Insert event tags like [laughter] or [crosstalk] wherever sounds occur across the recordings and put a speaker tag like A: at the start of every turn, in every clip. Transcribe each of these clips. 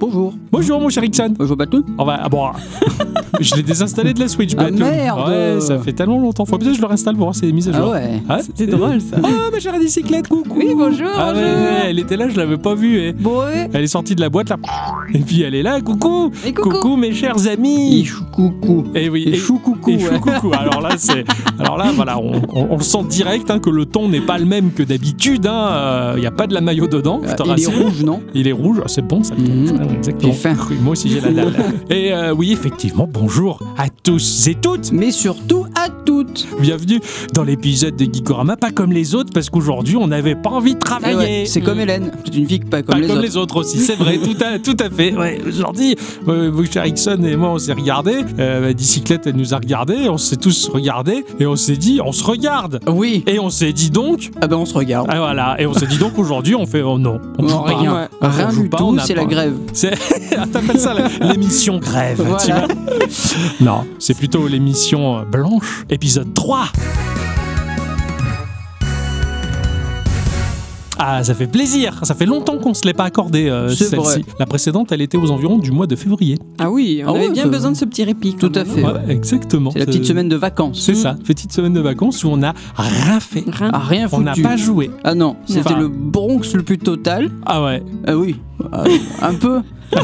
A: Bonjour mon cher Ixon.
B: Bonjour Batou.
A: On va. Ah bon.
B: [laughs]
A: ah. je l'ai désinstallé de la Switch.
B: Ah,
A: Batlou.
B: merde.
A: Ouais, ça fait tellement longtemps. Faut bien que je le réinstalle pour voir si c'est mise à
B: Ah
A: jour.
B: ouais.
A: Ah,
C: C'est drôle ça.
A: Oh ma chère bicyclette, coucou.
C: Oui, bonjour,
A: Ah ouais,
C: bonjour.
A: ouais, elle était là, je l'avais pas vue. eh.
C: Bon, ouais.
A: Elle est sortie de la boîte là. Et puis elle est là, coucou.
C: Et coucou.
A: mes chers amis.
B: Ichoucoucou.
A: Et oui, et-
B: Ichoucoucou.
A: et choucoucou. Alors là, c'est, alors là, voilà, on, on- on le sent direct hein, que le ton n'est pas le même que d'habitude. Il hein. n'y a pas de la maillot dedans. je te
B: Il est
A: rassure.
B: rouge, non
A: Il est rouge, Ah, c'est bon ça. le thon.
B: Mhm.
A: Ah, Exactement.
B: J'ai faim.
A: Oui, moi aussi j'ai la
B: [laughs]
A: dalle. Et euh, oui, effectivement, bonjour à tous et toutes.
B: Mais surtout à toutes.
A: Bienvenue dans l'épisode de Geekorama, pas comme les autres, parce qu'aujourd'hui on n'avait pas envie de
B: Ah
A: travailler.
B: ouais, C'est comme Hélène. C'est une fille pas comme
A: pas
B: les
A: comme
B: autres.
A: les autres aussi, c'est
B: [laughs]
A: vrai, tout à, tout à fait. Ouais, aujourd'hui, euh, vous, cher Ixon et moi, on s'est regardés. Euh, la bicyclette, elle nous a regardés. On s'est tous regardés. Et on s'est dit, on se regarde.
B: Oui.
A: Et on s'est dit donc,
B: Ah ben on se regarde.
A: ah, voilà. Et on s'est dit donc aujourd'hui, on fait, oh non, on
B: Non,
A: joue pas.
B: rien.
A: On
B: Rien
A: joue
B: du
A: pas, on
B: tout,
A: a
B: c'est
A: pas-
B: la grève.
A: C'est... [laughs] Ah, T'appelles ça la- l'émission grève, tu
B: Voilà.
A: vois Non, c'est plutôt l'émission euh, blanche, épisode 3 Ah, ça fait plaisir Ça fait longtemps qu'on se l'est pas accordé, euh,
B: C'est
A: celle-ci.
B: vrai.
A: La précédente, elle était aux environs du mois de février.
C: Ah oui, on
B: Ah
C: avait
B: ouais,
C: bien
B: ça-
C: besoin de ce petit répit.
B: Tout
C: quand
B: à
C: même,
B: fait.
C: hein.
A: Ouais, exactement. Euh,
B: C'est la petite semaine de vacances.
A: C'est ça, petite semaine de vacances où on a rien fait.
C: Rien.
B: Ah rien
A: On
B: foutu.
A: n'a pas joué.
B: Ah non, c'était
A: Enfin-
B: le Bronx le plus total.
A: Ah ouais.
B: Ah oui, Ah, un peu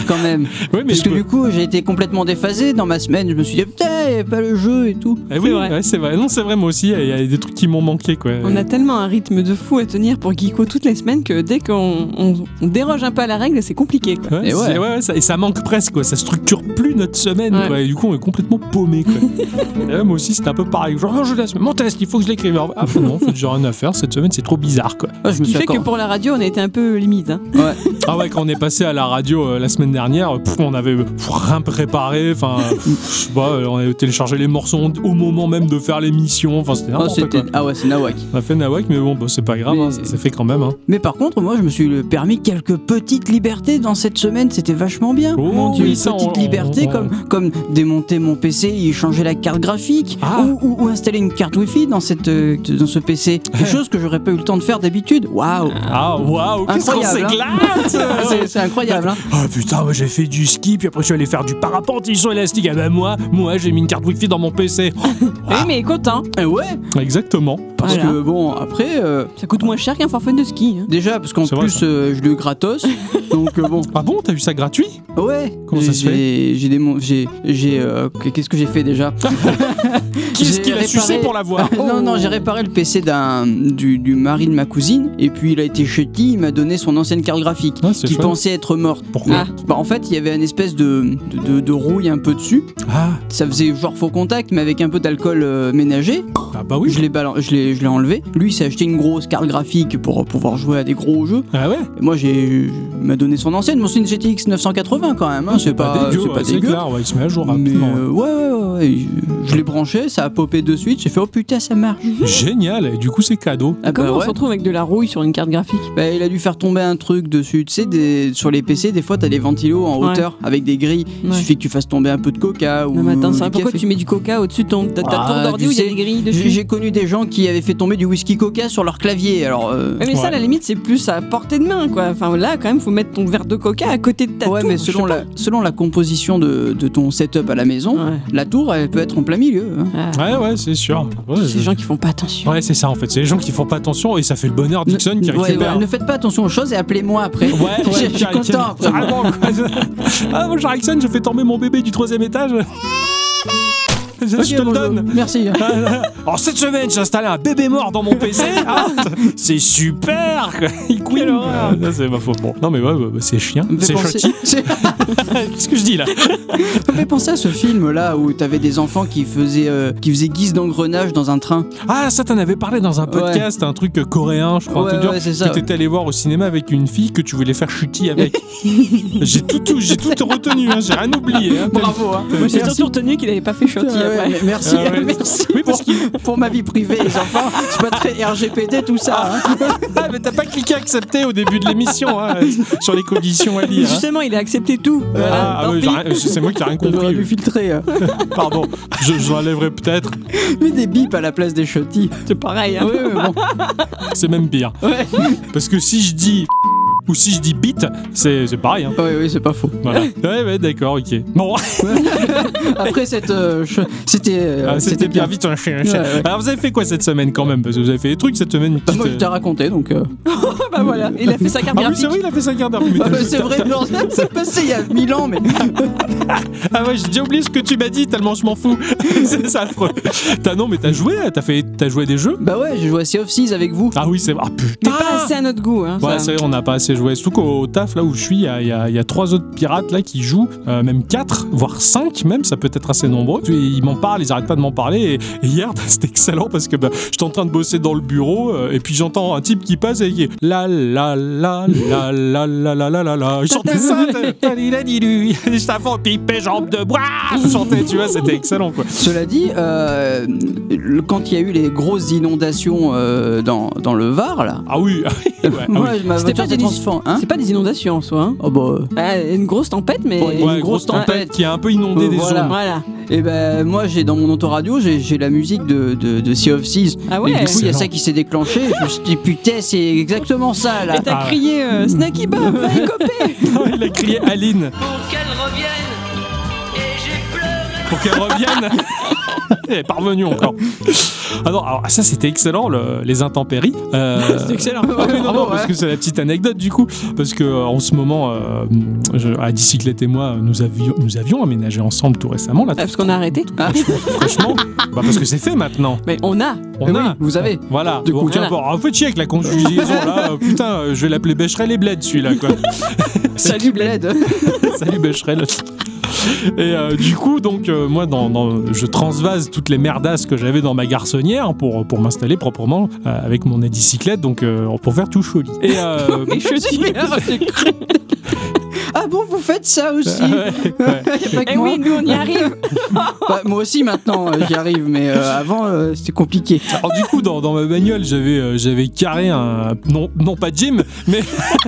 B: quand même.
A: Ouais, mais
B: Parce que
A: je-
B: du coup, j'ai été complètement déphasé dans ma semaine. Je me suis dit, putain, il y a pas le jeu et tout.
A: Eh oui,
C: c'est vrai.
A: ouais, c'est vrai. Non, c'est vrai, moi aussi, il y a des trucs qui m'ont manqué, quoi.
C: On a tellement un rythme de fou à tenir pour Geeko toutes les semaines que dès qu'on on- on déroge un peu à la règle, c'est compliqué. quoi.
A: Ouais,
B: Et
A: c'est-
B: ouais.
A: ouais, ouais, ça, et ça manque presque, quoi. ça structure plus notre semaine.
C: Ouais.
A: quoi. Et du coup, on est complètement paumé.
B: [laughs]
A: Quoi. Et là, moi aussi, c'était un peu pareil. Genre, oh, je laisse mon test, il faut que je l'écrive. Ah bah non, en fait, j'ai rien à faire. Cette semaine, c'est trop bizarre. Quoi.
B: Ah, je
C: Ce
B: me
C: qui
B: suis
C: fait que
B: encore-
C: pour la radio, on a été un peu limite. hein.
B: Ouais.
A: Ah ouais, quand on est passé à la radio euh, la semaine dernière, euh, pff, on avait euh, pff, rien préparé. Enfin, pff, je sais pas, euh, on avait téléchargé les morceaux au moment même de faire l'émission. Enfin, c'était
B: Ah,
A: n'importe
B: c'était...
A: quoi.
B: ah ouais, c'est Nawak.
A: On a fait Nawak, mais bon, bah, c'est pas grave,
B: Mais-
A: hein, ça s'est fait quand même. hein.
B: Mais par contre, moi, je me suis permis quelques petites libertés dans cette semaine. C'était vachement bien.
A: Oh mon Dieu,
B: oui,
A: ça, on-
B: petites
A: on-
B: libertés
A: on-
B: comme, comme démonter mon PC et changer la carte graphique
A: Ah.
B: ou, ou- ou installer une carte Wi-Fi dans, cette, euh, dans ce PC. Des choses que j'aurais pas eu le temps de faire d'habitude. Waouh
A: Ah waouh, qu'est-ce qu'on
B: Incroyable, hein.
A: s'éclate euh,
B: [laughs] C'est- C'est incroyable, hein
A: Ah putain, moi j'ai fait du ski, puis après je suis allé faire du parapentisme élastique. Ah bah moi, moi j'ai mis une carte wifi dans mon PC. Ah.
C: Oui, mais hein, content.
B: Eh ouais
A: Oh, Exactement.
B: Parce
C: Voilà.
B: que bon, après, euh,
C: Ça coûte moins cher qu'un forfait de ski. hein.
B: déjà, parce qu'en
A: C'est vrai,
B: plus, euh, je l'ai eu gratos. donc euh, bon,
A: Ah bon, t'as eu ça gratuit
B: Ah ouais.
A: Comment ça
B: J'ai-
A: se fait
B: j'ai- J'ai des. mon- J'ai. j'ai, euh, Qu'est-ce que j'ai fait déjà
A: Qu'est-ce
B: J'ai
A: qu'il a
B: réparé-
A: sucé pour
B: [laughs]
A: l'avoir
B: Non, non, j'ai réparé le PC d'un du, du mari de ma cousine, et puis il a été chéti, il m'a donné son ancienne carte graphique,
A: Ah, c'est
B: qui
A: chouette.
B: pensait être morte.
A: Pourquoi
B: Bah, en fait, il y avait une espèce de, de, de- de rouille un peu dessus,
A: ah.
B: ça faisait genre faux contact, mais avec un peu d'alcool euh, ménager.
A: ah bah oui.
B: Je l'ai balan- je l'ai je l'ai enlevé. Lui, il s'est acheté une grosse carte graphique pour euh, pouvoir jouer à des gros jeux.
A: Ah ouais
B: Et moi, j'ai il m'a donné son ancienne, mon c'est une GTX 980 quand même, hein, c'est pas,
A: dégueu,
B: c'est
A: ouais, Ah,
B: pas
A: c'est
B: dégueu.
A: clair, ouais, il se met à jour
B: Mais
A: rapidement.
C: hein.
B: euh, ouais, ouais, ouais, ouais, je- je l'ai branché, ça a popé de suite, j'ai fait oh putain, ça marche.
A: ouais. hein. Génial, et du coup c'est cadeau.
B: Ah
C: Comment
B: bah
C: on
B: ouais.
C: se retrouve avec de la rouille sur une carte graphique
B: Bah, il a dû faire tomber un truc dessus. Tu sais, des- sur les PC, des fois, t'as des ventilos en
C: Ouais.
B: hauteur avec des grilles. Il
C: Ouais.
B: suffit que tu fasses tomber un peu de coca ou.
C: Non, mais attends,
B: du
C: ça va, pourquoi
B: café.
C: tu mets du coca au-dessus de ton, ta, ta
B: Ah,
C: tour d'ordi
B: tu
C: où il y a
B: sais,
C: des grilles
B: J'ai
C: dessus
B: j'ai connu des gens qui avaient fait tomber du whisky coca sur leur clavier. Alors. euh,
C: Ouais, mais ça,
A: Ouais.
C: à la limite, c'est plus à portée de main, quoi. Enfin, là, quand même, faut mettre ton verre de coca à côté de ta
B: ouais,
C: tour,
B: mais
C: je
B: selon
C: sais
B: la, selon la composition de, de ton setup à la
C: pas.
B: maison,
C: Ouais.
B: la tour, elle peut être en plein milieu. hein.
C: Ah,
A: Ouais, ouais, c'est sûr. Ouais, je-
C: Ces gens qui font pas attention.
A: ouais, c'est ça en fait. C'est les gens qui font pas attention et ça fait le bonheur d'Ixon qui
B: Ne- ouais,
A: récupère.
B: ouais, ne faites pas attention aux choses et appelez-moi après. [laughs]
A: Ouais, Ah,
B: Je-
A: ouais,
B: je suis
A: Jack-
B: content après.
A: Vraiment, quoi. [laughs] Ah, mon cher Jackson, je fais tomber mon bébé du troisième étage. Je, je
B: Ok,
A: te le
B: bonjour.
A: donne. [laughs]
B: Merci.
A: Alors, cette semaine, j'ai installé un bébé mort dans mon PC. hein.
B: [laughs]
A: c'est super. quoi. Il couille l'horreur. Non, c'est ma faute. Bon. Non, mais ouais, bah, bah, c'est chien.
B: Ça me fait
A: C'est
B: penser-
A: chouette.
B: c'est-
A: [laughs] Qu'est-ce que je dis là
B: Ça me fait penser à ce film là où t'avais des enfants qui faisaient, euh, qui faisaient guise d'engrenage dans un train.
A: Ah, ça, t'en avais parlé dans un podcast, un truc euh, coréen, je crois. un
B: Ouais,
A: truc dur,
B: ouais, c'est ça,
A: Que t'étais allé voir au cinéma avec une fille que tu voulais faire chuti
B: [laughs]
A: avec. j'ai tout, tout- j'ai tout retenu. hein, j'ai rien oublier.
B: Bravo, hein.
C: Moi, j'ai
B: Merci.
C: surtout retenu qu'il avait pas fait chantier
B: Ah ouais,
C: après.
B: mais Merci,
A: Ah ouais.
B: merci
A: Oui, parce
B: pour, pour ma vie privée, les enfants. C'est pas très RGPD tout ça. hein.
A: Ah, mais t'as pas cliqué accepter au début de l'émission hein, sur les conditions à lire. hein.
C: Justement, il a accepté tout. Voilà,
A: Ah, ah
C: tant
A: oui,
C: pis.
A: j'ai rien- c'est moi qui ai rien
B: J'aurais
A: compris.
B: dû
A: oui.
B: filtrer. hein.
A: Pardon, je, je l'enlèverai peut-être.
B: Mais des bips à la place des chutis.
C: C'est pareil. hein.
B: Ouais, ouais, bon.
A: C'est même pire.
B: Ouais.
A: Parce que si je dis Ou si je dis bite, c'est c'est pareil. hein.
B: Ah Oui, oui, c'est pas faux.
A: Voilà. Ouais, ouais, d'accord, ok. Bon,
B: Après, cette, euh, ch- c'était, euh,
A: ah, c'était bien vite. un chien, un chien.
B: Ouais, ouais.
A: Alors, vous avez fait quoi cette semaine quand même Parce que vous avez fait des trucs cette semaine. une
B: Ah, moi, je
A: petite,
B: t'ai
A: euh,
B: raconté,
A: [laughs]
B: donc. euh.
C: bah voilà, il a fait sa carte
A: Ah oui,
C: graphique.
A: c'est vrai, il a fait 5 heures d'heure.
B: Ah, [laughs] mais c'est vrai, non, ça passait il y a mille ans, mais.
A: Ah ouais, j'ai déjà oublié ce que tu m'as dit, tellement je m'en fous. [laughs] c'est ça, affreux. T'as, non, mais t'as joué, t'as, fait, t'as joué à des jeux
B: Bah ouais, j'ai joué à Sea of Seas avec vous.
A: Ah oui, c'est. Ah
C: T'es
A: putain
C: pas assez à notre goût. Hein,
A: Ouais,
C: ça.
A: c'est vrai, on n'a pas assez joué. Surtout qu'au taf, là où je suis, il y a, il y a- il y a trois autres pirates là qui jouent, euh, même quatre, voire cinq même, ça peut être assez nombreux. Et ils m'en parlent, ils arrêtent pas de m'en parler. Et, et hier, c'était excellent parce que bah, j'étais en train de bosser dans le bureau euh, et puis j'entends un type qui passe et qui est la la la la la la la la la la. Je chantais ça, t'as- t'as dit la dit lui. Juste avant, pipé, jambe de bois. Je chantais, tu vois, c'était excellent quoi.
B: Cela dit, euh, le- quand il y a eu les grosses inondations euh, dans, dans le Var, là,
A: Ah oui, ah oui, ouais, ah oui.
B: [laughs] moi, je ma
C: C'était pas
B: voiture s'est
C: des-
B: transformée. Hein
C: C'est pas des inondations en soi. hein.
B: oh bah.
C: Ah, une grosse tempête, mais.
B: Ouais,
A: Ouais,
B: une
A: grosse
B: grosse
A: tempête
B: tempête.
A: qui a un peu inondé
B: Euh,
A: des
B: voilà.
A: zones.
C: Voilà.
B: Et ben moi j'ai dans mon autoradio j'ai j'ai la musique de, de, de Sea of Seas.
C: Ah
B: Et
C: ouais.
B: du coup il y a
A: Excellent.
B: ça qui s'est déclenché. je me suis dit putain c'est exactement ça là.
C: Et t'as
A: Ah.
C: crié euh, Snacky Bob, va y
A: [laughs]
C: copier
A: Il a crié Aline. Pour qu'elle revienne.
B: [laughs]
A: Et j'ai pleuré. Pour qu'elle revienne. Elle est parvenue encore. Ah non, alors ça c'était excellent, le- les intempéries. Euh,
C: C'est excellent.
A: Ah oui, non,
B: Bravo,
A: non, parce
B: ouais.
A: que c'est la petite anecdote du coup. Parce que euh, en ce moment, euh, je- à Dicyclette et moi, nous avions, nous avions aménagé ensemble tout récemment. Là,
C: Ah, Parce qu'on a arrêté.
B: Ah
A: franchement, bah, parce que c'est fait maintenant.
C: Mais on a.
A: On a.
B: Vous avez.
A: Voilà,
B: Eh Du coup,
A: aucun
C: voilà.
A: rapport. Ah, faites chier avec la conjugaison là. euh, Putain, euh, je vais l'appeler Becherel et Bled celui-là quoi.
B: Salut Bled.
A: [laughs] Salut Becherel. Et euh, du coup, donc euh, moi, dans, dans- je transvase toutes les merdasses que j'avais dans ma garçonnière pour, pour m'installer proprement euh, avec mon édicyclette, donc euh, pour faire tout joli. Et euh,
C: Mais je suis
B: ah bon vous faites ça aussi.
A: Ah
B: [laughs]
A: ouais, ouais.
B: Y a pas que
C: Eh
B: moi.
C: oui, nous on y arrive.
B: Bah, moi aussi maintenant euh, j'y arrive mais euh, avant euh, c'était compliqué.
A: [laughs] Alors du coup, dans, dans ma bagnole, j'avais euh, j'avais carré un non non pas Jim, mais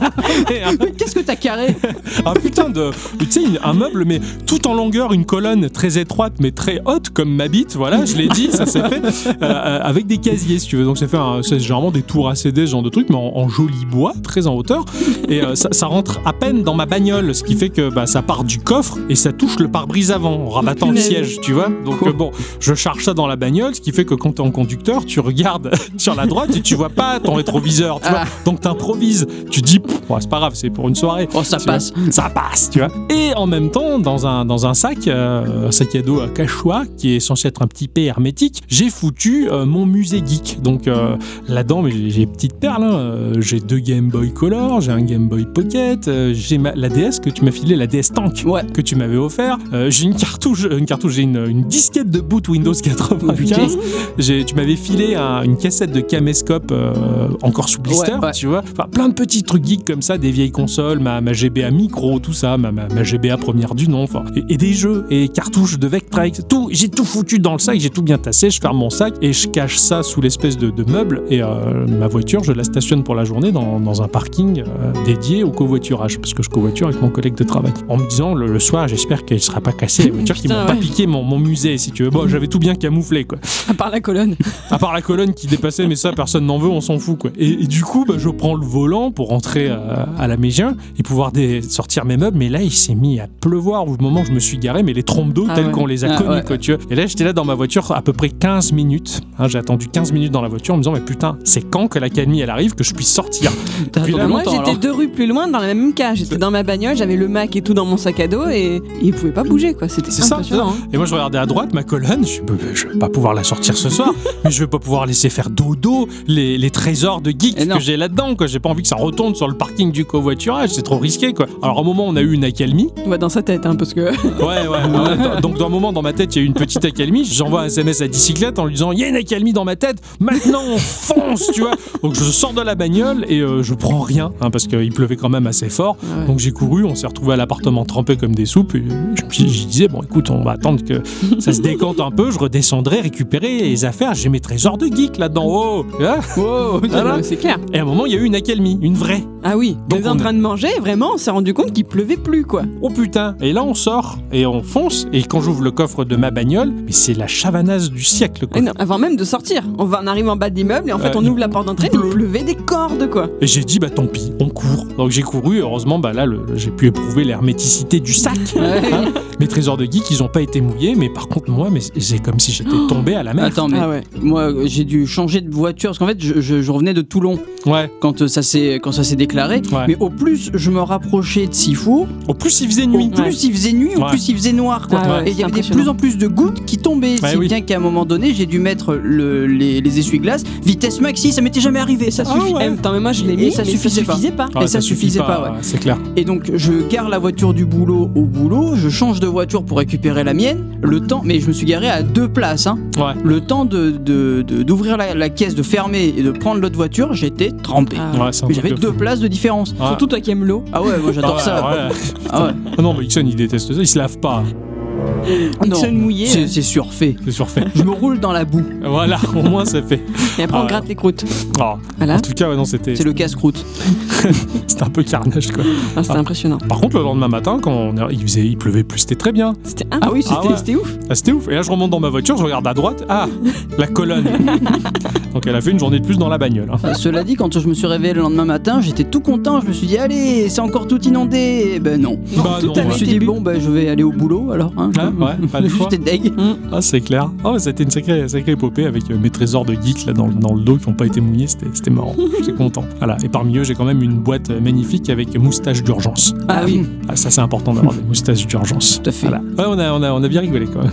A: [laughs] mais un,
B: Qu'est-ce que t'as carré
A: un Ah, putain de tu sais une- un meuble, mais tout en longueur, une colonne très étroite mais très haute comme ma bite. Voilà, je l'ai dit, ça s'est fait euh, euh, avec des casiers si tu veux. Donc c'est fait un- c'est généralement des tours à CD, ce genre de truc, mais en, en joli bois, très en hauteur, et euh, ça, ça rentre à peine dans ma bagnole, ce qui fait que bah, ça part du coffre et ça touche le pare-brise avant en rabattant le
C: Punaise.
A: siège, tu vois. Donc
B: Quoi
A: euh, bon, je charge ça dans la bagnole, ce qui fait que quand t'es en conducteur, tu regardes [laughs] sur la droite et tu vois pas ton rétroviseur, tu vois.
B: Ah.
A: Donc t'improvises, tu dis, Pff, bon, c'est pas grave, c'est pour une soirée.
B: Oh ça
A: Tu
B: passe.
A: Ça passe, tu vois. Et en même temps, dans un, dans un sac, euh, un sac à dos à cachois, qui est censé être un petit P hermétique, j'ai foutu euh, mon musée geek. Donc euh, là-dedans, mais j'ai j'ai des petites perles. hein. Euh, J'ai deux Game Boy Color, j'ai un Game Boy Pocket, euh, j'ai ma- la DS que tu m'as filée, la DS Tank
B: Ouais.
A: que tu m'avais offert. Euh, j'ai une cartouche, une cartouche, j'ai une, une disquette de boot Windows Ah,
B: putain.
A: 95. J'ai- tu m'avais filé un- une cassette de caméscope euh, encore sous blister,
B: Ouais, ouais.
A: tu vois. Enfin, plein de petits trucs geeks comme ça, des vieilles consoles, ma, ma GBA micro, tout ça, ma, ma, ma GBA première du nom, enfin, et, et des jeux et cartouches de Vectrex. Tout, j'ai tout foutu dans le sac, j'ai tout bien tassé. Je ferme mon sac et je cache ça sous l'espèce de, de meuble et euh, ma voiture, je la stationne pour la journée dans, dans un parking euh, dédié au covoiturage parce que je covoiture avec mon collègue de travail. En me disant le, le soir, j'espère qu'elle sera pas cassée, la voiture qu'ils m'ont
C: Putain,
A: pas
C: ouais.
A: piqué mon, mon musée, si tu veux. Bon, j'avais tout bien camouflé quoi.
C: À part la colonne.
A: À part la colonne qui dépassait, mais ça, personne n'en veut, on s'en fout, quoi. Et, et du coup, bah, je prends le volant pour rentrer euh, à la Mégien et pouvoir dé- sortir mes meubles, mais là, il s'est mis à pleuvoir au moment où je me suis garé, mais les trompes d'eau,
C: Ah
A: telles
C: ouais.
A: qu'on les a
B: Ah
A: connues,
B: ouais.
A: quoi, tu vois. Et là, j'étais là dans ma voiture à peu près 15 minutes. hein, J'ai attendu 15 minutes dans la voiture en me disant, mais putain, c'est quand que l'académie, elle arrive, que je puisse sortir
B: T'as
A: Puis là,
B: attendu
C: Moi
B: longtemps
C: j'étais
B: alors.
C: deux rues plus loin dans la même cage. J'étais dans ma bagnole, j'avais le Mac et tout dans mon sac à dos et et il pouvait pas bouger quoi. C'était
A: C'est ça,
C: impressionnant.
A: Et moi, je regardais à droite ma colonne. Je, me- je vais pas pouvoir la sortir ce soir, [laughs] mais je vais pas pouvoir laisser faire dodo les, les trésors de geek
B: Et non.
A: que j'ai là-dedans. quoi. J'ai pas envie que ça retourne sur le parking du covoiturage. C'est trop risqué. quoi. Alors, au moment, on a eu une accalmie.
C: hein. Ouais, dans sa tête hein, parce que.
A: Ouais, ouais. Alors, dans- [laughs] donc, dans un moment, dans ma tête, il y a eu une petite accalmie. J'envoie un SMS à Dicyclette en lui disant Il y a une accalmie dans ma tête, maintenant on fonce, tu vois. Donc, je sors de la bagnole et euh, je prends rien, hein, parce qu'il pleuvait quand même assez fort.
C: Ouais.
A: Donc, j'ai couru, on s'est retrouvé à l'appartement trempé comme des soupes. Et euh, je, je disais Bon, écoute, on va attendre que ça se décante un peu, je redescendrai récupérer les affaires. J'ai mes trésors de geek là-dedans. Oh Tu vois
B: Wow,
A: Voilà.
C: [laughs] C'est clair.
A: Et à un moment, il y a eu une accalmie, une vraie.
C: Ah oui.
A: Donc,
C: on était en
A: on-
C: train de manger, vraiment, on s'est rendu compte qu'il pleuvait plus quoi.
A: Oh putain Et là, on sort et on fonce. Et quand j'ouvre le coffre de ma bagnole, mais c'est la chavanasse du siècle, quoi.
C: Et non, avant même de sortir, on va on arrive en bas de l'immeuble et en fait
A: Euh,
C: on
A: il
C: ouvre la porte d'entrée, mais il pleuvait des cordes quoi.
A: Et j'ai dit, bah tant pis, on court. cours. Donc j'ai couru, heureusement, bah là, le- le- j'ai pu éprouver l'herméticité du
B: [laughs]
A: sac. Hein. Mes trésors de geek, ils ont pas été mouillés, mais par contre, moi, mais c'est comme si j'étais
B: Oh.
A: tombé à la mer.
B: Attends, mais
C: [laughs] Ah ouais.
B: moi j'ai dû changer de voiture parce qu'en fait je, je- je revenais de Toulon
A: Ouais.
B: quand euh, ça s'est quand ça s'est déclaré.
A: Ouais.
B: Mais au plus je me rapprochais de Sifour,
A: Au plus, il faisait
B: au
A: nuit.
B: plus il faisait nuit, au
A: Ouais.
B: plus il faisait noir. Quoi.
C: Ah ouais,
B: Et il y
C: c'est
B: avait de
C: impressionnant.
B: plus en plus de gouttes qui tombaient.
A: Ouais,
B: si
A: Bah oui.
B: bien qu'à un moment donné j'ai dû mettre le- les, les essuie-glaces vitesse maxi. Ça m'était jamais arrivé, ça
A: Ah
B: suffit.
A: ouais.
C: Eh, putain, mais moi je l'ai
B: Et
C: mis,
B: ça
C: mais
B: suffisait pas.
C: pas.
A: Ouais,
B: Et ça suffisait
A: suffit
B: pas, ouais.
A: C'est clair.
B: Et donc je gare la voiture du boulot au boulot, je change de voiture pour récupérer la mienne, le temps, mais je me suis garé à deux places, hein.
A: Ouais.
B: le temps d'ouvrir de, de, d'ouvrir la, la caisse, de fermer et de prendre l'autre voiture, j'étais trempé.
C: Ah.
A: Ouais, c'est un
B: Mais
A: truc
B: J'avais
A: de
B: deux
A: fou.
B: places de différence.
A: Ouais.
C: Surtout toi qui aimes l'eau.
B: Ah ouais, moi j'adore
A: Ah,
B: ça.
A: ouais.
B: Ah ouais.
A: Ah non, mais Ixon, il déteste ça. Il se lave pas. hein.
B: Non,
C: Nixon mouillé.
B: c'est c'est surfait.
A: C'est
B: [laughs]
A: surfait.
B: Je me roule dans la boue,
A: voilà, au moins, ça fait.
C: Et après
A: Ah
C: on
A: ouais.
C: gratte les croûtes.
A: Oh.
C: Voilà.
A: En tout cas, ouais, non, c'était
B: Hein c'est le casse-croûte.
A: c'était un peu carnage, quoi.
C: Ah, c'était
A: Ah.
C: impressionnant.
A: Par contre, le lendemain matin, quand on a- il, faisait, il pleuvait plus, c'était très bien.
C: C'était
B: Ah oui,
A: Ah ouais.
C: c'était ouf.
A: Ah, c'était ouf. Et là, je remonte dans ma voiture, je regarde à droite. Ah, la colonne. Donc, elle a fait une journée de plus dans la bagnole. hein.
B: Euh, Cela dit, quand je me suis réveillé le lendemain matin, j'étais tout content, je me suis dit allez, c'est encore tout inondé. Et ben non.
A: Bah,
C: tout
A: non,
B: Je
C: à
B: me
A: ouais.
B: suis
C: fait
B: dit
C: début.
B: bon, ben je vais aller au boulot alors. Hein,
A: Ah, ouais, pas le choix.
B: J'étais deg.
A: Ah, c'est clair. Oh, c'était une sacrée, sacrée épopée avec euh, mes trésors de geek là, dans, le- dans le dos qui n'ont pas été mouillés. C'était c'était marrant. J'étais content. Voilà. Et parmi eux, j'ai quand même une boîte euh, magnifique avec moustache d'urgence.
B: Ah oui,
A: Ah, ça, c'est important d'avoir des moustaches d'urgence.
B: tout à fait.
A: Voilà. Ouais, on a, on, a, on a bien rigolé quand même.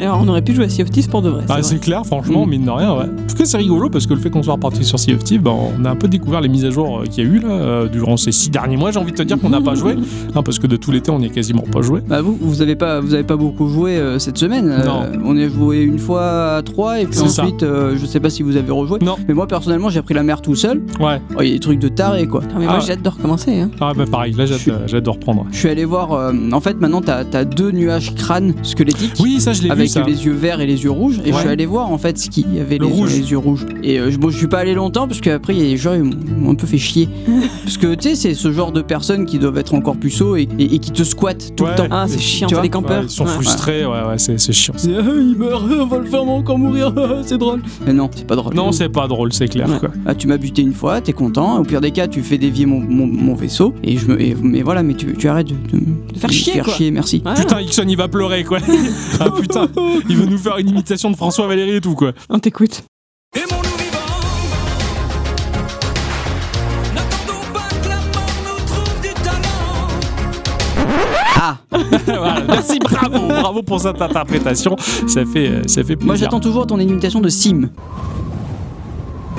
C: Alors on aurait pu jouer à Sea of Thieves pour de vrai.
A: Ah,
C: c'est
A: c'est clair, franchement,
B: Mm.
A: mine de rien. Ouais. En tout cas, c'est rigolo parce que le fait qu'on soit reparti sur Sea of Thieves, ben, on a un peu découvert les mises à jour euh, qu'il y a eu là, euh, durant ces six derniers mois. J'ai envie de te dire qu'on n'a pas joué, hein, parce que de tout l'été, on n'y a quasiment pas joué.
B: Bah vous, vous avez pas, vous avez pas beaucoup joué euh, cette semaine. Euh,
A: Non.
B: on a joué une fois à 3 et puis
A: C'est ça.
B: ensuite, euh, je sais pas si vous avez rejoué.
A: Non.
B: Mais moi personnellement, j'ai pris la mer tout seul.
A: Ouais,
B: Oh, il y a des trucs de taré quoi.
C: vrai. Ah, mais moi
A: Ah.
C: j'ai hâte de recommencer. hein.
A: ah, bah, pareil, là,
B: Je suis-
A: j'adore reprendre.
B: Je suis allé voir. euh, en fait, maintenant, t'as as deux nuages crânes squelettiques.
A: Oui, ça, je l'ai vu.
B: Avec
A: Ça.
B: les yeux verts et les yeux rouges, et je
A: Ouais.
B: suis allé voir en fait ce qu'il y avait
A: Le
B: les,
A: rouge.
B: les yeux rouges. Et euh, je- bon, je suis pas allé longtemps parce qu'après, il y a des gens ils m'ont- ils m'ont un peu fait chier. parce que tu sais, c'est ce genre de personnes qui doivent être encore puceaux et, et- et qui te squattent tout
A: Ouais.
B: le temps.
C: Ah c'est chiant,
B: Tu
C: c'est
B: vois
C: les
A: Ouais,
C: campeurs.
A: ils sont
C: Ouais.
A: frustrés, ouais, ouais, c'est c'est chiant.
B: C'est, Ah, il meurt, on va le faire encore mourir, [laughs] euh, c'est drôle. Mais non, c'est pas drôle.
A: Non, c'est pas drôle, c'est clair,
C: Ouais.
A: quoi.
B: Ah, tu m'as buté une fois, t'es content. Au pire des cas, tu fais dévier mon, mon- mon vaisseau. Et je me. et- mais voilà, mais tu, tu arrêtes de, de me
C: De faire chier,
B: faire
C: quoi.
B: chier, merci.
C: Ouais.
A: Putain, Ixon, il va pleurer,
B: [laughs]
A: quoi. ah, putain, il veut nous faire une imitation de François Valéry et tout, quoi.
C: [laughs]
A: [laughs]
C: On t'écoute.
D: Aimons-nous vivants N'attendons pas que la mort nous trouve du talent
B: Ah
A: Voilà, merci, bravo, bravo pour cette interprétation. Ça fait, euh, ça fait plaisir.
B: Moi, j'attends toujours ton imitation de Sim.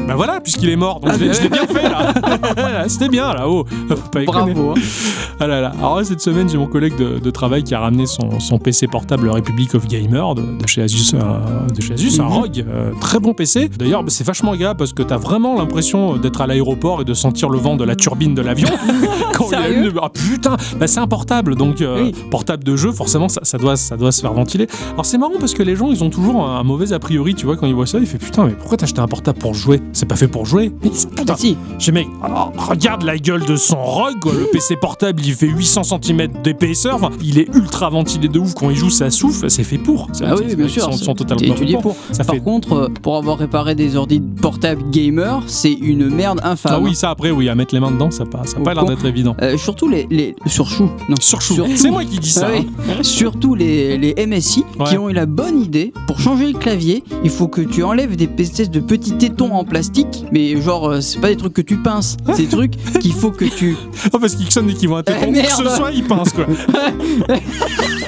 A: Bah voilà, puisqu'il est mort, donc je l'ai- je l'ai bien fait là. [laughs] C'était bien là-haut. Pas éconné.
B: Bravo. hein.
A: Ah là là. Alors là, cette semaine, j'ai mon collègue de, de travail qui a ramené son, son PC portable Republic of Gamer de, de chez Asus, un, de chez Asus, un
B: Mhm.
A: ROG. euh, très bon PC. D'ailleurs, bah, c'est vachement agréable parce que t'as vraiment l'impression euh, d'être à l'aéroport et de sentir le vent de la turbine de l'avion. [laughs] Quand il y a
C: Sérieux
A: une- Ah putain, bah, c'est un portable, donc euh,
C: Oui.
A: portable de jeu, forcément, ça, ça doit, ça doit se faire ventiler. Alors c'est marrant parce que les gens, ils ont toujours un, un mauvais a priori, tu vois, quand ils voient ça, ils font putain, mais pourquoi t'as acheté un portable pour jouer C'est pas fait pour jouer. Mais
B: Ah,
A: putain,
B: bah si.
A: j'ai mec, alors, oh, regarde la gueule de son ROG, quoi. le PC portable il fait 800 cm d'épaisseur, Enfin, il est ultra ventilé de ouf, quand il joue ça souffle, c'est fait pour. C'est-
B: Ah oui,
A: c'est-
B: bien
A: ils
B: sûr,
A: sont,
B: c'est-
A: sont
B: t'es
A: totalement
B: étudié pour.
A: Ça
B: Par
A: fait...
B: contre, euh, pour avoir réparé des ordi portables gamer, c'est une merde infâme.
A: Ah oui, ça après, oui, à mettre les mains dedans, ça pas, ça a
B: Au
A: pas l'air
B: con.
A: d'être évident.
B: Euh, surtout les, les surchou non
A: Surchou,
B: Sur-
A: c'est moi qui dis ça.
B: Ah oui. Surtout les, les MSI
A: Ouais.
B: qui ont eu la bonne idée pour changer le clavier. Il faut que tu enlèves des espèces de petits tétons en plastique, mais genre, euh, c'est pas des trucs que
A: [laughs]
B: tu pinces, c'est des trucs qu'il faut que tu.
A: hein. Oh, parce qu'il sonne et qu'il voit un téton,
B: Eh,
A: que
B: merde.
A: ce soit, il pince
B: [laughs]
A: quoi.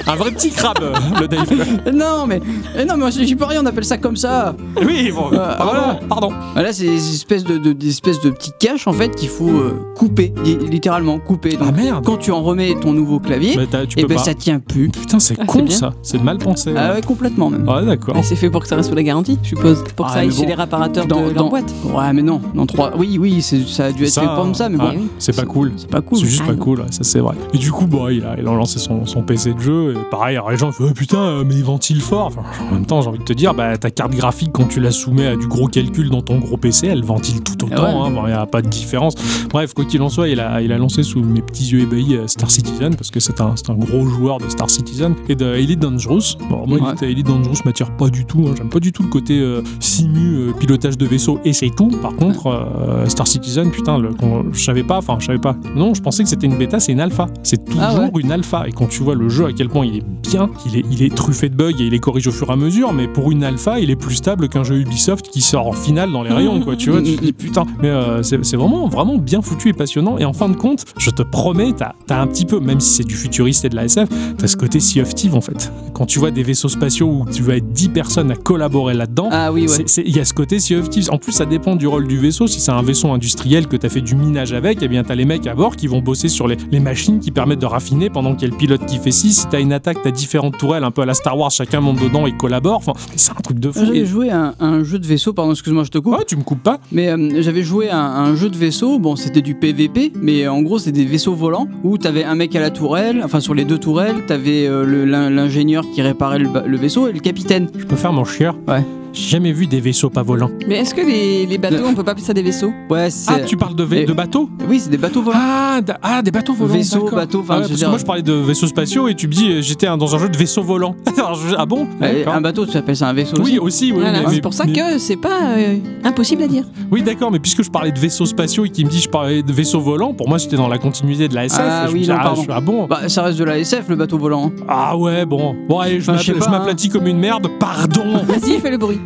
A: un vrai petit crabe, euh, le Dave. quoi.
B: Non, mais eh non, mais j'y peux rien, on appelle ça comme ça.
A: Oui, bon,
B: Ah,
A: pardon, pardon.
B: Là, c'est des espèces de, de, des espèces de petits caches en fait qu'il faut euh, couper, li- littéralement couper.
A: Ah
B: Donc,
A: merde.
B: quand tu en remets ton nouveau clavier,
A: Bah, t'as- tu
B: et
A: peux
B: ben
A: pas.
B: ça tient plus.
A: Putain, c'est
C: Ah, c'est
A: con
C: bien.
A: ça, c'est de mal pensé.
B: Ah
A: ouais.
B: ouais, complètement même.
A: Ouais, d'accord.
C: Ah, c'est fait pour que ça reste sous la garantie, je suppose. Pour que
B: Ah,
C: ça aille
B: mais
C: chez
B: bon.
C: les réparateurs
B: Dans-
C: de
B: dans-
C: leur boîte.
B: Ouais, mais non, dans 3. Oui, oui, c'est- ça a dû être
A: Ça,
B: fait comme ça, mais
A: ah,
B: bon.
A: c'est pas cool.
B: C'est pas cool.
A: C'est juste
C: Ah
A: pas
C: non.
A: cool, ouais, ça c'est vrai. Et du coup, bah, il, a, il a lancé son, son PC de jeu, pareil, alors les gens font Ah, putain, euh, mais ils ventilent fort. Enfin, en même temps, j'ai envie de te dire, bah, ta carte graphique, quand tu la soumets à du gros calcul dans ton gros PC, elle ventile tout autant.
B: Ah ouais.
A: hein. Bon, Il n'y a pas de différence. Bref, quoi qu'il en soit, il a, il a lancé sous mes petits yeux ébahis euh, Star Citizen parce que c'est un, c'est un gros joueur de Star Citizen et de Elite Dangerous. Bon, moi,
B: Ouais.
A: Elite, Elite Dangerous m'attire pas du tout. hein. J'aime pas du tout le côté euh, simu, euh, pilotage de vaisseau et c'est tout. Par contre, euh, Star Citizen, putain, le- qu'on- je savais pas. Enfin, je savais pas. Non, je pensais que c'était une bêta, c'est une alpha. C'est toujours
B: Ah ouais.
A: une alpha. Et quand tu vois le jeu à quel point il est bien, il est, il est truffé de bugs et il les corrige au fur et à mesure. Mais pour une alpha, il est plus stable qu'un jeu Ubisoft qui sort en finale
B: [laughs]
A: dans les rayons, quoi.
B: Mm,
A: Tu vois, tu te dis putain. Mais euh, c'est c'est vraiment, vraiment bien foutu et passionnant. Et en fin de compte, je te promets, t'as as un petit peu, même si c'est du futuriste et de la SF, t'as ce côté Sea of Thieves en fait. Quand tu vois des vaisseaux spatiaux où tu vas être 10 personnes à collaborer là-dedans,
B: Ah oui, ouais.
A: c'est- c'est- Il y a ce côté Sea of Thieves. En plus, ça dépend du rôle du vaisseau. Si c'est un vaisseau industriel que tu as fait du minage avec, eh bien, tu as les mecs à bord qui vont bosser sur les, les machines qui permettent de raffiner pendant qu'il y a le pilote qui fait ci. Si tu as une attaque, tu as différentes tourelles, un peu à la Star Wars, chacun monte dedans et collabore. Enfin, c'est un truc de fou.
B: J'avais joué à un, un jeu de vaisseau, pardon, excuse-moi, je te coupe.
A: Ouais, tu me coupes pas
B: Mais euh, j'avais joué à un, un jeu de vaisseau, bon c'était du PVP, mais euh, en gros c'était des vaisseaux volants où t'avais un mec à la tourelle, enfin sur les deux tourelles, t'avais euh, le- l'in- l'ingénieur qui réparait le, ba- le vaisseau et le capitaine.
A: Je peux faire mon chieur
B: Ouais.
A: J'ai jamais vu des vaisseaux pas volants.
C: Mais est-ce que les, les bateaux, on peut pas appeler ça des vaisseaux
B: Ouais, c'est.
A: Ah, tu parles de, va-
B: Et-
A: de bateaux
B: Oui, c'est des bateaux volants.
A: ah, d- ah, des bateaux volants.
B: Vaisseaux,
A: d'accord.
B: bateaux, enfin,
A: Ah ouais,
B: je veux
A: parce que
B: dire-
A: moi je parlais de vaisseaux spatiaux et tu me dis euh, j'étais un- dans un jeu de vaisseaux volants. [laughs] Alors, je- ah bon
B: Euh,
A: D'accord.
B: un bateau, tu appelles ça un vaisseau
A: Oui,
B: aussi Ah
A: aussi, oui.
C: Voilà,
A: mais- mais-
C: c'est pour ça
A: mais-
C: que c'est pas euh, impossible à dire.
A: Oui, d'accord, mais puisque je parlais de vaisseaux spatiaux et qu'il me dit je parlais de vaisseaux volants, pour moi c'était dans la continuité de la SF.
B: Ah
A: je
B: oui,
A: me dis,
B: non,
A: ah,
B: pardon.
A: je suis- ah bon
B: Bah ça reste de la SF le bateau volant. hein.
A: [laughs] Ah ouais, bon. Bon, allez, je
B: Enfin, je sais
A: m'appla-
B: pas, hein.
A: je m'aplatis comme une merde,
B: [laughs]
A: pardon
C: Vas-y, fais le bruit.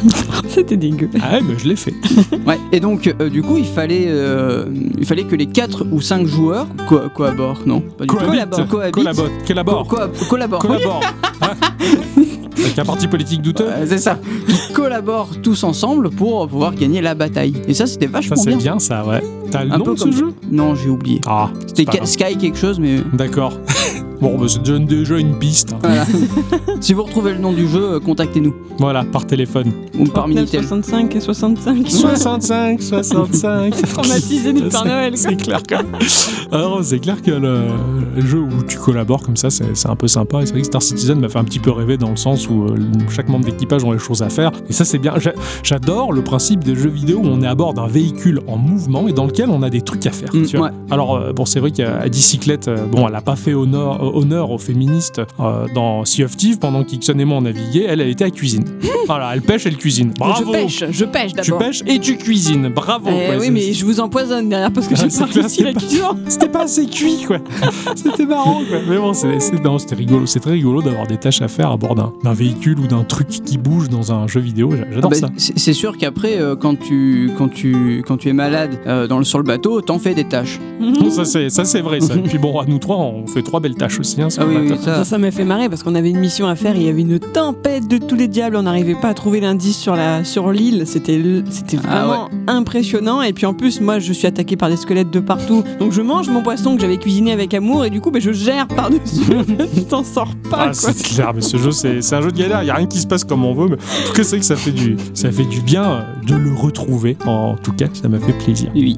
C: [laughs] C'était dégueu.
A: Ah ouais, mais je l'ai fait.
B: Ouais. Et donc euh, du coup il fallait, euh, il fallait que les 4 ou 5 joueurs co- collaborent, non pas du tout.
A: Cohabite.
B: Cohabitent.
A: Collabore. Collabore.
B: Co- co- collaborent.
A: Collabore. Hein Avec un parti politique douteux
B: Ouais, Euh, c'est ça. Qui collaborent tous ensemble pour pouvoir gagner la bataille. Et ça, c'était
A: Ça
B: vachement
A: c'est
B: bien.
A: bien ça, ouais. T'as le
B: Un
A: nom
B: peu
A: de ce
B: comme-
A: jeu
B: Non, j'ai oublié.
A: Ah,
B: C'était
A: pas grave.
B: Ca- Sky quelque chose, mais. euh, [laughs]
A: d'accord. bon, bah, ça donne déjà une piste. hein. [laughs]
B: Voilà. si vous retrouvez le nom du jeu, euh, contactez-nous.
A: Voilà, par
B: [laughs]
A: téléphone.
B: Ou par Minitel.
C: 65 et 65.
A: 65, [laughs] 65.
C: [laughs] Traumatisé du Père Noël. quoi.
A: C'est clair que, [laughs] alors c'est clair que le, le jeu où tu collabores comme ça, c'est c'est un peu sympa. Et c'est vrai que Star Citizen m'a fait un petit peu rêver dans le sens où euh, chaque membre d'équipage ont les choses à faire. Et ça, c'est bien. J'a- J'adore le principe des jeux vidéo où on est à bord d'un véhicule en mouvement et dans lequel on a des trucs à faire.
B: Mm,
A: tu vois.
B: ouais.
A: Alors, euh, bon, c'est vrai qu'à bicyclette, euh, bon, elle a pas fait honneur, euh, honneur aux féministes euh, dans Sea of Thieves pendant qu'Ixon et moi on naviguait. Elle, elle était à
C: [laughs]
A: cuisine. voilà, elle pêche, elle cuisine. Bravo!
C: Je pêche, je pêche
A: Tu
C: d'abord.
A: pêches et tu cuisines, bravo!
C: Eh
A: quoi,
C: oui,
A: c'est-
C: mais je vous empoisonne derrière parce que
A: [laughs] Ah,
C: j'ai
A: c'est
C: pas
A: clair,
C: réussi
A: c'est
C: la
A: pas-
C: cuisson.
A: c'était pas assez cuit
C: [laughs]
A: quoi c'était marrant quoi mais bon c'est- c'est- non, c'était rigolo c'est très rigolo d'avoir des tâches à faire à bord d'un d'un véhicule ou d'un truc qui bouge dans un jeu vidéo J'a-
C: Ah
A: j'adore
B: Bah,
A: ça
B: c'est c'est sûr qu'après, euh, quand, tu, quand, tu, quand tu es malade euh, dans le, sur le bateau, t'en fais des tâches.
A: Bon, ça c'est ça c'est vrai
C: [laughs]
A: ça. Et puis bon à nous trois on fait trois belles tâches aussi hein, sur
B: Ah
A: le
B: oui, oui,
A: bateau.
B: ça.
C: Ça, ça m'a fait marrer parce qu'on avait une mission à faire. Il y avait une tempête de tous les diables. On n'arrivait pas à trouver l'indice sur la sur l'île. C'était l- c'était
B: Ah
C: vraiment impressionnant. Et puis en plus, moi, je suis attaqué par des squelettes de partout. Donc je mange mon poisson que j'avais cuisiné avec amour et du coup, ben, je gère par dessus. je t'en sors
A: Ah,
C: pas. quoi.
A: c'est clair, mais ce jeu, c'est c'est un jeu de galère. Il n'y a rien qui se passe comme on veut, mais en tout cas, c'est vrai que ça fait du, ça fait du bien euh, de le retrouver. En tout cas, ça m'a fait plaisir.
B: Oui.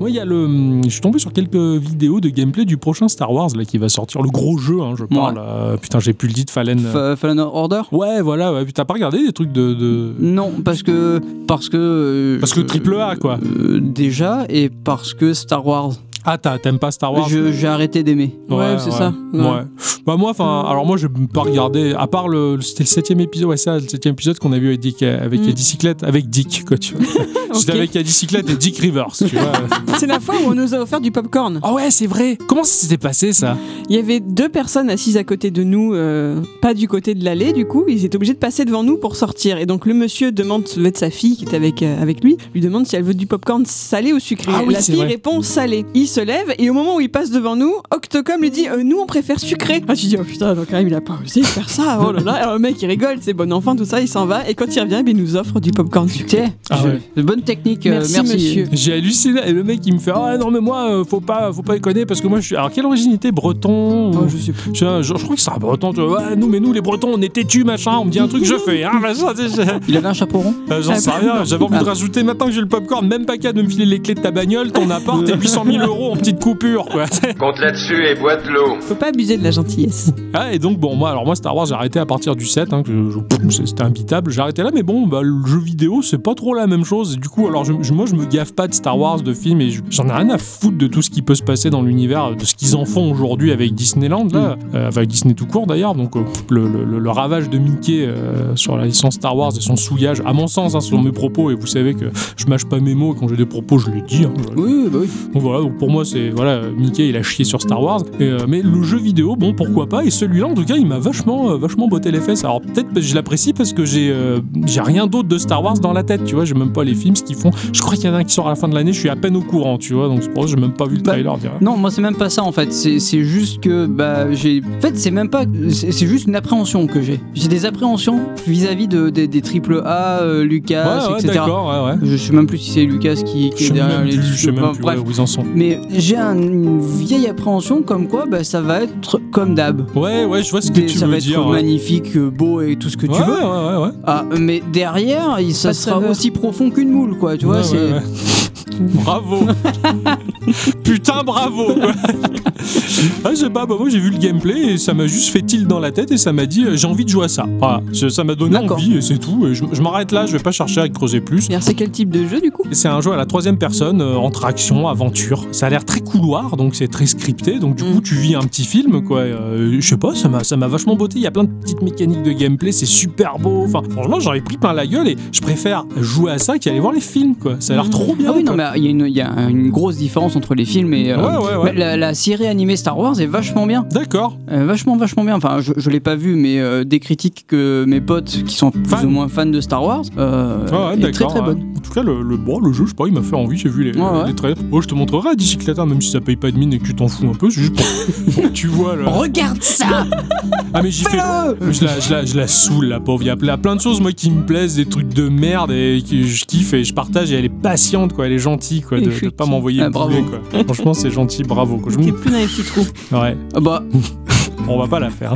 A: Moi, il y a le. hum, Je suis tombé sur quelques vidéos de gameplay du prochain Star Wars là qui va sortir, le gros jeu. hein, je parle. euh, putain, j'ai plus le dit de Fallen.
B: Fa- Fallen Order
A: Ouais, voilà. Ouais. Puis T'as pas regardé des trucs de. de-
B: Non, parce que. Parce que. euh,
A: Parce que triple A, quoi.
B: euh, déjà, et parce que Star Wars.
A: Ah, t'as- t'aimes pas Star Wars
B: Je- J'ai arrêté d'aimer.
C: Ouais, c'est ça.
A: Ouais.
C: Ouais.
A: Bah moi, enfin, alors moi, je pas regardé. À part le, c'était le septième épisode, ouais, c'est ça, le septième épisode qu'on a vu avec Dick, euh, avec
C: Mm.
A: Eddie Cyclette, avec Dick, quoi, [laughs] tu vois.
C: Ok.
A: C'était avec Eddie Cyclette et Dick Rivers, tu vois.
C: C'est la fois où on nous a offert du popcorn.
A: [laughs] Ah ouais, c'est vrai. Comment ça s'était passé ça
C: Il y avait deux personnes assises à côté de nous, euh, pas du côté de l'allée du coup, ils étaient obligés de passer devant nous pour sortir. Et donc le monsieur demande, ça doit être sa fille qui est avec, euh, avec lui, lui demande si elle veut du popcorn salé ou sucré.
A: Ah oui,
C: La
A: c'est
C: fille
A: vrai.
C: répond salé. Il se lève et au moment où il passe devant nous, Octocom lui dit euh, nous on préfère sucré. Ah tu dis oh putain donc quand même il a pas osé faire ça, oh là là. Alors le mec il rigole, c'est bon enfant tout ça, il s'en va et quand il revient ben, il nous offre du popcorn sucré.
A: Ah
B: Je-
A: ouais.
B: Bonne technique, euh, merci,
C: Merci, monsieur.
A: J'ai halluciné et le mec il me fait ah non mais moi euh, faut pas faut pas déconner parce que moi je suis alors quelle originité breton ou-
C: Oh, je sais plus.
A: Tu vois, genre, Ah, je crois que c'est un breton, tu vois, ouais, nous, mais nous, les bretons, on est têtus, machin, on me dit un truc, je fais, hein, machin, tu sais.
B: Il avait un chapeau rond
A: Euh, J'en
C: Ah
A: sais
C: bah,
A: rien,
C: non.
A: j'avais envie de
B: Ah.
A: rajouter maintenant que j'ai le popcorn, même pas qu'à de me filer les clés de ta bagnole, ton appart et 800 000 euros en petite coupure, quoi.
E: Compte là-dessus et bois de l'eau.
C: Faut pas abuser de la gentillesse.
A: Ah, et donc, bon, moi, alors moi, Star Wars, j'ai arrêté à partir du 7, hein, que je- je- pff, c'était imbitable, j'ai arrêté là, mais bon, bah, le jeu vidéo, c'est pas trop la même chose. Et du coup, alors, je- je- moi, je me gaffe pas de Star Wars, de films, et je- j'en ai rien à foutre de tout ce qui peut se passer dans l'univers, de ce qu'ils en font aujourd'hui avec Disneyland, là, euh, enfin, avec Disney tout court d'ailleurs, donc euh, le, le- le- le ravage de Mickey euh, sur la licence Star Wars et son souillage, à mon sens, hein, selon mes propos, et vous savez que je mâche pas mes mots, et quand j'ai des propos, je les dis. hein, voilà.
B: Oui, bah oui.
A: Donc voilà, donc pour moi, c'est voilà, Mickey il a chié sur Star Wars, Et, euh, mais le jeu vidéo, bon pourquoi pas Et celui-là, en tout cas, il m'a vachement, euh, vachement botté les fesses. Alors peut-être parce que je l'apprécie parce que j'ai, euh, j'ai rien d'autre de Star Wars dans la tête, tu vois. J'ai même pas les films, ce qu'ils font. Je crois qu'il y en a un qui sort à la fin de l'année. Je suis à peine au courant, tu vois. Donc c'est pour ça que j'ai même pas vu le
B: Bah,
A: trailer. on dirait.
B: Non, moi c'est même pas ça en fait. C'est c'est juste que bah j'ai. En fait, c'est même pas. C'est c'est juste une appréhension que j'ai. J'ai des appréhensions vis-à-vis de, des- des triple A, euh, Lucas,
A: ouais, ouais,
B: etc.
A: d'accord, ouais, ouais.
B: Je sais même plus si c'est Lucas qui, qui
A: Je
B: est
A: sais
B: derrière
A: même
B: les.
A: plus, je sais même
B: Enfin,
A: plus
B: bref.
A: ouais, où ils en sont.
B: Mais j'ai un- une vieille appréhension comme quoi bah, ça va être comme d'hab.
A: Ouais, ouais, je vois ce que
B: Des-
A: tu
B: Ça
A: veux
B: va être
A: dire. ouais.
B: magnifique, euh, beau et tout ce que
A: Ouais,
B: tu veux.
A: ouais, ouais, ouais, ouais.
B: Ah, mais derrière, il- ça
C: Pas de
B: sera
C: saveur.
B: aussi profond qu'une moule, quoi. Tu vois,
A: Ouais,
B: c'est.
A: ouais, ouais.
B: [laughs]
A: bravo. Putain, bravo. quoi. ah, je sais pas, bah, moi j'ai vu le gameplay et ça m'a juste fait tilt dans la tête et ça m'a dit euh, j'ai envie de jouer à ça. Voilà, ça ça m'a donné
B: D'accord.
A: envie et c'est tout. Et je je m'arrête là, je vais pas chercher à creuser plus.
C: Et alors, C'est quel type de jeu du coup
A: C'est un jeu à la troisième personne, euh, entre action, aventure. Ça a l'air très couloir, donc c'est très scripté. Donc du
B: Mm.
A: coup, tu vis un petit film, quoi. Euh, je sais pas, ça m'a, ça m'a vachement botté. Il y a plein de petites mécaniques de gameplay, c'est super beau. Enfin, franchement, j'en ai pris plein la gueule et je préfère jouer à ça qu'aller voir les films, quoi. Ça a l'air trop bien.
B: Ah oui, non,
A: quoi.
B: mais il y, a une- il y a une grosse différence entre les films et. euh,
A: Ouais, ouais, ouais.
B: bah, La, la série animée Star Wars est vachement bien,
A: D'accord.
B: Euh, vachement vachement bien. Enfin, je, je l'ai pas vu, mais euh, des critiques que mes potes qui sont plus
A: Fans.
B: ou moins fans de Star Wars, euh,
A: Ah ouais,
B: est très
A: d'accord.
B: très
A: ouais.
B: bonne.
A: En tout cas, le, le, bon, le jeu, je sais pas, il m'a fait envie. J'ai vu les,
B: Ouais, ouais.
A: les trailers. Oh, je te montrerai à Dicyclata, même si ça paye pas de mine et que tu t'en fous un peu. C'est juste pour, pour que tu vois.
B: [laughs]
A: Là.
B: Regarde ça,
A: Ah, mais j'y fais. Je la, je, la, je la saoule, la pauvre. Il y a ple- plein de choses, moi, qui me plaisent, des trucs de merde et que je kiffe et je partage. Et elle est patiente, quoi. Elle est gentille, quoi. De, de pas m'envoyer
B: Ah,
A: le boulet, quoi. Franchement, c'est gentil, bravo. Quoi. Je
C: T'es
A: me-
C: plus dans les petits trous.
A: Ouais, [laughs]
B: Ah Bah,
A: on va pas la
B: [laughs]
A: faire.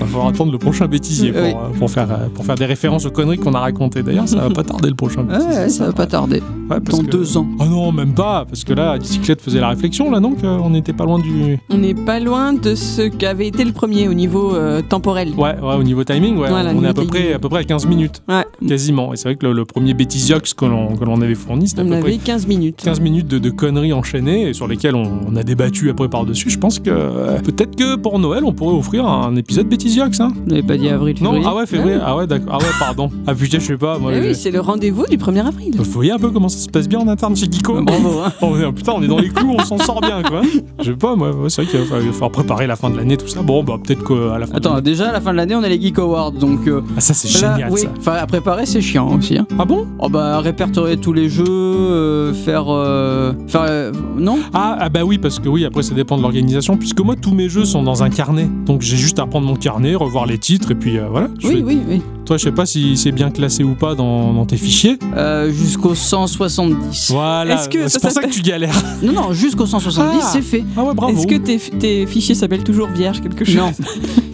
A: va falloir attendre le prochain bêtisier pour,
B: Oui.
A: euh, pour, faire, euh, pour faire des références aux conneries qu'on a racontées. D'ailleurs, ça va pas tarder le prochain
B: ouais,
A: bêtisier.
B: ouais, ça va pas tarder.
A: Ouais, parce
B: Hein Dans
A: que-
B: deux ans.
A: Ah non, même pas, parce que là, Dicyclette faisait la réflexion, là, donc euh, on n'était pas loin du.
C: On n'est pas loin de ce qu'avait été le premier au niveau euh, temporel.
A: Ouais, ouais, au niveau timing, ouais,
C: Voilà,
A: on est à
C: niveau
A: peu, près,
C: timing.
A: à peu près à 15 minutes,
C: Ouais,
A: quasiment. Et c'est vrai que le, le premier bêtisiox que l'on que l'on avait fourni, c'était à
C: on
A: peu
C: avait
A: près
C: 15 minutes.
A: 15 minutes de, de conneries enchaînées et sur lesquelles on, on a débattu après par-dessus. Je pense que euh, peut-être que pour Noël, on pourrait offrir un épisode bêtisiox, hein
B: On n'avait pas dit avril,
A: Non
B: février.
A: Ah ouais, février Ah ouais, d'accord. Ah ouais, pardon. Ah putain, je sais pas. Moi,
C: Eh
A: j'ai-
C: oui, c'est le rendez-vous du 1er avril.
A: Vous voyez un peu comment ça se passe bien en interne chez Geeko
B: Ah, Bravo. hein.
A: Oh, mais, putain, on est dans les clous, on s'en sort bien, quoi. Je sais pas, moi, ouais, c'est vrai qu'il va falloir- il va falloir préparer la fin de l'année, tout ça. Bon, bah, peut-être qu'à la fin. de
B: Attends,
A: l'année-
B: déjà à la fin de l'année, on a les Geek Awards, donc euh,
A: Ah, ça, c'est
B: là,
A: génial,
B: oui.
A: ça.
B: Enfin, à préparer, c'est chiant aussi. hein.
A: Ah bon
B: Oh bah répertorier tous les jeux, euh, faire, euh, faire, euh, non
A: ah, ah, bah oui, parce que oui, après, ça dépend de l'organisation, puisque moi, tous mes jeux sont dans un carnet. Donc, j'ai juste à prendre mon carnet, revoir les titres, et puis euh, voilà. Je
B: Oui,
A: fais-
B: oui, oui.
A: Toi, je sais pas si c'est bien classé ou pas dans, dans tes fichiers.
B: Euh, jusqu'au 170.
A: Voilà. euh,
C: Est-ce que
A: C'est
C: ça
A: pour ça que
C: s'appelle-
A: tu galères.
B: Non, non, jusqu'au 170,
A: Ah.
B: c'est fait.
A: Ah ouais, bravo.
C: Est-ce que tes, tes fichiers s'appellent toujours vierge quelque chose
B: Non,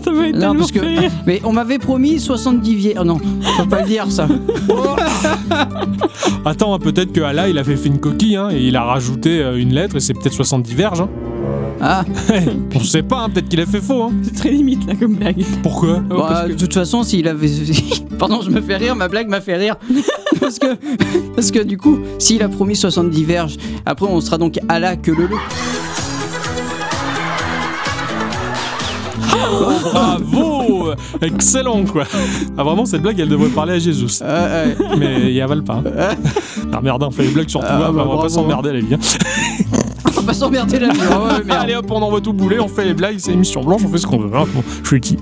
C: Ça veut
A: m'avez
B: Non,
A: tellement
B: parce que-
A: fait rire.
B: Mais on m'avait promis 70 vieilles. Oh non, faut pas le dire ça.
A: Attends, hein, peut-être que Allah, il avait fait une coquille, hein, et il a rajouté euh, une lettre, et c'est peut-être 70 verges. hein.
B: Ah,
A: On sait pas, hein, peut-être qu'il a fait faux. hein.
C: C'est très limite là comme blague. Bah,
A: Pourquoi
B: bon,
C: parce
B: euh,
C: que-
B: de toute façon, s'il avait. [laughs] Pardon, je me fais rire, ma blague m'a fait rire. [laughs] parce, que, parce que du coup, s'il a promis 70 verges, après on sera donc Allah que le loup.
A: Bravo Excellent, quoi Ah, vraiment, cette blague, elle devrait parler à Jésus.
B: Euh, [laughs] euh,
A: Mais il avale pas. hein. Ah merde, on fait des blagues sur tout,
B: Ah,
A: hein,
B: bah,
A: on va
B: bravo.
A: pas s'emmerder, les liens.
B: faut pas s'emmerder la vie. Oh, ouais, merde.
A: Allez hop, on envoie tout bouler, on fait les blagues, c'est émission blanche, on fait ce qu'on veut. hein. Bon, je suis qui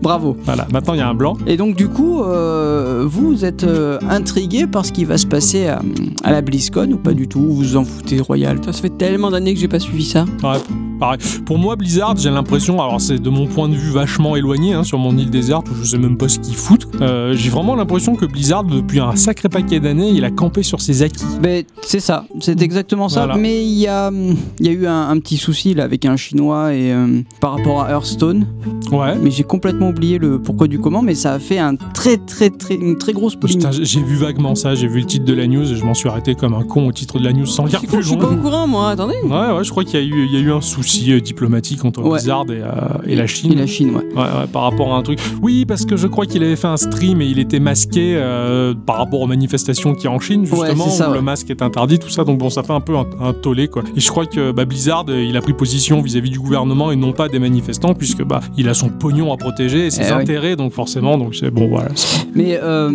B: Bravo.
A: Voilà, maintenant il y a un blanc.
B: Et donc du coup, euh, vous êtes intrigué par ce qui va se passer à, à la BlizzCon ou pas du tout Vous vous en foutez royal
C: Ça fait tellement d'années que j'ai pas suivi ça.
A: Pour moi, Blizzard, j'ai l'impression, alors c'est de mon point de vue vachement éloigné hein, sur mon île déserte où je sais même pas ce qu'ils foutent, euh, j'ai vraiment l'impression que Blizzard, depuis un sacré paquet d'années, il a campé sur ses acquis.
B: Ben, c'est ça, c'est exactement ça.
A: Voilà.
B: Mais il y a, hum, il y a eu un, un petit souci là avec un chinois et euh, par rapport à Hearthstone.
A: Ouais.
B: Mais j'ai complètement oublié le pourquoi du comment. Mais ça a fait un très très très une très grosse polémique.
A: Putain, j'ai- j'ai vu vaguement ça, j'ai vu le titre de la news et je m'en suis arrêté comme un con au titre de la news sans lire
C: C'est con,
A: plus
C: Je suis pas
A: loin.
C: au courant moi, attendez.
A: Ouais, ouais, je crois qu'il y, a eu- il y a eu un souci euh, diplomatique entre
B: Ouais.
A: Blizzard et, euh, et la Chine.
B: Et la Chine, ouais.
A: Ouais, ouais, par rapport à un truc. Oui, parce que je crois qu'il avait fait un stream et il était masqué euh, par rapport aux manifestations qu'il y a en Chine,
B: Ouais,
A: justement,
B: c'est ça,
A: où
B: ouais.
A: le masque est interdit, tout ça. Donc bon, ça fait un peu un, un tollé, quoi. Et je crois que bah, Blizzard, euh, il a pris position vis-à-vis du gouvernement et non pas des manifestants, puisque bah, il a son pognon à protéger et ses
B: Eh oui.
A: intérêts, donc forcément, donc c'est bon, voilà.
B: Mais euh,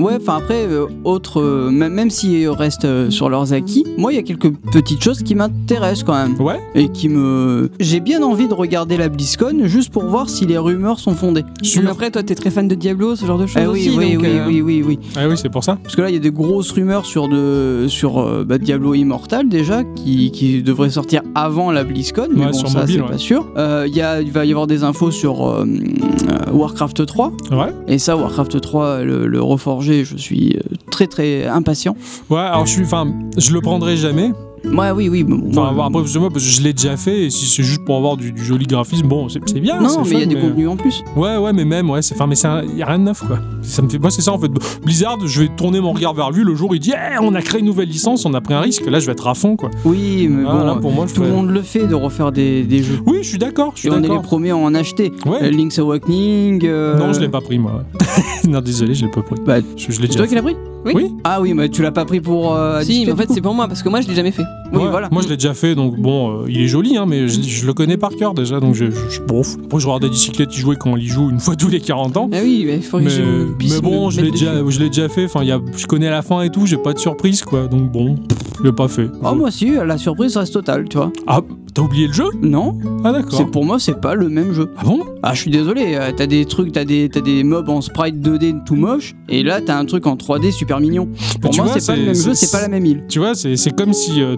B: ouais, enfin après, euh, autre, euh, même même s'ils restent euh, sur leurs acquis, moi il y a quelques petites choses qui m'intéressent quand même.
A: Ouais,
B: et qui me. J'ai bien envie de regarder la BlizzCon juste pour voir si les rumeurs sont fondées.
A: sûr.
C: Mais après, toi, t'es très fan de Diablo, ce genre de choses
B: Eh oui,
C: aussi.
B: oui,
C: donc,
B: oui,
C: euh,
B: oui, oui, oui.
A: Ah oui, c'est pour ça.
B: Parce que là, il y a des grosses rumeurs sur, de, sur euh, bah, Diablo Immortal déjà, qui, qui devrait sortir avant la BlizzCon, mais
A: Ouais,
B: bon,
A: sur
B: ça,
A: mobile,
B: c'est
A: ouais.
B: pas sûr. Euh, il y a, il va y avoir des infos sur euh, euh, Warcraft 3,
A: Ouais.
B: et ça, Warcraft 3, le, le reforgé, je suis euh, très très impatient.
A: Ouais, alors je suis, enfin, je le prendrai jamais.
B: Ouais, oui, oui. bon,
A: Enfin,
B: moi,
A: avoir, bref, moi parce que je l'ai déjà fait et si c'est juste pour avoir du, du joli graphisme, bon, c'est c'est bien. c'est
B: euh, non, mais il y a
A: fun,
B: des contenus en plus.
A: Ouais, ouais, mais même, ouais, c'est. Enfin, mais il n'y a rien de neuf, quoi. Ça me fait. Moi, c'est ça, en fait. Blizzard, je vais tourner mon regard vers lui le jour où il dit, Eh, on a créé une nouvelle licence, on a pris un risque, là, je vais être à fond, quoi.
B: Oui, mais
A: Ah,
B: bon, euh,
A: là, pour moi, je
B: tout le
A: ferais-
B: monde le fait de refaire des, des jeux.
A: Oui, je suis d'accord, je suis
B: Et on est les
A: d'accord.
B: premiers à en acheter. Euh,
A: Ouais.
B: Link's Awakening. euh,
A: Non, je l'ai pas pris, moi. [laughs] non, désolé, je l'ai pas pris.
B: Bah,
A: je, je l'ai
B: C'est
A: déjà
B: toi
A: fait.
B: qui l'as pris
C: Oui.
B: Ah oui, mais tu l'as pas pris pour. euh,
C: Si,
B: discuter,
C: mais en
B: du
C: fait,
B: coup.
C: c'est pour moi, parce que moi, je l'ai jamais fait.
B: Oui,
A: Ouais,
B: voilà.
A: Moi, je l'ai déjà fait, donc bon, euh, il est joli, hein, mais je, je le connais par cœur déjà, donc je. je, je- bon, après, je regarde des bicyclettes y jouer quand on y joue une fois tous les 40 ans.
C: Ah oui, mais il faudrait
A: Mais,
C: que je me puisse
A: mais bon,
C: me
A: je l'ai
C: mettre dessus.
A: déjà, je l'ai déjà fait. Enfin, il y a- je connais la fin et tout. J'ai pas de surprise, quoi. Donc bon, je l'ai pas fait.
B: Ah, moi, si, la surprise reste totale, tu vois.
A: Ah, t'as oublié le jeu
B: Non,
A: Ah
B: c'est
A: d'accord.
B: pour moi, c'est pas le même jeu.
A: Ah bon
B: Ah, je suis désolé, euh, t'as des trucs, t'as des, t'as des mobs en sprite 2D tout moche, et là, t'as un truc en 3D super mignon. Pour
A: Bah, tu
B: moi,
A: vois,
B: c'est pas
A: c'est-
B: le même jeu,
A: c'est-
B: c'est pas la même île.
A: Tu vois, c'est c'est comme si euh,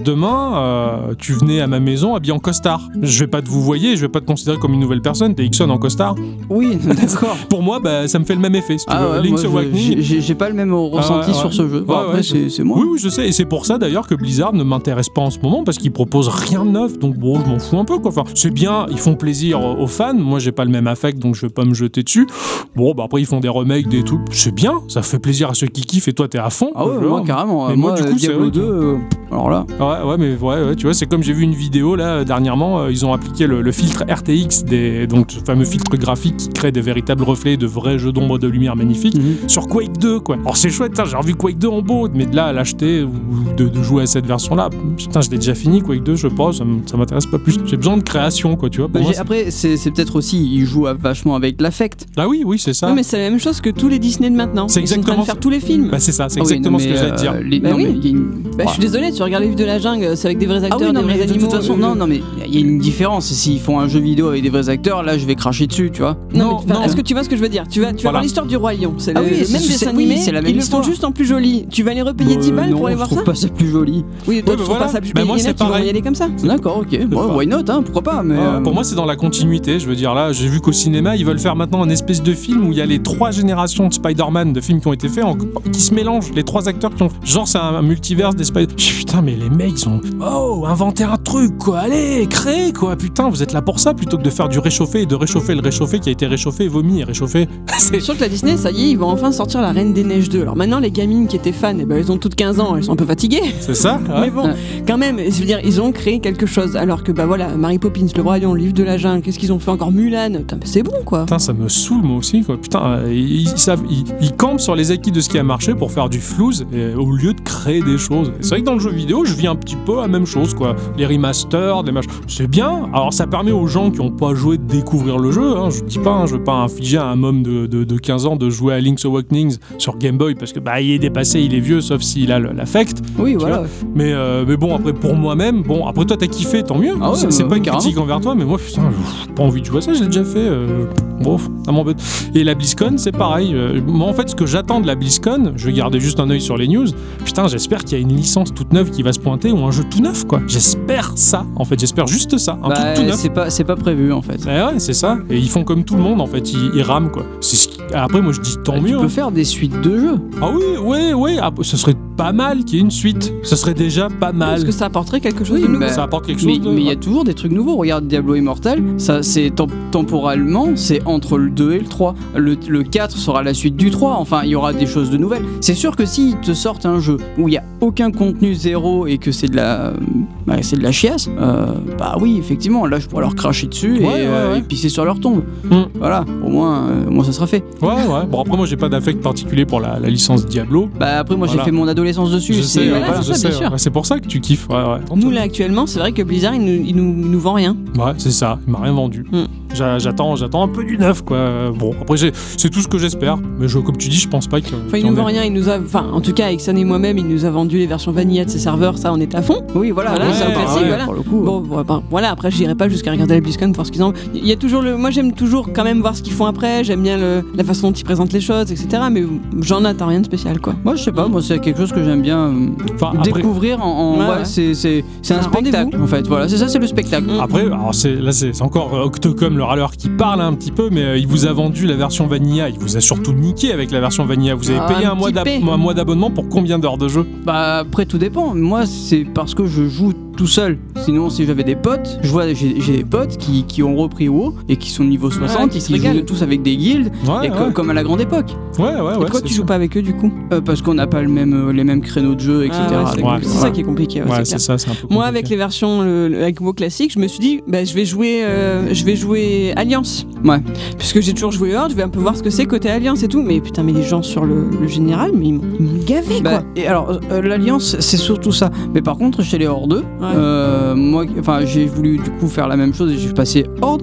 A: demain euh, tu venais à ma maison habillé en costard. Je vais pas te vous voyez, je vais pas te considérer comme une nouvelle personne. T'es Ixon en costard. [laughs]
B: Oui, d'accord.
A: Pour moi, bah, ça me fait le même effet. Si tu
B: Ah
A: veux.
B: ouais,
A: Link's
B: moi, je-
A: Awakening. Ah
B: j'ai- j'ai j'ai pas le même ressenti
A: ouais,
B: sur
A: ouais. Ah
B: ce jeu. Bon,
A: Ouais, ouais,
B: après, c'est c'est moi.
A: Oui, oui, je sais. Et c'est pour ça d'ailleurs que Blizzard ne m'intéresse pas en ce moment parce qu'ils proposent rien de neuf. Donc bon, je m'en fous un peu. Quoi. Enfin, c'est bien, ils font plaisir euh, aux fans. Moi, j'ai pas le même affect, donc je vais pas me jeter dessus. Bon, bah après, ils font des remakes, des trucs. C'est bien, ça fait plaisir à ceux qui kiffent. Et toi, t'es à fond.
B: Ah ouais,
A: Je-
B: moi carrément.
A: Mais
B: moi,
A: moi, du
B: euh,
A: coup, c'est
B: Diablo
A: vrai
B: 2,
A: que-
B: euh, alors là.
A: Ouais, ouais, mais ouais, ouais, tu vois, c'est comme j'ai vu une vidéo là euh, dernièrement, euh, ils ont appliqué le, le filtre RTX, des, donc ce fameux filtre graphique qui crée des véritables reflets de vrais jeux d'ombre de lumière magnifiques
B: Mhm.
A: sur Quake 2, quoi. Alors c'est chouette, ça, j'ai revu Quake 2 en beau, mais de là à l'acheter ou de, de jouer à cette version là, putain, je l'ai déjà fini, Quake 2, je pense, ça m- ça m'intéresse pas plus. J'ai besoin de création, quoi, tu vois. pour
B: Bah,
A: moi,
B: j'ai- après, c'est c'est peut-être aussi, il joue à- vachement avec l'affect.
A: c'est- ah oui, oui, c'est ça.
C: Non, mais c'est la même chose que tous les Disney de maintenant.
A: C'est
C: Ils sont en train
A: exactement
C: de faire
A: ça.
C: tous les films.
A: Bah, c'est ça, c'est
B: Ah oui,
A: exactement
B: non,
A: ce
B: mais,
A: que j'allais te dire.
B: euh, les-
C: Bah
B: non,
C: oui.
B: mais il y a une-
C: Bah, je suis désolé, tu regardes les vidéos de la jungle, c'est avec des vrais
B: Ah
C: acteurs,
B: oui, non,
C: des
B: mais
C: vrais
B: de
C: animaux.
B: toute façon,
C: euh,
B: non, non, mais il y a une différence. S'ils font un jeu vidéo avec des vrais acteurs, là, je vais cracher dessus, tu vois.
C: Non,
A: Non,
C: mais, enfin,
A: non.
C: est-ce que tu vois ce que je veux dire Tu vas, tu vas
A: Voilà.
C: voir l'histoire du roi lion. C'est
B: Ah
C: le
B: oui,
C: le
B: c'est-
C: même
B: c'est-
C: dessin
B: oui,
C: animé.
B: c'est la même
C: ils
B: histoire.
C: le font juste en plus joli. Tu vas les repayer
A: Bah,
C: 10
B: Euh,
C: balles
B: non,
C: pour aller
B: je
C: voir ça
B: trouve pas ça plus joli.
C: Oui,
A: mais
C: d'autres sont
A: voilà.
C: pas ça plus
A: Bah,
C: payés,
A: moi,
C: il y en a
A: c'est
C: qui vont
A: pareil.
C: y aller comme ça.
B: D'accord, ok. Bon,
A: pas.
B: why not, hein, pourquoi pas, mais.
A: Euh,
B: euh,
A: Pour moi, c'est dans la continuité. Je veux dire, là, j'ai vu qu'au cinéma, ils veulent faire maintenant un espèce de film où il y a les trois générations de Spider-Man, de films qui ont été faits, en- qui se mélangent, les trois acteurs qui ont. Genre, c'est un, un multiverse des Spider. Putain, Putain, mais les mecs, ils ont. Oh, inventer un truc, quoi. Allez, créez, quoi. Putain, vous êtes là pour ça plutôt que de faire du réchauffé et de réchauffer le réchauffé qui a été réchauffé, vomi et réchauffé. [laughs] C'est-
C: Je suis sûr que la Disney, ça y est, ils vont enfin sortir la Reine des Neiges 2. Alors maintenant, les gamines qui étaient fans, eh ben, elles ont toutes 15 ans, elles sont un peu fatiguées.
A: C'est ça Ah hein. ouais.
C: Mais bon,
B: Ouais.
C: quand même, je veux dire, ils ont créé quelque chose. Alors que, bah voilà, Mary Poppins, Le Royaume, Livre de la Jungle, qu'est-ce qu'ils ont fait encore Mulan Putain, mais c'est bon quoi.
A: Putain, ça me saoule moi aussi. Quoi. Putain, euh, ils, ils savent, ils, ils campent sur les acquis de ce qui a marché pour faire du flouze euh, au lieu de créer des choses. Et C'est vrai que dans le jeu vidéo, je vis un petit peu la même chose. quoi. Les remasters, les machins, c'est bien. Alors ça permet aux gens qui n'ont pas joué de découvrir le jeu. Hein. Je dis pas, hein, je veux pas infliger à un homme de, de- de 15 ans de jouer à Link's Awakening sur Game Boy parce que bah il est dépassé, il est vieux, sauf s'il a le- l'affect.
C: Oui,
A: voilà.
C: voilà.
A: Mais, euh, mais bon, après pour moi-même, bon, après toi t'as kiffé, tant mieux.
B: Ah ouais,
A: c'est c'est
B: bah
A: pas
B: oui,
A: une
B: carrément.
A: critique envers toi, mais moi putain, j'ai pas envie de jouer à ça, j'ai déjà fait. euh, bon, ça m'embête. Et la BlizzCon, c'est pareil. Euh, moi en fait, ce que j'attends de la BlizzCon, je vais garder juste un œil sur les news. Putain, j'espère qu'il y a une licence toute neuve qui va se pointer ou un jeu tout neuf, quoi. J'espère ça, en fait, j'espère juste ça, un
B: Bah,
A: truc tout neuf.
B: c'est pas, c'est pas prévu en fait.
A: Eh ouais, c'est ça. Et ils font comme tout le monde, en fait, ils, ils rament, quoi. C'est ce qui- Après, moi je dis tant
B: Bah,
A: mieux.
B: tu
A: hein.
B: peux faire des suites de jeux.
A: Ah oui, oui, oui, ah, ce serait pas mal qu'il y ait une suite. Ce serait déjà pas
C: Parce
A: mal.
C: que ça apporterait quelque chose
B: Oui,
C: de nouveau.
B: bah,
A: Ça apporte quelque
B: Mais
A: chose. euh,
B: mais
A: de-
B: il y a toujours des trucs nouveaux. Regarde Diablo Immortal, ça c'est tem- temporellement, c'est entre le 2 et le 3. Le, le 4 sera la suite du 3. Enfin, il y aura des choses de nouvelles. C'est sûr que s'ils te sortent un jeu où il y a aucun contenu zéro et que c'est de la bah, c'est de la chiasse, euh, bah oui, effectivement, là je pourrais leur cracher dessus et,
A: Ouais, ouais,
B: euh,
A: ouais.
B: et pisser sur leur tombe.
A: Hmm.
B: Voilà, au moins, euh, au moins ça sera fait.
A: Ouais, ouais. Bon, après, moi, j'ai pas d'affect particulier pour la, la licence Diablo.
B: Bah après moi
A: Voilà.
B: j'ai fait mon adolescence dessus,
A: Je
B: c'est- euh,
A: sais, ouais,
C: voilà,
A: je
C: c'est ça, bien
A: sais,
C: sûr.
A: ouais. c'est pour ça que tu kiffes. Ouais, ouais.
C: Nous là actuellement, c'est vrai que Blizzard, il nous, il nous, il nous vend rien.
A: Ouais, c'est ça. Il m'a rien vendu.
C: Hmm.
A: J'a- J'attends, j'attends un peu du neuf, quoi. Euh, Bon, après, j'ai- c'est tout ce que j'espère. Mais je, comme tu dis, je pense pas que.
C: Enfin, il nous vend rien, il nous a. Enfin, en tout cas, avec San et moi-même, il nous a vendu les versions vanilla de ses serveurs, ça, on est à fond.
B: Oui voilà,
C: Voilà,
B: oui,
A: c'est Ah
B: ça
A: un
B: pareil,
A: classique,
C: voilà.
B: pour le coup.
C: Bon, bah, bah, voilà, après, j'irai pas jusqu'à regarder la BlizzCon, voir ce qu'ils en. Il y a toujours le. Moi, j'aime toujours quand même voir ce qu'ils font après, j'aime bien le- la façon dont ils présentent les choses, etc. Mais j'en attends rien de spécial, quoi.
B: Moi je sais pas, moi c'est quelque chose que j'aime bien. euh,
A: Enfin, après,
B: découvrir en, en-
C: Ouais,
B: ouais,
C: ouais.
B: c'est c'est c'est
C: C'est
B: un
C: un
B: spectacle en fait voilà c'est ça c'est le spectacle
C: Mm.
A: Après, alors c'est, là c'est c'est encore euh, Octocom, le râleur, qui parle un petit peu, mais euh, il vous a vendu la version Vanilla. Il vous a surtout niqué avec la version Vanilla. Vous avez
C: Ah,
A: payé
C: un
A: un mois,
C: petit
A: d'ab-
C: P.
A: un mois d'abonnement pour combien d'heures de jeu
B: bah après tout dépend moi c'est parce que je joue tout seul sinon si j'avais des potes je vois j'ai j'ai des potes qui, qui ont repris WoW et qui sont niveau 60
C: qui
B: qui
C: se
B: se
C: régalent.
B: jouent tous avec des guildes
A: Ouais,
B: et
A: ouais.
B: co- comme à la grande époque
A: ouais, ouais, ouais,
C: Et pourquoi
A: c'est
C: tu
A: ça.
C: joues pas avec eux, du coup
B: Euh, parce qu'on n'a pas le même euh, les mêmes créneaux de jeu etc
C: Ah ouais, c'est
A: Ouais.
C: c'est ça qui est compliqué, ouais,
A: Ouais,
C: c'est
A: c'est ça,
C: clair.
A: c'est un peu
C: Moi,
A: compliqué.
C: avec les versions le, le- avec WoW classique, je me suis dit, bah, je vais jouer, euh, je vais jouer Alliance.
B: Ouais.
C: Puisque j'ai toujours joué Horde, je vais un peu voir ce que c'est côté Alliance et tout. Mais putain, mais les gens sur le, le général, mais ils m'ont ils m'ont gavé,
B: Bah,
C: quoi.
B: et alors euh, l'alliance c'est surtout ça mais par contre chez les Horde euh, moi enfin j'ai voulu du coup faire la même chose et j'ai passé Horde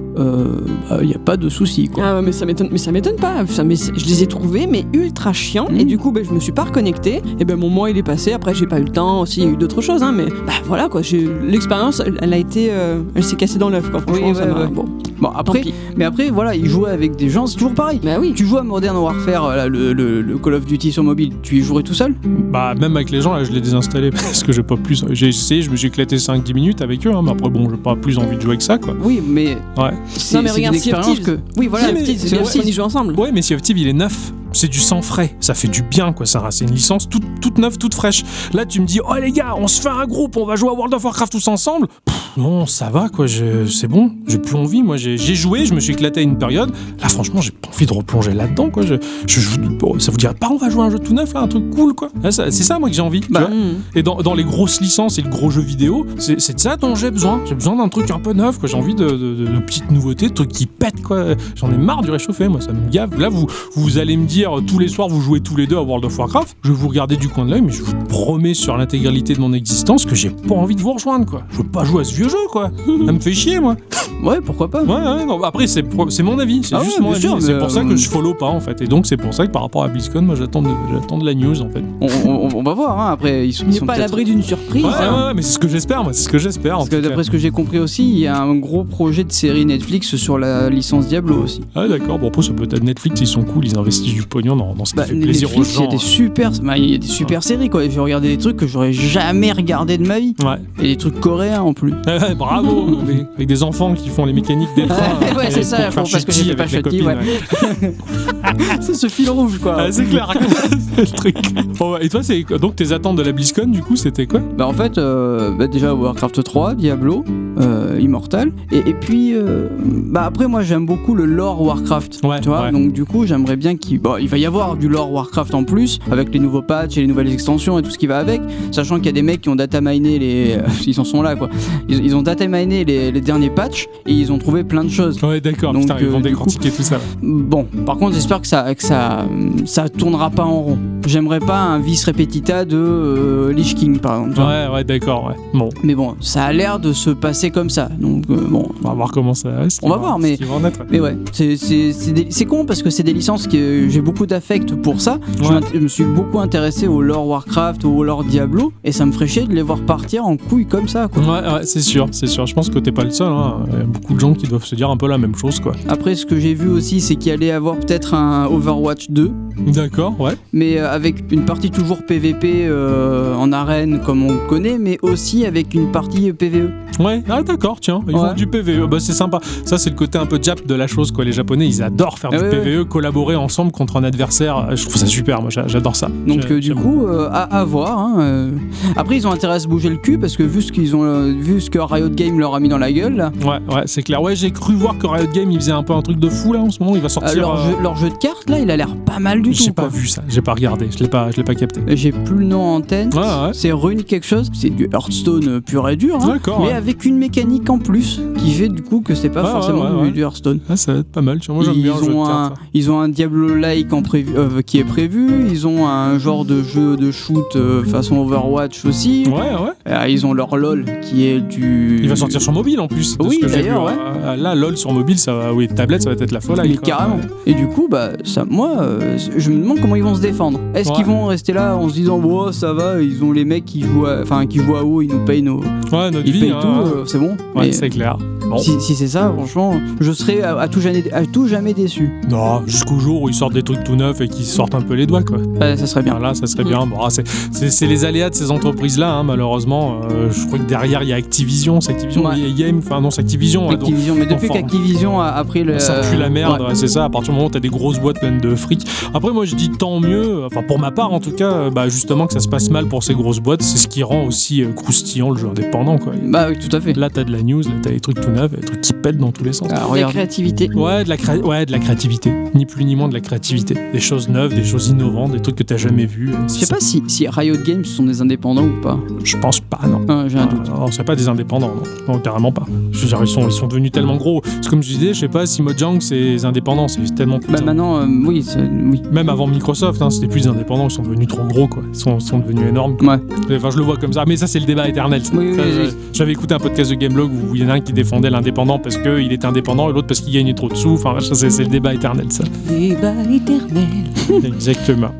B: il n'y a pas de souci quoi
C: Ah ouais, mais ça m'étonne, mais ça m'étonne pas. Ça, mais c'est- je les ai trouvés, mais ultra chiants.
B: Mhm.
C: Et du coup, ben, je me suis pas reconnectée. Et ben mon mois il est passé. Après, j'ai pas eu le temps. Aussi, il y a eu d'autres choses, hein, Mais bah voilà quoi. J'ai, l'expérience, elle, elle a été, euh, elle s'est cassée dans l'œuf. Quoi. Franchement,
B: Oui,
C: ça
B: ouais,
C: m'a-
B: ouais.
C: Bon,
B: bon
C: tant
B: après
C: pis.
B: Mais après, voilà, il jouait avec des gens, c'est toujours pareil.
C: Bah oui.
B: Tu joues à Modern Warfare, euh, là, le, le- le Call of Duty sur mobile, tu y jouerais tout seul
A: Bah, même avec les gens, là, je l'ai désinstallé [laughs] parce que j'ai pas plus. J'ai essayé, je me suis éclaté 5-10 minutes avec eux, hein, mais après, bon, j'ai pas plus envie de jouer que ça, quoi.
B: Oui, mais
A: Ouais.
B: c'est
C: Non, mais
B: c'est
C: regarde,
B: une
C: Sea of
B: expérience
C: Thieves.
B: que. Oui, voilà,
C: Sea of
B: c'est-
C: Thieves, c'est
B: c'est
C: bien
B: aussi-
C: si on y joue ensemble.
A: Ouais, mais Sea of Thieves, il est neuf. C'est du sang frais. Ça fait du bien, quoi. Ça, c'est une licence toute, toute neuve, toute fraîche. Là, tu me dis, oh les gars, on se fait un groupe, on va jouer à World of Warcraft tous ensemble. Pff, non, ça va, quoi. je- C'est bon. J'ai plus envie. Moi, j'ai j'ai joué, je me suis éclaté à une période. Là, franchement, j'ai pas envie de replonger là-dedans, quoi. Je, je- je- bon, ça vous dirait pas, on va jouer à un jeu tout neuf, là, un truc cool, quoi. Là, ça- C'est ça, moi, que j'ai envie. tu
B: Bah,
A: vois.
C: Mhm.
A: Et dans, dans les grosses licences et le gros jeu vidéo, c'est c'est de ça dont j'ai besoin. J'ai besoin d'un truc un peu neuf, quoi. J'ai envie de, de- de- de petites nouveautés, de trucs qui pètent, quoi. J'en ai marre du réchauffé, moi, ça me gave. Là, vous, vous allez me dire, euh, tous les soirs, vous jouez tous les deux à World of Warcraft. Je vais vous regarder du coin de l'œil, mais je vous promets sur l'intégralité de mon existence que j'ai pas envie de vous rejoindre, quoi. Je veux pas jouer à ce vieux jeu, quoi. ça me fait chier, moi.
B: Ouais, pourquoi pas
A: Ouais, ouais, non, après, c'est pro- c'est mon avis. C'est
B: Ah
A: juste
B: ouais,
A: mon
B: bien
A: avis.
B: sûr,
A: et C'est
B: mais,
A: pour ça
B: euh,
A: que je follow pas, en fait. Et donc, c'est pour ça que par rapport à BlizzCon, moi, j'attends de, j'attends de la news, en fait.
B: on, on- on va voir, hein, après, ils sont,
C: Il
B: ils
C: n'est
B: sont
C: pas à
B: peut-être-
C: l'abri d'une surprise.
A: Ouais,
C: hein.
A: ouais, ouais, mais c'est ce que j'espère, moi. C'est ce que j'espère. en
B: Parce que
A: tout cas.
B: d'après ce que j'ai compris aussi, il y a un gros projet de série Netflix sur la licence Diablo aussi.
A: Ah d'accord, bon après ça peut être Netflix, ils sont cool, ils investissent du pognon dans, dans ce qui
B: Bah,
A: fait plaisir
B: Netflix, il y
A: aux
B: a des
A: gens. hein.
B: super, bah, il y a des super séries quoi. J'ai regardé des trucs que j'aurais jamais regardé de ma vie.
A: Ouais.
B: Et des trucs coréens en plus.
A: hein. Ouais, [laughs] Bravo avec, avec des enfants qui font les mécaniques des trains.
B: [laughs] Ouais,
A: euh,
B: c'est ça,
A: pour faire
B: parce que j'ai
A: ch'ti
B: fait pas
A: avec les
B: ch'ti,
A: copines,
B: ouais.
A: ouais.
B: [laughs] c'est ce fil rouge quoi.
A: Ah, c'est clair, [laughs] c'est le truc. Bon, ouais, et toi, c'est donc tes attentes de la BlizzCon, du coup, c'était quoi
B: Bah en fait, euh, bah déjà Warcraft 3, Diablo, euh, Immortal, et, et puis euh, bah après moi j'aime beaucoup le lore Warcraft,
A: Ouais,
B: tu vois,
A: ouais.
B: donc du coup j'aimerais bien qu'il bon, il va y avoir du lore Warcraft en plus avec les nouveaux patchs et les nouvelles extensions et tout ce qui va avec, sachant qu'il y a des mecs qui ont data miné les, [laughs] ils en sont là quoi, ils, ils ont data miné les, les derniers patchs et ils ont trouvé plein de choses.
A: Ouais, d'accord,
B: Donc,
A: putain, ils
B: euh,
A: vont
B: du
A: décortiquer tout ça.
B: Bon, par contre, j'espère que ça, que ça, ça tournera pas en rond. J'aimerais pas un vice repetita de euh, Lich King, par exemple. tu vois.
A: Ouais, ouais, d'accord, ouais. Bon,
B: Mais bon, ça a l'air de se passer comme ça. Donc euh, bon.
A: on va voir comment ça ouais, ce
B: On
A: qui
B: va voir,
A: ce
B: mais-
A: qui va en être, ouais.
B: Mais ouais, c'est- c'est c'est des- c'est con parce que c'est des licences que j'ai beaucoup d'affect pour ça. Je
A: Ouais.
B: m'int- Je, me suis beaucoup intéressé au lore Warcraft ou au lore Diablo et ça me ferait chier de les voir partir en couille comme ça. Quoi.
A: Ouais, ouais, c'est sûr, c'est sûr. Je pense que t'es pas le seul. Hein. Il y a beaucoup de gens qui doivent se dire un peu la même chose, quoi.
B: Après, ce que j'ai vu aussi, c'est qu'il allait avoir peut-être un Overwatch 2,
A: D'accord, ouais.
B: mais euh, avec une partie toujours PVP euh, en arène comme on le connaît, mais aussi avec une partie E PVE.
A: Ouais, ah, d'accord, tiens, ils
B: Ouais.
A: font du PVE. Bah, c'est sympa. Ça, c'est le côté un peu jap de la chose, quoi. Les Japonais, ils adorent faire
B: Ah
A: du
B: ouais,
A: PVE, collaborer ensemble contre un adversaire. Je trouve ça super, moi, j'a- j'adore ça.
B: Donc
A: J'ai-
B: euh, du
A: j'aime.
B: coup, euh, à, à voir. hein, euh. Après, ils ont intérêt à se bouger le cul parce que vu ce qu'ils ont, euh, vu ce que Riot Games leur a mis dans la gueule, là,
A: Ouais, ouais, c'est clair. Ouais, j'ai cru voir que Riot Games, il faisait un peu un truc de fou, là, en ce moment. Il va
B: euh,
A: sortir.
B: leur,
A: euh,
B: jeu, leur jeu de cartes, là, il a l'air pas mal du
A: J'ai
B: tout.
A: pas
B: quoi.
A: vu ça, j'ai pas regardé, je l'ai pas, je l'ai pas capté.
B: J'ai plus le nom en tête.
A: Ouais, ouais.
B: C'est Rune quelque chose. C'est du Hearthstone euh, pur et dur. hein,
A: D'accord.
B: Mais
A: ouais.
B: avec une mécanique en plus qui fait du coup que c'est pas
A: Ouais, ouais,
B: forcément
A: ouais,
B: du-
A: ouais.
B: du Hearthstone.
A: Ah, ça va être pas mal. tu vois, Moi, j'aime
B: ils,
A: bien le jeu de
B: ont un,
A: cartes,
B: ils ont un Diablo-like en prévu- euh, qui est prévu, ils ont un genre de jeu de shoot euh, façon Overwatch aussi,
A: ça. Ouais, ouais.
B: Euh, ils ont leur LOL qui est du...
A: Il va sortir sur mobile en plus. de
B: Oui,
A: ce que j'ai vu.
B: d'ailleurs, ouais.
A: Ah, Là, lol sur mobile, ça va. Oui, tablette, ça va être la folie.
B: Mais
A: quoi.
B: carrément. Et du coup, bah, ça, moi, euh, je me demande comment ils vont se défendre. Est-ce
A: Ouais.
B: qu'ils vont rester là en se disant, wow, ça va, ils ont les mecs qui jouent, à- enfin, qui jouent à haut, ils nous payent nos,
A: Ouais, notre
B: ils
A: vie.
B: payent
A: hein.
B: tout, euh, c'est bon.
A: Ouais,
B: Mais
A: c'est clair. Bon.
B: si, si c'est ça, franchement, je serais à, à tout jamais, à tout jamais déçu.
A: Non, jusqu'au jour où ils sortent des trucs tout neufs et qu'ils sortent un peu les doigts, quoi.
B: Ouais, ça serait bien.
A: Bien là, ça serait
B: Mm.
A: bien. Bon, ah, c'est- c'est c'est les aléas de ces entreprises-là, hein, malheureusement. Euh, je crois que derrière, il y a Activision, c'est Activision,
B: Ouais.
A: EA Games, enfin non, c'est Activision. hein, donc-
B: Activision, mais depuis
A: Enfin,
B: qu'Activision a, a pris le.
A: Ça pue la merde,
B: Ouais.
A: ouais, c'est ça. À partir du moment où t'as des grosses boîtes pleines de fric. Après, moi, je dis tant mieux. Enfin, pour ma part, en tout cas, euh, bah, justement, que ça se passe mal pour ces grosses boîtes, c'est ce qui rend aussi euh, croustillant le jeu indépendant, quoi.
B: Bah oui, tout à fait.
A: Là, t'as de la news, là, t'as des trucs tout neufs, des trucs qui pètent dans tous les sens.
B: Ah,
C: La
B: regarde.
C: créativité.
A: Ouais de, la cré- ouais, de la créativité. Ni plus ni moins de la créativité. Des choses neuves, des choses innovantes, des trucs que t'as jamais vus. Euh,
B: Je sais pas si, si Riot Games sont des indépendants ou pas.
A: Je pense pas, non. Euh,
B: Ah, J'ai un doute.
A: Non, c'est pas des indépendants, non. Non, carrément pas. Je veux dire, ils sont, ils sont devenus tellement gros. C'est comme je disais, je sais pas si Mojang, c'est indépendant, c'est tellement
B: Bah maintenant, euh, oui, c'est- oui.
A: Même avant Microsoft, hein, c'était plus des indépendants, ils sont devenus trop gros, quoi. Ils sont, sont devenus énormes. quoi. Enfin, je le vois comme ça. Mais ça, c'est le débat éternel. ça.
B: Oui, oui,
A: Ça,
B: oui,
A: je-
B: oui.
A: J'avais écouté un podcast de Gameblog où il y en a un qui défendait l'indépendant parce qu'il était indépendant et l'autre parce qu'il gagnait trop de sous. Enfin, ça, c'est c'est le débat éternel,
B: [laughs]
A: ça.
C: Débat éternel.
A: Exactement.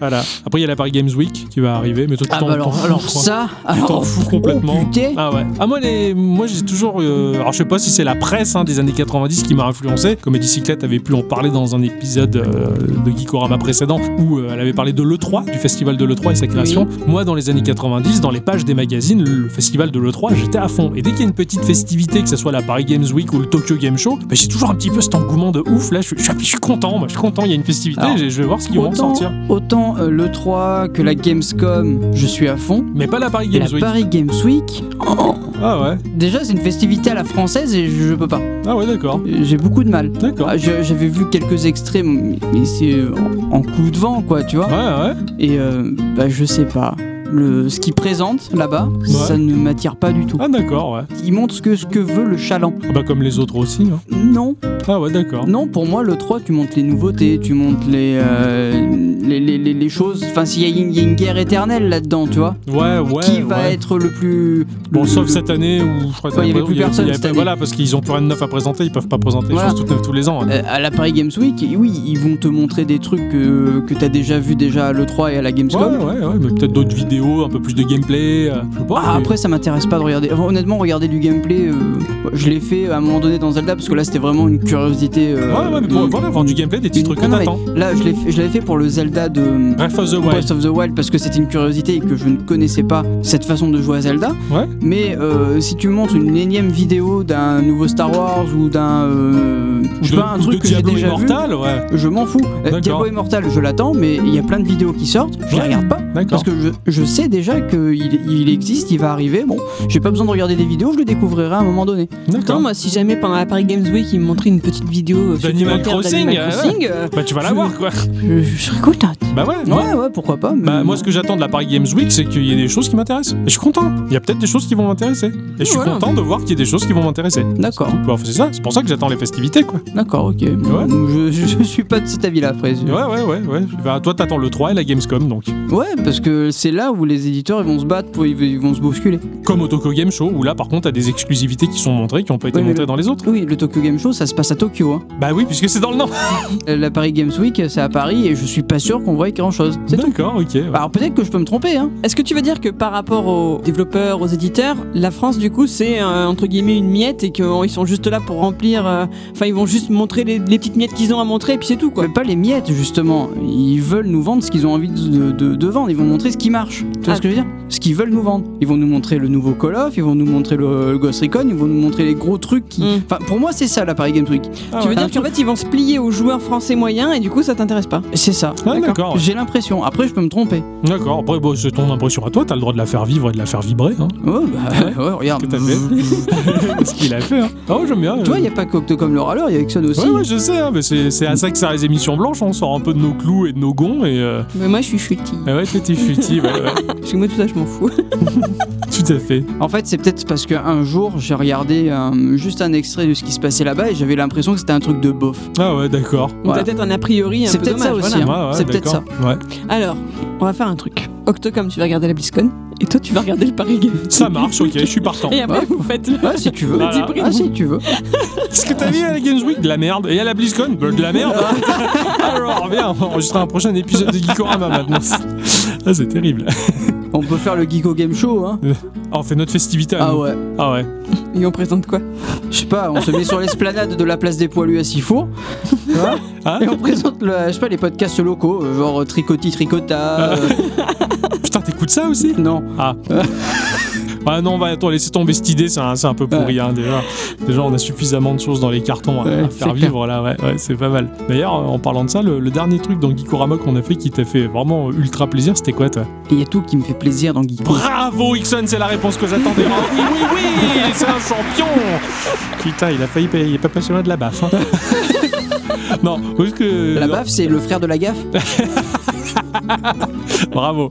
A: Voilà. Après, il y a la Paris Games Week qui va arriver, mais toi, tu
B: Ah
A: t'en-
B: bah
A: t'en
B: alors,
A: fous,
B: alors
A: je crois.
B: ça,
A: Tu
B: alors
A: t'en fous complètement.
B: oh, putain.
A: ah ouais. Ah moi les, moi j'ai toujours, euh, alors je sais pas si c'est la presse hein, des années 90 qui m'a influencé. Comédie Cyclette avait pu en parler dans un épisode euh, de Geekorama précédent où euh, elle avait parlé de l'E3, du festival de l'E3 et sa création. Moi dans les années 90, dans les pages des magazines, le festival de l'E3, j'étais à fond. Et dès qu'il y a une petite festivité, que ce soit la Paris Games Week ou le Tokyo Game Show, bah, j'ai toujours un petit peu cet engouement de ouf. Là, je suis, je suis- je suis content, moi je suis content. Il y a une festivité,
B: Alors,
A: je je vais voir ce qu'ils vont en
B: Autant,
A: sortir.
B: autant euh, le 3 que la Gamescom, je suis à fond.
A: Mais pas la Paris
B: Et
A: Games
B: la
A: Week.
B: Paris Games Week,
A: Ah ouais,
B: déjà c'est une festivité à la française et je, je peux pas.
A: ah ouais d'accord,
B: J'ai beaucoup de mal.
A: d'accord.
B: Ah, je- J'avais vu quelques extraits, mais mais c'est en- en coup de vent quoi, tu vois.
A: Ouais, ouais.
B: Et euh, bah, je sais pas. Le, ce qu'ils présentent là-bas, ça ne m'attire pas du tout.
A: Ah d'accord, ouais.
B: Ils montrent ce que, ce que veut le chaland.
A: Ah bah comme les autres aussi. hein.
B: Non,
A: Ah ouais, d'accord.
B: non, pour moi, le 3, tu montes les nouveautés, tu montes les, euh, les, les, les- les choses. Enfin, s'il y, a une- il y a une guerre éternelle là-dedans, tu vois.
A: Ouais, ouais.
B: Qui va
A: ouais.
B: être le plus.
A: Bon,
B: le-
A: sauf
B: le-
A: cette année où je crois que
B: Ouais, il y avait plus personne cette
A: pas-
B: année.
A: Voilà, parce qu'ils ont plus rien de neuf à présenter, ils peuvent pas présenter les
B: Voilà.
A: choses toutes neuves tous les ans. hein.
B: Euh, à la Paris Games Week, et oui, ils vont te montrer des trucs que, que t'as déjà vu déjà à l'E3 et à la
A: Ouais,
B: Gamescom.
A: ouais, ouais, mais peut-être d'autres vidéos, un peu plus de gameplay. euh, je sais pas.
B: Ah,
A: mais-
B: après ça m'intéresse pas de regarder. Enfin, honnêtement, regarder du gameplay, euh, je l'ai fait à un moment donné dans Zelda parce que là c'était vraiment une curiosité. euh,
A: Ouais, ouais, mais pour
B: une-
A: voilà, voir du gameplay, des petits
B: une-
A: trucs que
B: non, non, mais
A: t'attends.
B: Là, je l'ai fait- je l'avais fait pour le Zelda de euh,
A: Breath of the Wild.
B: Breath of the Wild parce que c'était une curiosité et que je ne connaissais pas cette façon de jouer à Zelda.
A: Ouais.
B: Mais euh, si tu montres une énième vidéo d'un nouveau Star Wars ou d'un euh, je sais
A: de,
B: pas, un
A: ou
B: truc
A: de
B: que j'ai
A: Diablo
B: déjà vu,
A: Immortal, ouais.
B: je m'en fous. Euh,
A: D'accord.
B: Diablo Immortal, je l'attends, mais il y a plein de vidéos qui sortent, je les
A: Ouais.
B: regarde pas.
A: D'accord.
B: Parce que je, je sais déjà qu'il il existe, il va arriver. Bon, j'ai pas besoin de regarder des vidéos, je le découvrirai à un moment donné.
C: Pourtant,
A: D'accord.
C: moi, si jamais pendant la Paris Games Week, ils me montraient une petite vidéo euh,
A: D'Animal
C: supplémentaire
A: Crossing,
C: d'Animal
A: euh,
C: Crossing, euh,
A: Bah, tu vas la
C: je-
A: voir, quoi.
C: je, je serais contente.
A: Bah, ouais, ouais.
B: Ouais, ouais, pourquoi pas. mais-
A: Bah, moi, ce que j'attends de la Paris Games Week, c'est qu'il y ait des choses qui m'intéressent. Et je suis content. Il y a peut-être des choses qui vont m'intéresser. Et je suis
C: Voilà.
A: content de voir qu'il y a des choses qui vont m'intéresser.
B: D'accord,
A: Bah, enfin, c'est ça, c'est pour ça que j'attends les festivités, quoi.
B: d'accord, ok. Je, je- je suis pas de cet avis-là après.
A: Ouais, ouais, ouais, ouais. Bah, toi, t'attends le 3 et la Gamescom, donc.
B: Ouais, parce que c'est là où les éditeurs ils vont se battre, pour, ils, ils vont se bousculer.
A: Comme au Tokyo Game Show, où là, par contre, t'as des exclusivités qui sont montrées, qui n'ont pas été
B: Ouais, mais
A: montrées
B: le-
A: dans les autres.
B: Oui, le Tokyo Game Show, ça se passe à Tokyo. hein.
A: Bah oui, puisque c'est dans le nom.
B: Euh, La Paris Games Week, c'est à Paris et je suis pas sûr qu'on voit grand-chose. C'est tout. Ah,
A: D'accord, ok. ouais.
B: Alors peut-être que je peux me tromper, hein.
C: Est-ce que tu veux dire que par rapport aux développeurs, aux éditeurs, la France du coup c'est euh, entre guillemets une miette et qu'ils sont juste là pour remplir, euh, enfin ils vont juste montrer les, les petites miettes qu'ils ont à montrer et puis c'est tout quoi.
B: Mais pas les miettes, justement. Ils veulent nous vendre ce qu'ils ont envie de, de- de vendre. Ils vont montrer ce qui marche. Tu vois
C: Ah.
B: ce que je veux dire Ce qu'ils veulent nous vendre. Ils vont nous montrer le nouveau Call of, ils vont nous montrer le, le Ghost Recon, ils vont nous montrer les gros trucs qui.
C: Mm.
B: Enfin, pour moi, c'est ça la Paris Games Week.
A: Ah
C: tu veux
A: ouais.
C: dire qu'en fait ils vont se plier aux joueurs français moyens et du coup ça t'intéresse pas
B: C'est ça.
A: Ah, d'accord. ouais.
B: J'ai l'impression. Après, je peux me tromper.
A: D'accord. Après, bon, c'est ton impression à toi, t'as le droit de la faire vivre et de la faire vibrer, hein.
B: Oh, bah, ouais, regarde.
A: Que t'as [laughs] fait. ce qu'il a fait, hein. Ah ouais, j'aime bien.
B: Tu vois, il n'y a pas que Octocom le râleur, il y a Exxon aussi.
A: Ouais, ouais, je sais, hein, mais c'est c'est à ça que ça les émissions blanches, hein, on sort un peu de nos clous et de nos gonds et. euh,
C: Mais moi je suis chutie.
A: ah ouais, t'étais futi, ouais,
B: [laughs]
A: ouais.
C: Parce que moi tout ça je m'en fous. [laughs]
A: Tout à fait.
B: En fait, c'est peut-être parce qu'un jour, j'ai regardé euh, juste un extrait de ce qui se passait là-bas et j'avais l'impression que c'était un truc de beauf.
A: Ah ouais, d'accord.
C: Donc
B: Voilà.
C: t'as peut-être un a priori un
B: C'est
C: peu
B: peut-être ça
C: dommage,
B: aussi,
C: voilà.
B: hein.
A: Ouais, ouais,
B: C'est peut-être
A: d'accord. Ouais.
C: Alors on va faire un truc. Octocom tu vas regarder la BlizzCon et toi tu vas regarder le Paris Games.
A: Ça marche, ok, je suis
B: [laughs]
A: partant.
C: [laughs] Et après vous faites le...
B: Ah, si tu veux.
A: Voilà.
B: Ah, si tu veux.
A: Est-ce que t'as vu à la Games Week de la merde et à la BlizzCon bah, de la
B: [laughs]
A: merde [laughs] Alors viens, on va enregistrer un prochain épisode de Geekorama maintenant. [laughs] Ah c'est terrible.
B: On peut faire le Geeko Game Show, hein.
A: Ah, on fait notre festivité. à
B: Ah
A: nous.
B: ouais.
A: Ah ouais.
C: et on présente quoi
B: Je sais pas, on se met sur l'esplanade de la place des poilus à Sifour. tu vois,
A: Hein
B: et on présente le, je sais pas, les podcasts locaux, euh, genre euh, Tricoti Tricota. euh,
A: Putain t'écoutes ça aussi
B: non.
A: Ah. Ah non, va attends, laissez tomber cette idée, c'est un, c'est un peu pourri hein, déjà. Déjà, on a suffisamment de choses dans les cartons à, à
B: Ouais, c'est
A: faire vivre là, ouais, ouais, c'est pas mal. D'ailleurs, euh, en parlant de ça, le, le dernier truc dans Geekorama qu'on a fait qui t'a fait vraiment euh, ultra plaisir, c'était quoi toi
B: Il y a tout qui me fait plaisir dans Geeko.
A: Bravo Ixon, c'est la réponse que j'attendais. Ah [laughs] oui, oui, [laughs] oui, c'est un champion. Putain, il a failli, payer- il est pas passé loin de la
B: [laughs]
A: baffe. hein. non, parce que
B: [laughs] La baffe, c'est le frère de la gaffe.
A: bravo.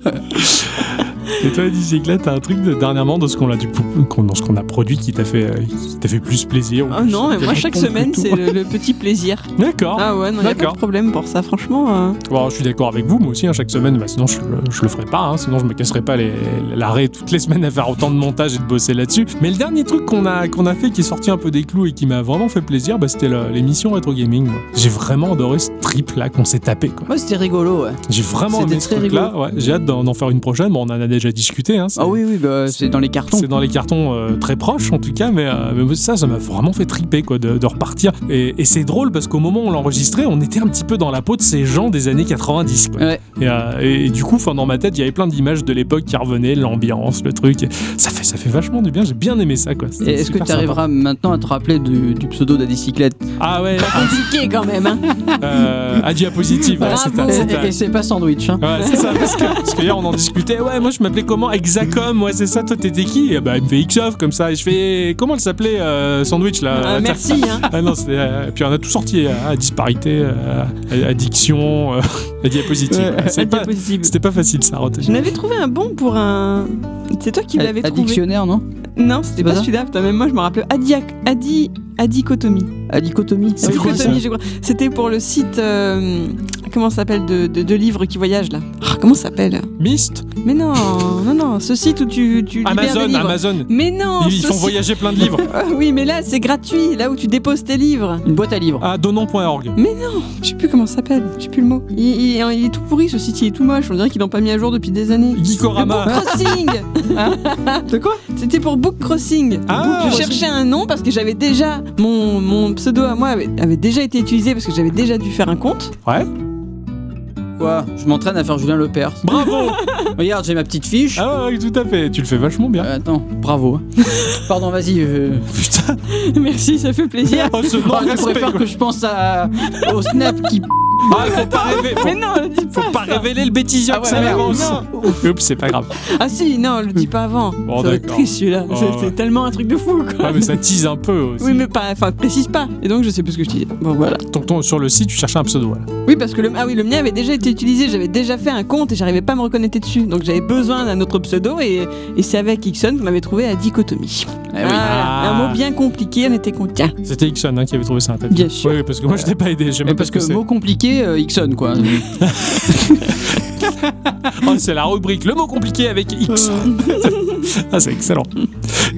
A: Et toi, Dicyclette, t'as un truc de, dernièrement de ce qu'on a, du pou- qu'on- dans ce qu'on a produit qui t'a fait, euh, qui t'a fait plus plaisir ou
C: Ah
A: plus-
C: non, mais
A: qui
C: moi
A: répond
C: chaque
A: plus
C: semaine
A: tout.
C: c'est le, le petit plaisir.
A: D'accord.
C: Ah ouais, non, y a pas
A: d'accord.
C: de problème pour ça, franchement. euh,
A: Bon, je suis d'accord avec vous, moi aussi, hein, chaque semaine, bah, sinon je, je le ferais pas, hein, sinon je me casserais pas les- l'arrêt toutes les [laughs] semaines à faire autant de montage et de bosser là-dessus. Mais le dernier truc qu'on a, qu'on a fait qui est sorti un peu des clous et qui m'a vraiment fait plaisir, bah, c'était la- l'émission Retro Gaming. moi. J'ai vraiment adoré ce trip là qu'on s'est tapé. Quoi.
B: Moi, Oh, c'était rigolo, ouais.
A: J'ai vraiment
B: C'était
A: aimé ce
B: très
A: truc là. J'ai hâte d'en d'en faire une prochaine, bon, on en a déjà discuté. hein, c'est-
B: Ah oui, oui, bah, c'est dans les cartons.
A: C'est dans les cartons euh, très proches en tout cas, mais, euh, mais ça, ça m'a vraiment fait triper quoi, de, de repartir. Et, et c'est drôle parce qu'au moment où on l'enregistrait, on était un petit peu dans la peau de ces gens des années 90. quoi.
B: Ouais.
A: Et, euh, et- et du coup, enfin dans ma tête, il y avait plein d'images de l'époque qui revenaient, l'ambiance, le truc. Et ça fait, ça fait vachement du bien. J'ai bien aimé ça quoi.
B: Et
A: C'était
B: Est-ce que
A: super
B: tu arriveras maintenant à te rappeler du, du pseudo de la bicyclette
A: sympa. Ah ouais.
F: Compliqué quand même. Hein.
A: euh, à diapositive. ouais,
F: Bravo.
A: c'est un- c'est un-
B: Et c'est pas sandwich, hein.
A: Ouais, c'est ça, parce que, parce que hier on en discutait. Ouais, moi je m'appelais comment Exacom, ouais, c'est ça, toi t'étais qui Et Bah, il me fait Xof comme ça. Et je fais. Comment elle s'appelait euh, Sandwich là
C: Ah, merci.
A: [laughs]
C: Hein.
A: Ah non, c'est, euh, puis on a tout sorti euh, à disparité, euh, à- addiction, euh, à diapositive. Ouais,
C: Ouais,
A: c'est
C: la
A: pas-
C: diapositive.
A: C'était pas facile ça, à retenir.
C: Je n'avais trouvé un bon pour un. C'est toi qui l'avais
B: Un
C: trouvé.
B: dictionnaire, non
C: Non, c'était
B: C'est
C: pas
B: pas ça
C: celui-là. putain, Même moi, je me rappelais. Adiac, adi, adicotomie.
A: Ah
B: À dichotomie.
A: C'est quoi, ça
C: Dichotomie, je crois. C'était pour le site. euh, comment ça s'appelle de, de, de livres qui voyagent là Ah, Comment ça s'appelle
A: Mist
C: Mais non, non, non. Ce site où tu, tu libères des
A: Amazon,
C: livres.
A: Amazon.
C: Mais non.
A: Ils, ils
C: ce
A: font
C: site-
A: voyager plein de livres.
C: Ah oui, mais là, c'est gratuit. Là où tu déposes tes livres.
B: Une boîte à livres.
A: [laughs] À donnant.org.
C: Je sais plus comment ça s'appelle. Je sais plus le mot. Il, il- il est tout pourri ce site. Il est tout moche. On dirait qu'ils l'ont pas mis à jour depuis des années.
A: Geekorama. [laughs]
C: Crossing De quoi C'était pour Book Crossing.
A: Hein Ah,
C: je cherchais un nom parce que j'avais déjà. Mon, mon pseudo à moi avait, avait déjà été utilisé parce que j'avais déjà dû faire
A: [laughs]
C: un compte.
A: Ouais.
B: Quoi Je m'entraîne à faire Julien Lepers.
A: Ah. Bravo
B: Regarde, j'ai ma petite fiche.
A: Ah ouais, tout à fait. Tu le fais vachement bien.
B: Euh, attends, bravo.
A: hein.
B: [laughs] Pardon, vas-y. Je...
A: Putain.
C: Merci, ça fait plaisir.
A: [laughs] Oh, ce
B: Oh, tu
A: non-respect.
B: préfères
A: quoi.
B: que je pense à... au snap qui.
A: Ah, faut pas rêver. Faut
C: [laughs] Mais non, le dis pas.
A: Faut pas révéler le bêtisier
B: Ah
A: que
B: ouais,
A: ça
B: merde.
A: avance. Oups, c'est pas grave.
C: Ah si, non, le dis pas avant.
A: Bon,
C: ça va être
A: d'accord.
C: triste celui-là.
A: Ouais,
C: C'est-
A: ouais.
C: C'est tellement un truc de fou quoi.
A: Ouais, mais ça tease un peu aussi.
C: Oui, mais pas. Enfin, précise pas. Et donc, je sais plus ce que je disais. Bon, voilà.
A: Tonton, sur le site, tu cherchais un pseudo. voilà.
C: Oui, parce que le, ah oui, le mien avait déjà été utilisé. J'avais déjà fait un compte et j'arrivais pas à me reconnecter dessus. Donc, j'avais besoin d'un autre pseudo. Et, et c'est avec Ixon qu'on avait trouvé à dichotomie.
B: Eh oui.
C: Ah,
A: Ah.
C: Un mot bien compliqué, on était contents.
A: C'était Ixon hein, qui avait trouvé ça un tête.
C: Bien sûr.
A: Oui, oui, parce que moi, je t'ai pas aidé. J'ai
B: Mais
A: même pas
B: parce
A: ce que
B: que
A: c'est.
B: mot compliqué, euh, Ixon, quoi.
A: Oh, c'est la rubrique Le mot compliqué avec
B: [laughs]
A: X. ah, c'est excellent.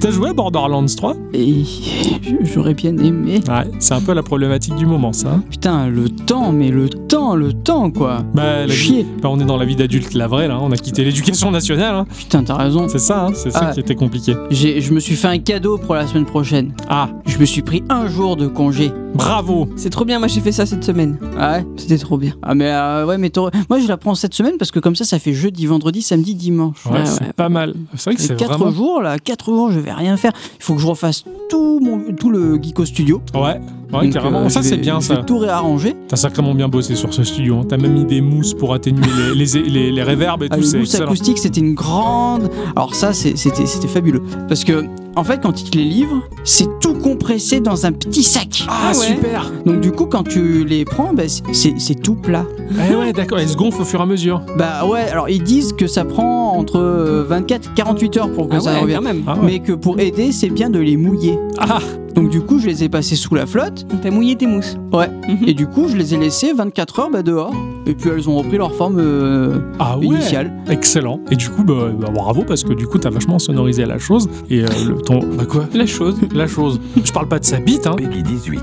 A: T'as joué à Borderlands 3
B: Et je- j'aurais bien aimé.
A: Ouais, c'est un peu la problématique du moment, ça. hein.
B: Putain, le temps, mais le temps, le temps, quoi.
A: Bah, la vie-
B: Chier.
A: bah, on est dans la vie d'adulte, la vraie, là. hein. On a quitté l'éducation nationale. hein.
B: Putain, t'as raison.
A: C'est ça, hein, c'est ça
B: Ah.
A: qui était compliqué.
B: J'ai- Je me suis fait un cadeau pour la semaine prochaine.
A: Ah,
B: Je me suis pris un jour de congé.
A: bravo
C: C'est trop bien, moi j'ai fait ça cette semaine.
B: Ah ouais
C: C'était trop bien.
B: Ah mais euh, ouais mais t'aurais- moi je la prends cette semaine parce que comme ça ça fait jeudi, vendredi, samedi, dimanche.
A: Ouais, c'est pas mal. C'est vrai que
B: Et
A: c'est
B: quatre
A: vraiment.
B: jours là, quatre jours je vais rien faire. Il faut que je refasse tout mon tout le Geeko Studio.
A: Ouais, ouais,
B: Donc,
A: carrément.
B: euh,
A: ça,
B: je
A: c'est
B: vais-
A: bien,
B: je
A: ça.
B: vais tout réarranger.
A: T'as sacrément bien bossé sur ce studio. hein. T'as même mis des mousses pour atténuer les, les, les, les réverbes et
B: Ah,
A: tout.
B: le
A: C'est
B: boost
A: excellent.
B: acoustique c'était une grande. Alors ça c'est- c'était c'était fabuleux parce que en fait quand ils te les livrent c'est tout compressé dans un petit sac.
A: Ah,
C: Ah ouais.
A: super
B: Donc du coup quand tu les prends bah, c'est- c'est c'est tout plat.
A: Eh ouais, d'accord. Elle se gonfle au fur et à mesure.
B: Bah ouais alors ils disent que ça prend entre euh, 24 48 heures pour que ça revienne.
C: quand même.
A: Ah ouais.
B: mais que pour aider, c'est bien de les mouiller.
A: Ah.
B: Donc du coup, je les ai passés sous la flotte,
C: T'as mouillé tes mousses.
B: Ouais.
C: Mhm.
B: et du coup, je les ai laissés 24 heures bah, dehors. Et puis elles ont repris leur forme euh,
A: Ah ouais.
B: initiale.
A: Excellent. Et du coup, bah, bah, bravo parce que du coup, t'as vachement sonorisé la chose. Et euh, le ton. Bah quoi
C: La [laughs] chose.
A: La chose. Je parle pas de sa bite, [laughs] hein.
G: Peggy 18.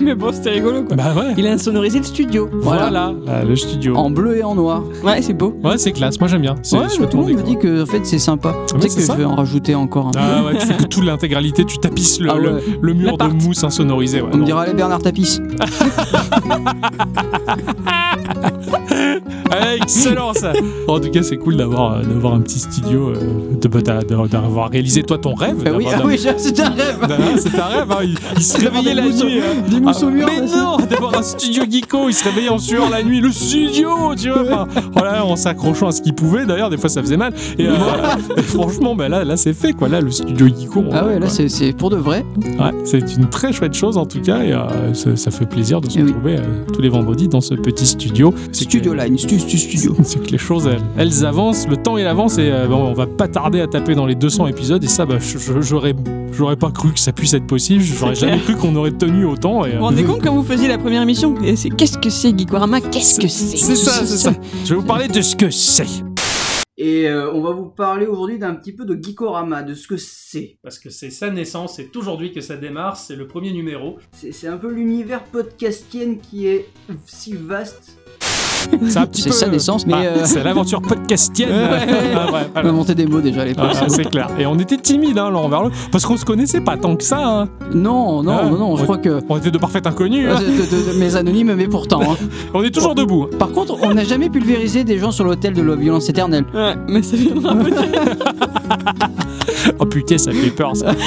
C: mais bon, c'était rigolo quoi.
A: Bah ouais.
C: Il a sonorisé le studio.
A: Voilà, là, Ah, le studio.
B: En bleu et en noir.
C: Ouais, c'est beau.
A: Ouais, c'est classe. Moi, j'aime bien. C'est
B: Ouais,
A: je
B: mais
A: fais
B: tout le
A: tourner,
B: monde me
A: quoi.
B: dit que en fait c'est sympa.
A: Ah, mais
B: Peut-être
A: c'est
B: que
A: ça.
B: je vais en rajouter encore. un peu.
A: Ah ouais, tu fais que toute l'intégralité, tu tapisses le,
B: Ah
A: le-
B: ouais.
A: le mur de
B: L'appart.
A: mousse insonorisé. ouais,
B: On me
A: non.
B: dira allez Bernard Tapis.
A: Ah, excellent ça En tout cas, c'est cool d'avoir euh, d'avoir un petit studio, euh, de- bah, d'a- d'a- d'avoir réalisé toi ton rêve.
B: Ah oui,
A: d'avoir-
B: ah oui, c'est un rêve.
A: d'avoir- C'est un rêve, hein, il, il se réveillait la nuit. hein.
B: Des mousses au
A: Bah, Ah,
B: mur.
A: mais non, d'avoir un studio geeko, il se réveillait en sueur la nuit, le studio, tu vois, enfin, voilà, en s'accrochant à ce qu'il pouvait, d'ailleurs, des fois ça faisait mal. Et,
B: [laughs]
A: euh, et franchement, bah, là, là c'est fait, quoi, là, le studio geeko. on-
B: Ah ouais, là
A: ouais.
B: c'est- c'est pour de vrai.
A: Ouais, c'est une très chouette chose en tout cas, et euh, ça, ça fait plaisir de se
B: Eh oui.
A: retrouver euh, tous les vendredis dans ce petit studio. C'est que-
B: Studio Line, du studio.
A: [laughs] C'est que les choses, elles, elles avancent, le temps il avance et euh, bon, on va pas tarder à taper dans les 200 épisodes. Et ça, bah, je- je- j'aurais, j'aurais pas cru que ça puisse être possible. J'aurais
C: C'est
A: jamais cru qu'on aurait tenu autant. Et, euh,
C: Vous vous rendez compte quand vous faisiez la première émission Et c'est- Qu'est-ce que c'est, Geekorama Qu'est-ce que c'est
A: c'est ça, c'est ça. Je vais vous parler de ce que c'est.
B: Et euh, on va vous parler aujourd'hui d'un petit peu de Geekorama, de ce que c'est.
F: Parce que c'est sa naissance, c'est aujourd'hui que ça démarre, c'est le premier numéro.
B: C'est c'est un peu l'univers podcastien qui est si vaste.
A: C'est un petit
B: C'est
A: peu- bah,
B: sa naissance, mais, euh,
A: C'est l'aventure podcastienne. Ah, ouais,
B: On
A: voilà.
B: a monté des mots déjà à l'époque.
A: Ah,
B: c'est
A: c'est clair. Et on était timide hein, l'un envers l'autre parce qu'on se connaissait pas tant que ça. hein.
B: bon. Non, non,
A: Ah,
B: non, non, je
A: ouais. [laughs]
B: crois que.
A: On était de parfaits inconnus.
B: Euh,
A: hein.
B: de- de- de- mes anonymes, mais pourtant. hein.
A: On est toujours debout.
B: Par contre, on n'a jamais pulvérisé des gens sur l'hôtel de la violence éternelle.
C: Ouais, mais ça viendra peut-être.
A: Oh putain, ça fait peur ça. Ouais.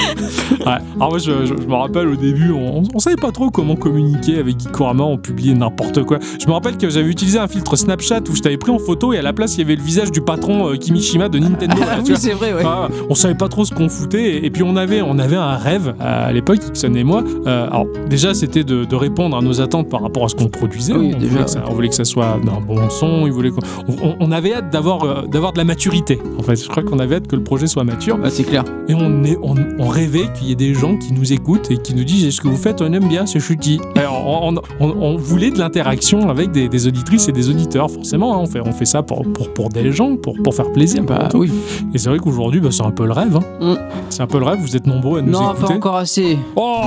A: Alors moi, je, je- je me rappelle au début, on, on savait pas trop comment communiquer avec Gikorama, on publiait n'importe quoi. Je me rappelle que j'avais utilisé un filtre Snapchat où je t'avais pris en photo et à la place, il y avait le visage du patron euh, Kimishima de Nintendo. là, tu
B: oui,
A: vois.
B: c'est vrai, ouais.
A: Ah, on savait pas trop ce qu'on foutait et, et puis on avait on avait un rêve euh, à l'époque Ixon et moi Euh, alors déjà c'était de, de répondre à nos attentes par rapport à ce qu'on produisait
B: Oui,
A: on,
B: déjà,
A: voulait que ça, on voulait que ça soit d'un bon son il voulait qu'on- on, on- on avait hâte d'avoir euh, d'avoir de la maturité en fait je crois qu'on avait hâte que le projet soit mature
B: Ah, c'est clair.
A: et on, est, on, on rêvait qu'il y ait des gens qui nous écoutent et qui nous disent est-ce que vous faites on aime bien ce chouti Alors, on, on- on- on voulait de l'interaction avec des, des auditrices et des auditeurs forcément hein. on, fait, on fait ça pour, pour, pour des gens pour, pour faire plaisir
B: Bah
A: avant tout.
B: oui.
A: Et c'est vrai qu'aujourd'hui, bah, c'est un peu le rêve. hein.
C: Mm.
A: C'est un peu le rêve, vous êtes nombreux à nous
B: Non,
A: écouter.
B: pas encore
A: [laughs]
B: assez.
A: Oh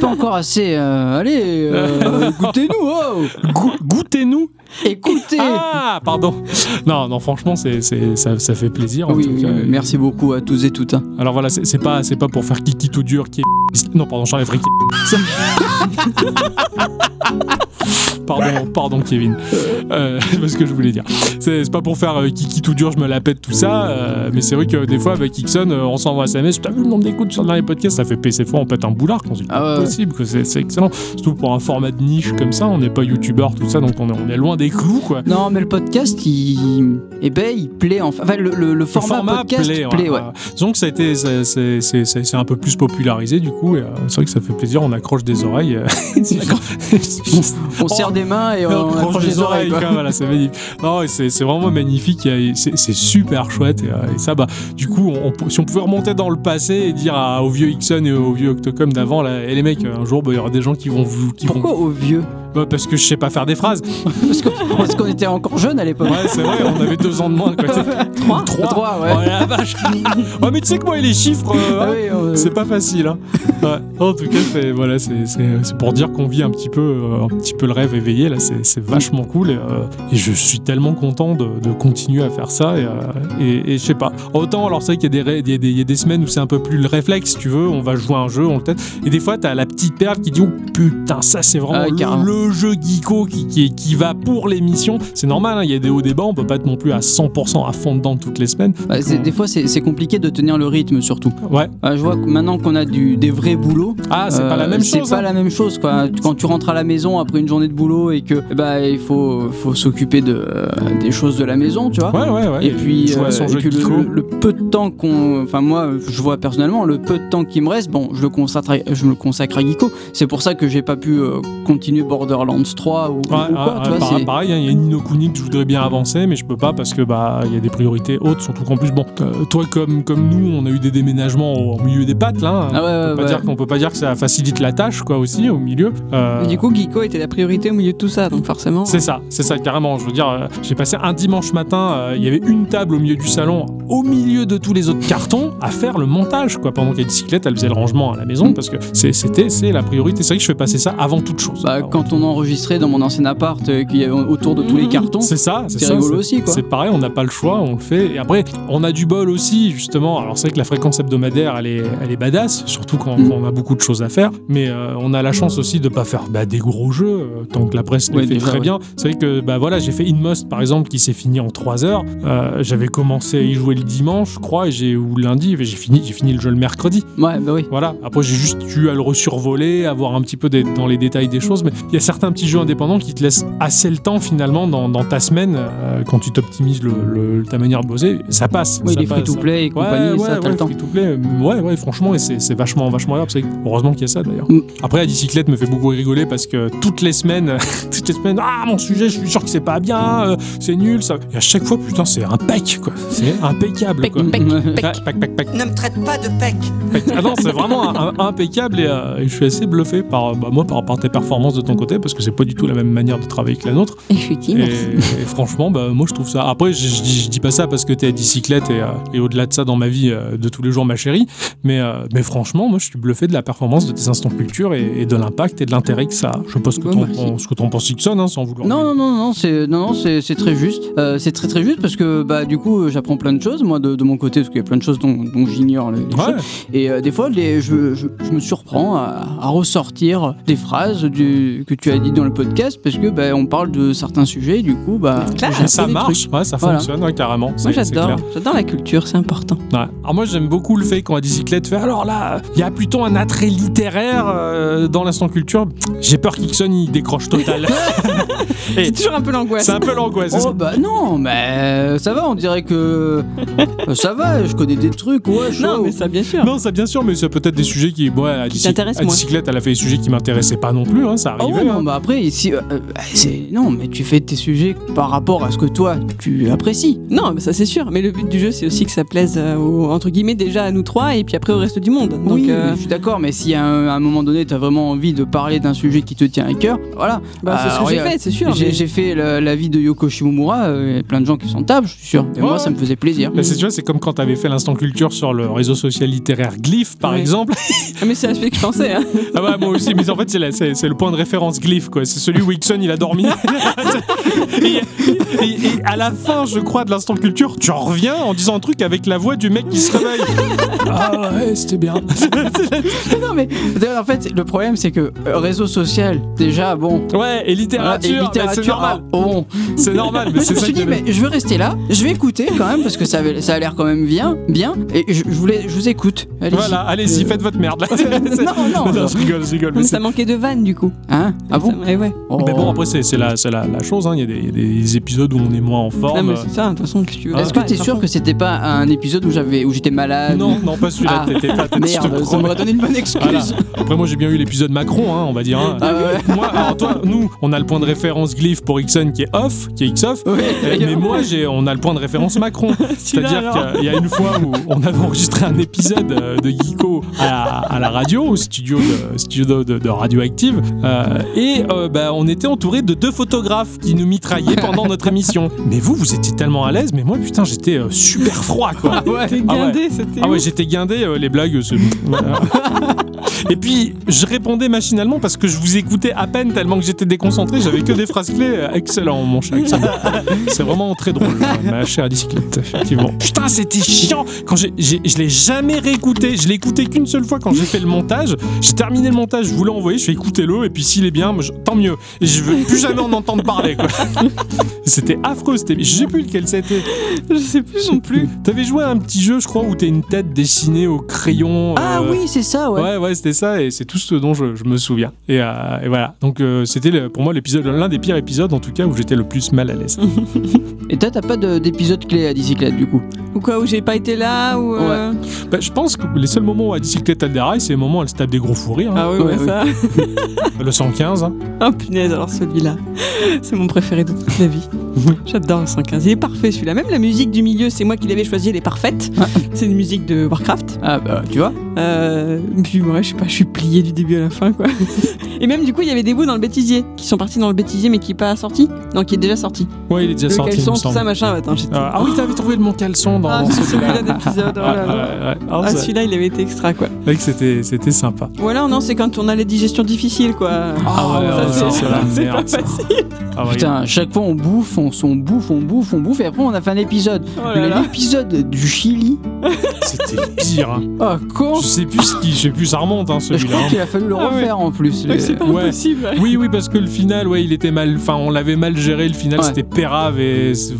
B: Pas encore assez. euh, allez,
A: [laughs]
B: euh, écoutez-nous, oh
A: Go-
B: [laughs]
A: Goûtez-nous
B: Écoutez
A: Ah Pardon Non, non, franchement, c'est, c'est- ça, ça fait plaisir. en
B: Oui,
A: tout
B: oui,
A: cas.
B: oui, merci beaucoup à tous et toutes. hein.
A: Alors voilà, c'est, c'est pas, c'est pas pour faire kiki tout dur qui est. Non, pardon, Charles Frick. [laughs] Pardon, pardon Kevin. Euh, je sais pas ce que je voulais dire. C'est, c'est pas pour faire euh, kiki tout dur, je me la pète tout ça. euh, mais c'est vrai que des fois avec Ixon, euh, on s'envoie un SMS. T'as vu le nombre d'écoutes sur le dernier podcast Ça fait PC fois, on pète un boulard. Quand c'est
B: Ah ouais,
A: pas
B: ouais.
A: possible, que c'est, c'est excellent. Surtout pour un format de niche comme ça, on n'est pas youtubeur, tout ça, donc on est, on est loin des clous quoi.
B: Non, mais le podcast, il. Eh ben, il plaît. Enfin, enfin, le, le- le
A: Le
B: format, podcast plaît, ouais.
A: Disons que ça a été, ça- c'est c'est- c'est- c'est un peu plus popularisé du coup. et, euh, c'est vrai que ça fait plaisir. On accroche des oreilles. euh, [laughs]
B: On serre des mains et on,
A: on Oh. accroche des oreilles.
B: quoi.
A: quoi, voilà, c'est magnifique. Non, et c'est c'est vraiment magnifique. et C'est c'est super chouette. Et, euh, et ça, bah, du coup, on- on- si on pouvait remonter dans le passé et dire à- aux vieux Ixon et aux vieux Octocom d'avant, là, et les mecs, un jour, bah, il y aura des gens qui vont vous, qui
B: Pourquoi
A: vont,
B: aux vieux
A: Bah, parce que je sais pas faire des phrases.
B: Parce que- parce qu'on était encore jeunes à l'époque.
A: Ouais, c'est vrai, on avait deux ans de moins. Quoi. Trois Trois,
B: Trois, ouais.
A: Oh la vache Oh, mais tu sais que moi, et les chiffres. euh,
B: Ah oui, euh,
A: C'est pas facile,
B: [laughs]
A: hein. Ouais. En tout cas, c'est voilà, c'est- c'est- c'est pour dire qu'on vit un petit peu, euh, un petit peu le rêve éveillé. Là, c'est c'est vachement cool. Et, euh, et je suis tellement content de, de continuer à faire ça. Et, euh, et- et je sais pas. Autant, alors c'est vrai qu'il y, a des ré- il y a des- il y a des semaines où c'est un peu plus le réflexe. Tu veux, on va jouer à un jeu, on le teste. Et des fois, t'as la petite perle qui dit oh putain, ça c'est vraiment
B: Ah,
A: le-
B: carrément.
A: le, jeu geeko qui, qui, qui va pour l'émission. C'est normal. hein, Il y a des hauts, des bas. On peut pas être non plus à 100% à fond dedans toutes les semaines.
B: bah, c'est- des fois, c'est c'est compliqué de tenir le rythme, surtout.
A: Ouais.
B: Ah, je vois que maintenant qu'on a du, des vrais boulots,
A: Ah, c'est
B: euh,
A: pas la même
B: c'est
A: chose.
B: pas
A: hein.
B: la même chose, quoi. Quand tu rentres à la maison après une journée de boulot et que eh bah il faut faut s'occuper de euh, des choses de la maison, tu vois.
A: Ouais, ouais, ouais.
B: Et puis,
A: jouer à
B: euh,
A: son
B: et
A: jeu
B: puis le,
A: geeko.
B: le- le peu de temps qu'on. Enfin, moi, je vois personnellement, le peu de temps qui me reste, bon, je le consacre, à- je me le consacre à Geeko. C'est pour ça que j'ai pas pu euh, continuer Borderlands 3 ou, ou
A: Ouais,
B: quoi,
A: ouais,
B: tu
A: ouais,
B: vois.
A: par-
B: c'est-
A: pareil, hein, il y a une Inokuni que je voudrais bien avancer, mais je peux pas parce que bah il y a des priorités hautes, surtout qu'en plus bon, euh, toi comme comme nous, on a eu des déménagements au, au milieu des pattes là. hein.
B: Ah ouais,
A: on peut
B: ouais,
A: pas
B: ouais.
A: dire qu'on peut pas dire que ça facilite la tâche quoi aussi au milieu. Euh,
C: Mais Du coup, Geeko était la priorité au milieu de tout ça, donc forcément.
A: c'est ça, c'est ça carrément. Je veux dire, euh, j'ai passé un dimanche matin, euh, il y avait une table au milieu du salon, au milieu de tous les autres cartons, à faire le montage quoi. Pendant que la bicyclette, elle faisait le rangement à la
B: Mm.
A: maison parce que c'est- c'était c'est la priorité. C'est vrai que je fais passer ça avant toute chose.
B: Bah,
A: Alors,
B: quand on enregistrait dans mon ancien appart, euh, qu'il y avait autour de tous les
C: Mhm.
B: cartons,
A: Mmh. C'est ça, c'est
B: c'était
A: ça,
B: rigolo
A: c'est-
B: aussi, quoi.
A: C'est pareil, on n'a pas le choix, on le fait. Et après, on a du bol aussi, justement. Alors, c'est vrai que la fréquence hebdomadaire, elle est, elle est badass, surtout quand,
B: Mm.
A: quand on a beaucoup de choses à faire. Mais euh, on a la chance aussi de ne pas faire bah, des gros jeux, euh, tant que la presse les
B: Ouais,
A: fait
B: déjà,
A: très
B: ouais.
A: bien. C'est vrai que, bah voilà, j'ai fait Inmost, par exemple, qui s'est fini en 3 heures. Euh, J'avais commencé à y jouer le dimanche, je crois, et j'ai ou lundi, et j'ai fini, j'ai fini le jeu le mercredi.
B: Ouais, bah oui.
A: Voilà. Après, j'ai juste eu à le resurvoler, à voir un petit peu des- dans les détails des choses. Mais il y a certains petits jeux indépendants qui te laissent assez le temps finalement dans, dans ta semaine euh, quand tu t'optimises le, le- ta manière de bosser. Ça passe.
B: Oui,
A: ça
B: les
A: passe, ça
B: free-to-play et compagnie, ça, t'as le temps.
A: free-to-play, euh, ouais, ouais, franchement, et c'est c'est vachement, vachement agréable. c'est- Heureusement qu'il y a ça d'ailleurs.
B: Mm.
A: Après, la bicyclette me fait beaucoup rigoler parce que toutes les semaines, [laughs] toutes les semaines, ah mon sujet, je suis sûr que c'est pas bien, euh, c'est nul, ça. Et à chaque fois, putain, c'est impec, quoi. C'est impeccable, quoi.
B: Mmh. [laughs]
A: Ah, pac, pac, pac,
G: Ne me traite pas de pec.
A: pac. Ah non, c'est vraiment un- un- impeccable et, euh, et je suis assez bluffé par, euh, bah, moi, par, par tes performances de ton côté parce que c'est pas du tout la même manière de travailler que la nôtre.
H: Effectivement.
A: Et, et franchement, bah, moi je trouve ça. Après, je, je dis, je dis pas ça parce que t'es à bicyclette et, euh, et au-delà de ça dans ma vie euh, de tous les jours, ma chérie. Mais, euh, mais franchement, moi je suis bluffé de la performance de tes instants culture et, et de l'impact et de l'intérêt que ça a. Je sais pas ce que
B: Bon,
A: t'en
B: merci.
A: penses- ce que t'en penses, Ixon, hein, sans vouloir.
B: Non, non, non, non, c'est non, non, c'est c'est très juste. Euh, c'est très très juste parce que bah du coup euh, j'apprends plein de choses moi de, de mon côté parce qu'il y a plein de choses dont, dont j'ignore les, les
A: Ouais.
B: choses. Et euh, des fois les- je, je- je me surprends à, à ressortir des phrases du- que tu as dites dans le podcast parce que bah, on parle de certains sujets et du coup bah
C: Classe.
B: j'ai
A: Et ça
B: appris des
A: marche, ouais, ça
B: Voilà.
A: fonctionne ouais, carrément.
C: Moi
A: c'est- c'est
C: j'adore,
A: clair.
C: j'adore la culture, c'est important.
A: Ouais. Alors moi j'aime beaucoup le fait qu'on a bicyclette fait alors là il y a plutôt un attrait littéraire euh, dans l'instant culture j'ai peur qu'Ixon il décroche total
C: C'est toujours un peu l'angoisse.
A: c'est un peu l'angoisse c'est
B: Oh bah non, mais ça va, on dirait que Euh, ça va, je connais des trucs, ouais, je
C: Non, mais ça, bien sûr.
A: Non, ça bien sûr, mais c'est peut-être des sujets qui, moi, à, bicyc-
C: t'intéressent
A: à
C: moins.
A: bicyclette, elle a fait des sujets qui m'intéressaient pas non plus, hein, ça
B: Ah ouais,
A: arrivait.
B: non,
A: hein.
B: bah après, ici, euh, euh, c'est- non, mais tu fais tes sujets par rapport à ce que toi tu apprécies.
C: Non, mais ça c'est sûr. Mais le but du jeu, c'est aussi que ça plaise euh, aux- entre guillemets déjà à nous trois et puis après au reste du monde. Donc,
B: oui,
C: euh,
B: je suis d'accord, mais si à un, à un moment donné, t'as vraiment envie de parler d'un sujet qui te tient à cœur, voilà.
C: bah, c'est ce
B: Alors,
C: que j'ai
B: regarde,
C: fait, c'est sûr.
B: J'ai
C: mais-
B: j'ai fait la, la vie de Yoko Shimomura, euh, y a plein de gens qui s'en tapent, je suis sûr. Et
A: Ouais.
B: moi, ça me faisait plaisir.
A: Bah, c'est, tu vois, c'est comme quand t'avais fait l'instant culture sur le réseau social littéraire Glyph, par
C: Ouais.
A: exemple.
C: Ah, mais c'est à celui que je pensais. hein. [laughs]
A: Ah bah, moi aussi, mais en fait, c'est, la- c'est- c'est le point de référence Glyph, quoi. C'est celui où Ixon, il a [laughs] dormi. et, et- et à la fin, je crois, de l'instant culture, tu en reviens en disant un truc avec la voix du mec qui se réveille. ah ouais, c'était bien.
B: [laughs] non, mais d'ailleurs, en fait, le problème, c'est que euh, réseau social, déjà, bon. hein,
A: ouais, et littérature,
B: et
A: bah, c'est normal.
B: ah, bon.
A: C'est normal, mais
B: Moi, je
A: c'est
B: me
A: ça
B: suis
A: qui
B: dit,
A: est-
B: mais je veux rester là, je vais écouter quand même, parce que ça, avait- ça a l'air quand même bien, bien, et je, je voulais, je vous écoute. Allez-y.
A: Voilà, allez-y, faites votre merde. là. [laughs] C'est-
B: [laughs] Non, non,
A: non, je rigole, je rigole.
C: Non,
A: mais
C: mais
A: c'est-
C: ça manquait de vannes du coup.
B: Hein Ah bon
C: Ça- eh ouais, ouais.
B: Oh.
A: Mais bon, après, c'est c'est la, c'est la, la chose. hein. Il y a des, il y a des épisodes où on est moins en
C: Non,
A: forme.
C: mais c'est ça, de toute façon, qu'est-ce Ah, que tu veux
B: Est-ce que t'es sûr que c'était pas un épisode où j'avais, où j'étais malade
A: Non, non, pas celui-là.
B: Ah.
A: t'étais pas- t'étais- je te
B: [laughs] Merde, ça
A: promets.
B: m'aurait donné une bonne excuse.
A: Voilà. Après, moi, j'ai bien eu l'épisode Macron, hein, on va dire. hein.
B: Ah ouais.
A: Moi, alors, toi, nous, on a le point de référence glyphe pour Ixon qui est off, qui est X-off. Euh, Mais moi, j'ai, on a le point de référence Macron. C'est-à-dire qu'il y a une fois où on avait enregistré un épisode euh, de Geeko à, la- à la radio, au studio de, studio de, de- de Radioactive, euh, et euh, bah, on était entouré de deux photographes qui nous mitraillaient pendant notre émission. Mais vous, vous étiez tellement à l'aise, mais moi, putain, j'étais euh, super froid, quoi.
C: T'es
A: Ah ouais.
C: guindé, c'était.
A: Ah ouais,
C: ouf.
A: j'étais guindé, euh, les blagues. c'est- Voilà. Et puis, je répondais machinalement parce que je vous écoutais à peine tellement que j'étais déconcentré. J'avais que des phrases clés. Euh, Excellent, mon chat. excellent.
C: [laughs]
A: C'est vraiment très drôle, euh, ma chère bicyclette, effectivement. Putain, c'était chiant. Quand j'ai, j'ai- je l'ai jamais réécouté. Je l'ai écouté qu'une seule fois quand j'ai fait le montage. J'ai terminé le montage, je voulais envoyer, je fais écoutez-le. Et puis, s'il est bien, moi, je- tant mieux. Et je veux plus jamais en entendre parler, quoi. [laughs] C'était affreux. C'était, je sais plus lequel c'était.
C: [laughs] Je sais plus non plus.
A: T'avais joué à un petit jeu, je crois, où t'es une tête dessinée au crayon.
B: Ah
A: euh,
B: oui, c'est ça, ouais.
A: Ouais, ouais, c'était ça, et c'est tout ce dont je, je me souviens. Et, euh, et voilà. Donc, euh, c'était le- pour moi l'épisode, l'un des pires épisodes, en tout cas, où j'étais le plus mal à l'aise.
C: Mmh.
B: Et toi, t'as pas de- d'épisode clé à bicyclette du coup
C: Ou quoi, où j'ai pas été là, ou. euh,
A: Bah, je pense que les seuls moments où la bicyclette elle déraille, c'est les moments où elle se tape des gros fous rires. hein.
C: Ah oui,
B: Ouais,
C: ouais,
B: oui.
C: ça. Ah.
A: Le 115. hein.
C: Oh punaise, alors celui-là, c'est mon préféré de toute la vie.
A: [laughs]
C: J'adore le 115. Il est parfait celui-là. Même la musique du milieu, c'est moi qui l'avais choisi, elle est parfaite.
A: Ah.
C: C'est une musique de Warcraft.
B: Ah bah, tu vois
C: Euh, puis moi, je sais pas, je suis pliée du début à
A: [laughs]
C: la fin, quoi. Et même du coup, il y avait des bouts dans le bêtisier, qui sont partis dans le bêtisier, mais qui est pas sorti. Non, qui est déjà sorti.
A: Ouais, il est déjà
C: Le
A: sorti. il me
C: caleçon, tout
A: semble.
C: ça, machin. Attends, j'étais.
A: Euh, ah oui, t'avais trouvé de mon caleçon dans.
C: Ah,
A: dans
C: c'est
A: ce-
C: celui-là d'épisode. Oh là là.
A: Ouais, ouais, ouais. Ah,
C: Ah,
A: ça-
C: celui-là, il avait été extra, quoi.
A: c'est vrai que c'était, c'était sympa.
C: Ou alors, non, c'est quand on a les digestions difficiles, quoi.
A: Ah ouais,
C: ça,
A: ouais,
C: [laughs] c'est-
A: ça, c'est la
C: c'est pas
A: merde, ça.
C: facile.
A: Ah ouais,
B: Putain, à chaque fois on bouffe, on, s- on bouffe, on bouffe, on bouffe, et après on a fait un épisode.
C: Oh là là.
B: L'épisode du Chili.
A: C'était le pire. hein.
B: Oh, comment
A: Je sais plus ce qui, je sais plus, ça remonte hein,
B: Je
A: celui-là.
B: crois
A: hein.
B: qu'il a fallu le
C: Ah ouais.
B: refaire en plus.
C: Ouais,
B: Les-
C: c'est pas
A: ouais.
C: impossible.
A: Oui, oui, parce que le final, ouais, il était mal. Enfin, on l'avait mal géré. Le final,
B: Ouais.
A: c'était pérave et c'est-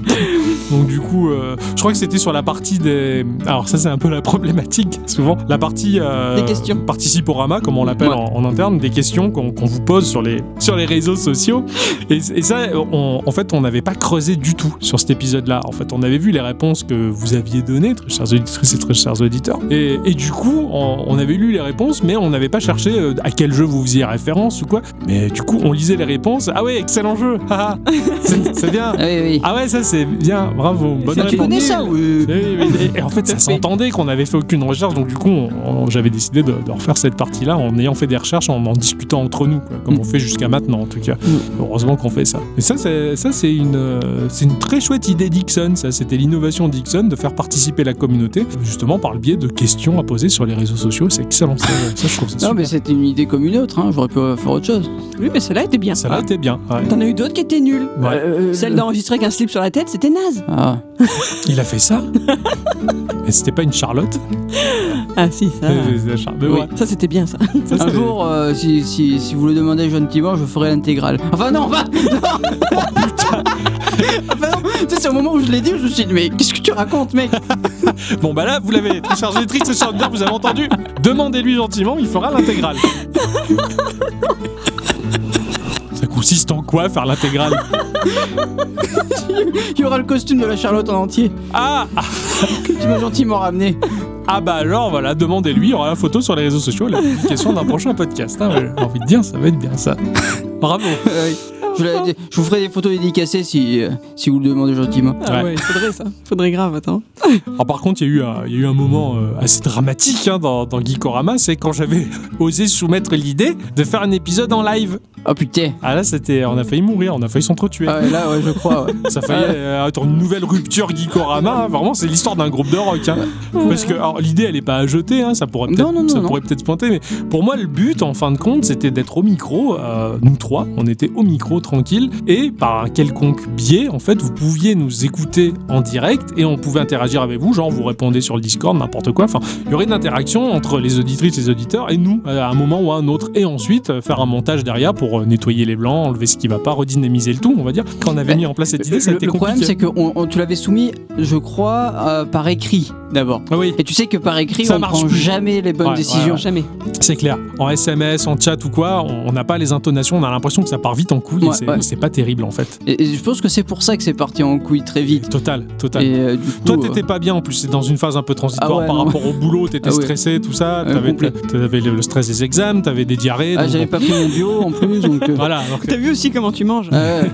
A: donc du coup, euh, je crois que c'était sur la partie des. Alors ça, c'est un peu la problématique souvent. La partie euh,
C: Des questions.
A: participorama, comme on l'appelle
B: Ouais.
A: en, en interne, des questions qu'on qu'on vous pose sur les sur les réseaux sociaux. Et, et ça, on- en fait, on n'avait pas creusé du tout sur cet épisode-là. En fait, on avait vu les réponses que vous aviez données, très chers auditrices et très chers auditeurs. Et, et du coup, on, on avait lu les réponses, mais on n'avait pas cherché euh, à quel jeu vous faisiez référence ou quoi. Mais du coup, on lisait les réponses. Ah ouais, excellent jeu. [laughs] Ah, ah. c'est c'est bien.
B: Ah oui, oui.
A: Ah ouais, ça c'est bien, bravo, bonne
B: Ah, tu
A: réponse.
B: connais ça oui.
A: Oui, oui, oui. Et en fait, ça
B: fait.
A: s'entendait qu'on avait fait aucune recherche, donc du coup, on- on- j'avais décidé de, de refaire cette partie-là en ayant fait des recherches, en en discutant entre nous, quoi, comme
B: Mm.
A: on fait jusqu'à maintenant en tout cas.
B: Mm.
A: Heureusement qu'on fait ça. Et ça, c'est ça, c'est une, euh, c'est une très chouette idée Dixon. Ça, c'était l'innovation Dixon de faire participer la communauté, justement par le biais de questions à poser sur les réseaux sociaux. C'est excellent. Ça, ça, je trouve ça
B: Non,
A: super.
B: mais c'était une idée comme une autre. hein. J'aurais pu euh, faire autre chose.
C: Oui, mais celle-là était bien.
A: Ça là, était bien. ouais.
C: T'en as eu d'autres qui étaient nuls.
B: Euh,
A: Ouais.
C: Celle d'enregistrer avec un slip sur la tête, c'était naze.
B: Ah.
A: Il a fait [laughs] ça. Mais c'était pas une Charlotte.
C: Ah si, ça.
A: Euh, Char- mais ouais,
C: Ça c'était bien ça.
A: ça,
B: Un
A: c'est-
B: jour, euh, si, si, si vous le demandez, John Timor, je ferai l'intégrale. Enfin, non, enfin,
A: [laughs]
B: non Enfin, non Tu sais, c'est au moment où je l'ai dit, je me suis dit, mais qu'est-ce que tu racontes, mec
A: Bon bah là, vous l'avez, très chargé triste, ce chanteur, vous avez entendu Demandez-lui gentiment, il fera [laughs] l'intégrale. Ça consiste en quoi faire l'intégrale
B: Il y aura le costume de la Charlotte en entier
A: ah, ah,
B: que tu m'as gentiment ramené.
A: ah bah alors voilà, demandez-lui, il y aura la photo sur les réseaux sociaux, la publication d'un prochain podcast. hein, J'ai envie de dire, ça va être bien ça. Bravo.
B: Euh, je, l'avais dit, je vous ferai des photos dédicacées si, euh, si vous le demandez gentiment.
A: Ah Ouais.
C: il faudrait ça. Faudrait grave, attends.
A: Alors par contre, il y, a eu un- il y a eu un moment euh, assez dramatique hein, dans, dans Geekorama, c'est quand j'avais [laughs] osé soumettre l'idée de faire un épisode en live.
B: Oh putain
A: Ah là, c'était, on a failli mourir, on a failli s'entretuer.
B: Ah ouais, Là, ouais, je
A: [laughs]
B: crois, ouais.
A: Ça faillait euh, être une nouvelle rupture Geekorama. hein. Vraiment, c'est l'histoire d'un groupe de rock. hein. Parce que alors, l'idée, elle est pas à jeter. hein. Ça pourrait peut-être
B: Non, non, non,
A: ça
B: non.
A: pourrait peut-être se pointer. Mais pour moi, le but, en fin de compte, c'était d'être au micro. euh, nous trois, on était au micro tranquille. Et par un quelconque biais, en fait, vous pouviez nous écouter en direct et on pouvait interagir avec vous. Genre, vous répondez sur le Discord, n'importe quoi. Enfin, il y aurait une interaction entre les auditrices, les auditeurs et nous euh, à un moment ou à un autre. Et ensuite, euh, faire un montage derrière pour euh, nettoyer les blancs, enlever ce qui va pas, redynamiser le tout, on va dire. Quand on avait
B: Mais
A: mis en place cette idée, ça a
B: le,
A: été
B: le problème,
A: compliqué.
B: c'est que on- on- tu l'avais soumis, je crois, euh, par écrit d'abord.
A: Ah oui,
B: Et tu sais que par écrit,
A: Ça
B: on
A: marche
B: prend
A: plus.
B: jamais les bonnes
A: Ouais,
B: décisions.
A: ouais,
C: Jamais.
A: c'est clair. En SMS, en chat ou quoi, on on n'a pas les intonations, on a l'impression que ça part vite en couille et
B: Ouais,
A: c'est
B: ouais.
A: c'est pas terrible en fait.
B: Et, et je pense que c'est pour ça que c'est parti en couille très vite.
A: Total, total.
B: Et euh, du coup,
A: Toi,
B: euh,
A: t'étais pas bien en plus, c'est dans une phase un peu transitoire
B: Ah ouais,
A: par
B: non.
A: rapport au boulot, t'étais
B: Ah ouais.
A: stressé, tout ça,
B: Ouais,
A: t'avais
B: complet.
A: t'avais le le stress des examens, t'avais des diarrhées.
B: ah,
A: donc
B: j'avais
A: bon.
B: pas pris mon bio en plus, donc.
A: [laughs]
B: euh,
A: Voilà, alors que-
C: T'as vu aussi comment tu manges
B: ah ouais.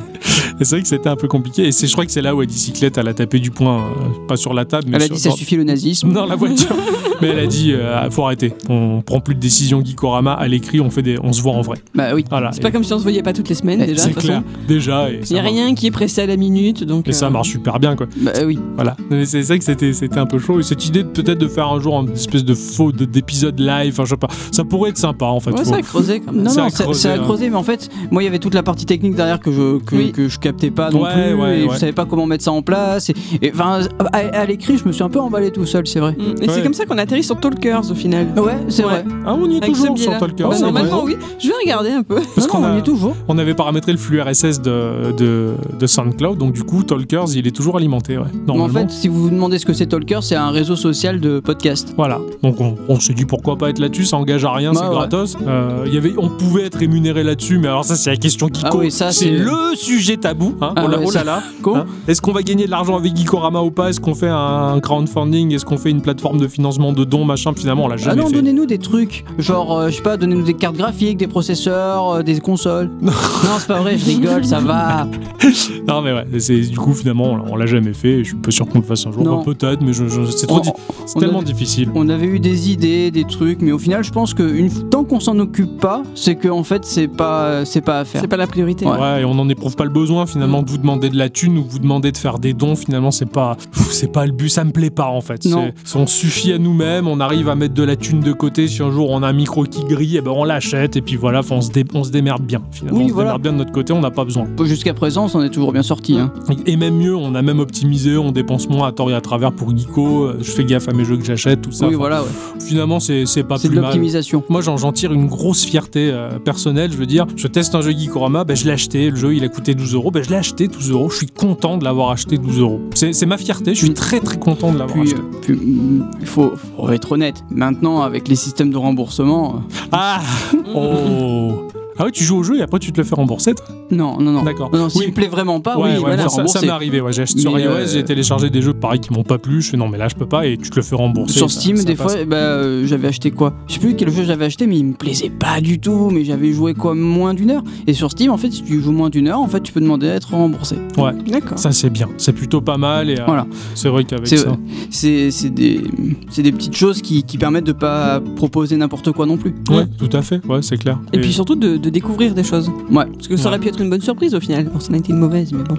A: et c'est vrai que c'était un peu compliqué. Et c'est- je crois que c'est là où Eddie Cyclette, elle a tapé du poing, euh, pas sur la table, mais
B: Elle a
A: sur-
B: dit ça
A: dans-
B: suffit le nazisme.
A: dans [laughs] la
C: [laughs]
A: voiture. mais elle a dit euh, faut arrêter, on prend plus de décision Geekorama à l'écrit, on fait des, on se voit en vrai.
B: Bah oui.
A: Voilà.
C: C'est pas comme si on se voyait pas toutes les semaines
B: Eh,
C: déjà.
A: C'est
C: de toute
A: clair,
C: façon.
A: déjà. Et
C: Y
A: ça
C: a
A: marche.
C: rien qui est pressé à la minute, donc.
A: Et ça
C: euh,
A: marche super bien, quoi.
B: Bah oui.
A: Voilà. Mais c'est ça que c'était, c'était un peu chaud. Et cette idée de peut-être de faire un jour une espèce de faux de- d'épisode live, enfin, je sais pas, ça pourrait être sympa en fait.
C: Ouais,
A: Faut-
C: ça a creusé quand même.
B: Non,
A: C'est à
B: non, c'est
A: creuser,
B: c'est à
A: hein.
B: creuser, mais en fait, moi, il y avait toute la partie technique derrière que je, que,
C: Oui.
B: que je captais pas non
A: Ouais,
B: plus,
A: ouais,
B: et
A: ouais.
B: je savais pas comment mettre ça en place. Et, et, enfin, à, à l'écrit, je me suis un peu emballé tout seul, c'est vrai.
C: Mm, Et
A: Ouais.
C: c'est comme ça qu'on atterrit sur Talkers au final.
B: Ouais, c'est
C: Ouais.
B: vrai.
A: Ah, on y est
C: Avec ce
A: toujours
C: biais-là.
A: sur Talker.
C: Bah,
A: c'est
C: normalement,
A: vrai.
C: oui. Je vais regarder un peu.
A: Parce
B: Non,
A: qu'on
B: non, on
A: a-
B: y est toujours.
A: On avait paramétré le flux RSS de, de, de SoundCloud, donc du coup, Talkers, il est toujours alimenté, ouais.
B: Mais
A: Normalement.
B: en fait, si vous vous demandez ce que c'est Talker, c'est un réseau social de podcast.
A: Voilà, donc on, on s'est dit pourquoi pas être là-dessus, ça engage à rien,
B: Bah
A: c'est
B: ouais.
A: gratos. Euh, il y avait, on pouvait être rémunéré là-dessus, mais alors ça c'est la question qui
B: Ah
A: compte.
B: oui, ça,
A: c'est
B: c'est-
A: le sujet tabou. hein.
B: Ah
A: oh là,
B: ouais,
A: oh là,
B: ça-
A: là.
B: Con.
A: Hein Est-ce qu'on va gagner de l'argent avec Geekorama ou pas Est-ce qu'on fait un crowdfunding Est-ce qu'on fait une plateforme de financement de dons machin Finalement, on l'a
B: Ah
A: jamais
B: non,
A: fait.
B: donnez-nous des trucs. Genre, euh, je sais pas, donnez-nous des cartes graphiques, des processeurs, euh, des consoles. non, c'est pas vrai, je rigole, ça
A: [laughs]
B: va.
A: Non, mais ouais, c'est du coup finalement on l'a- on l'a jamais fait. Je suis pas sûr qu'on le fasse un jour.
B: Non.
A: Bah, Peut-être, mais je, je- c'est trop
B: On-
A: di- c'est
B: on
A: tellement
B: a-
A: difficile.
B: On avait eu des idées, des trucs, mais au final, je pense que une- tant qu'on s'en occupe pas, c'est que en fait, c'est pas, c'est pas à faire.
C: C'est pas la priorité.
A: Ouais. et on n'en éprouve pas le besoin finalement de vous demander de la thune ou vous demander de faire des dons. Finalement, c'est pas, pff, c'est pas le but. Ça me plaît pas en fait.
B: Non.
A: C'est- on suffit à nous-mêmes. On arrive à mettre de la thune de eh côté. Si un jour on a un micro qui grille, et ben on l'achète et puis voilà, enfin, on se, dé- on se démerde bien. Finalement,
B: Oui,
A: on se
B: voilà.
A: démerde bien de notre côté, on n'a pas besoin.
B: Jusqu'à présent, on s'en est toujours bien sorti. Hein.
A: Et même mieux, on a même optimisé, on dépense moins à tort et à travers pour Geeko, euh, je fais gaffe à mes jeux que j'achète, tout ça.
B: oui,
A: Enfin,
B: voilà, ouais.
A: Finalement, c'est c'est pas
B: c'est de
A: plus mal.
B: l'optimisation.
A: Moi, j'en j'en tire une grosse fierté euh, personnelle. Je veux dire, je teste un jeu Geekorama, ben, je l'ai acheté. Le jeu, il a coûté 12 euros. Ben, je l'ai acheté 12 euros. Je suis content de l'avoir acheté 12 euros. C'est c'est ma fierté. Je suis
B: Mm.
A: très, très content de l'avoir
B: Puis,
A: acheté.
B: euh, puis, mm, il faut, faut être honnête. Maintenant, avec les systèmes de remboursement, euh, [laughs]
A: Ah Oh Ah oui, tu joues au jeu et après, tu te le fais rembourser, toi
B: non, non, non.
A: D'accord.
B: Non, non, s'il
A: Oui.
B: me plaît vraiment pas,
A: ouais,
B: oui,
A: ouais,
B: voilà,
A: moi, ça, ça
B: rembourser.
A: m'est arrivé. Ouais, j'ai acheté sur
B: Mais,
A: iOS,
B: euh,
A: j'ai téléchargé des jeux pareil qui m'ont pas plu. Je fais non, mais là je peux pas et tu te le fais rembourser.
B: Sur
A: ça-
B: Steam,
A: ça
B: des
A: passe.
B: fois, bah, euh, j'avais acheté quoi Je sais plus quel jeu j'avais acheté, mais il me plaisait pas du tout. Mais j'avais joué quoi Moins d'une heure. Et sur Steam, en fait, si tu joues moins d'une heure, en fait, tu peux demander à être remboursé.
C: D'accord.
A: Ça c'est bien, c'est plutôt pas mal et euh,
B: Voilà.
A: c'est vrai qu'avec
B: C'est-
A: ça.
B: C'est c'est des, c'est des petites choses qui, qui permettent de pas proposer n'importe quoi non plus.
A: Ouais, tout à fait, ouais, c'est clair.
C: Et puis surtout de, de découvrir des choses.
B: Ouais.
C: Parce que ça aurait pu être une bonne surprise au final. Bon, ça en a été une mauvaise, mais bon.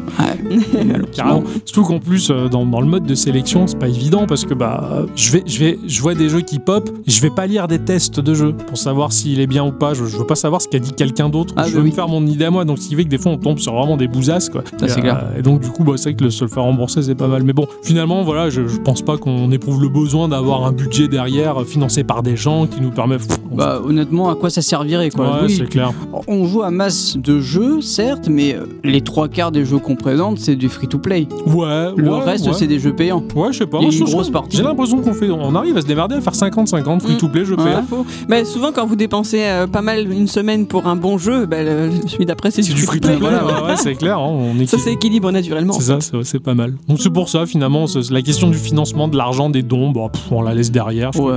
A: Carrément. Surtout qu'en plus, euh, dans, dans le mode de sélection, c'est pas évident parce que bah, euh, je, vais, je, vais, je vois des jeux qui pop, je vais pas lire des tests de jeu pour savoir s'il est bien ou pas. Je, je veux pas savoir ce qu'a dit quelqu'un d'autre.
B: Ah,
A: je
B: bah
A: veux
B: oui.
A: me faire mon idée à moi. Donc, ce qui fait que des fois, on tombe sur vraiment des bousasses. Quoi.
B: Ça,
A: Et,
B: c'est
A: euh,
B: clair.
A: Et donc, du coup, bah, c'est vrai que le se le faire rembourser, c'est pas mal. Mais bon, finalement, voilà, je, je pense pas qu'on éprouve le besoin d'avoir un budget derrière euh, financé par des gens qui nous permet. Pff, on-
B: Bah, honnêtement, à quoi ça servirait quoi
A: ouais,
B: Oui,
A: c'est clair.
B: On joue à masse de jeux, certes, mais euh, les trois quarts des jeux qu'on présente, c'est du free-to-play.
A: Ouais,
B: Le
A: ouais,
B: reste,
A: ouais.
B: c'est des jeux payants.
A: Ouais, je sais pas.
B: Il y a
A: moi, je-
B: une
A: je-
B: grosse partie. Mmh.
A: J'ai l'impression qu'on fait, on arrive à se démerder à faire 50-50 free to play, je
C: C'est
A: fais.
C: pas faux. Mais Bah, souvent, quand vous dépensez euh, pas mal une semaine pour un bon jeu, bah, le- celui d'après, c'est
A: C'est du free to
C: free-to-play.
A: play, ouais, ouais, c'est clair. hein, on est
C: Ça s'équilibre naturellement.
A: C'est ça, c'est c'est pas mal. Donc c'est pour ça finalement, c'est- la question du financement, de l'argent, des dons, bon, pff, on la laisse derrière. Je,
B: Ouais.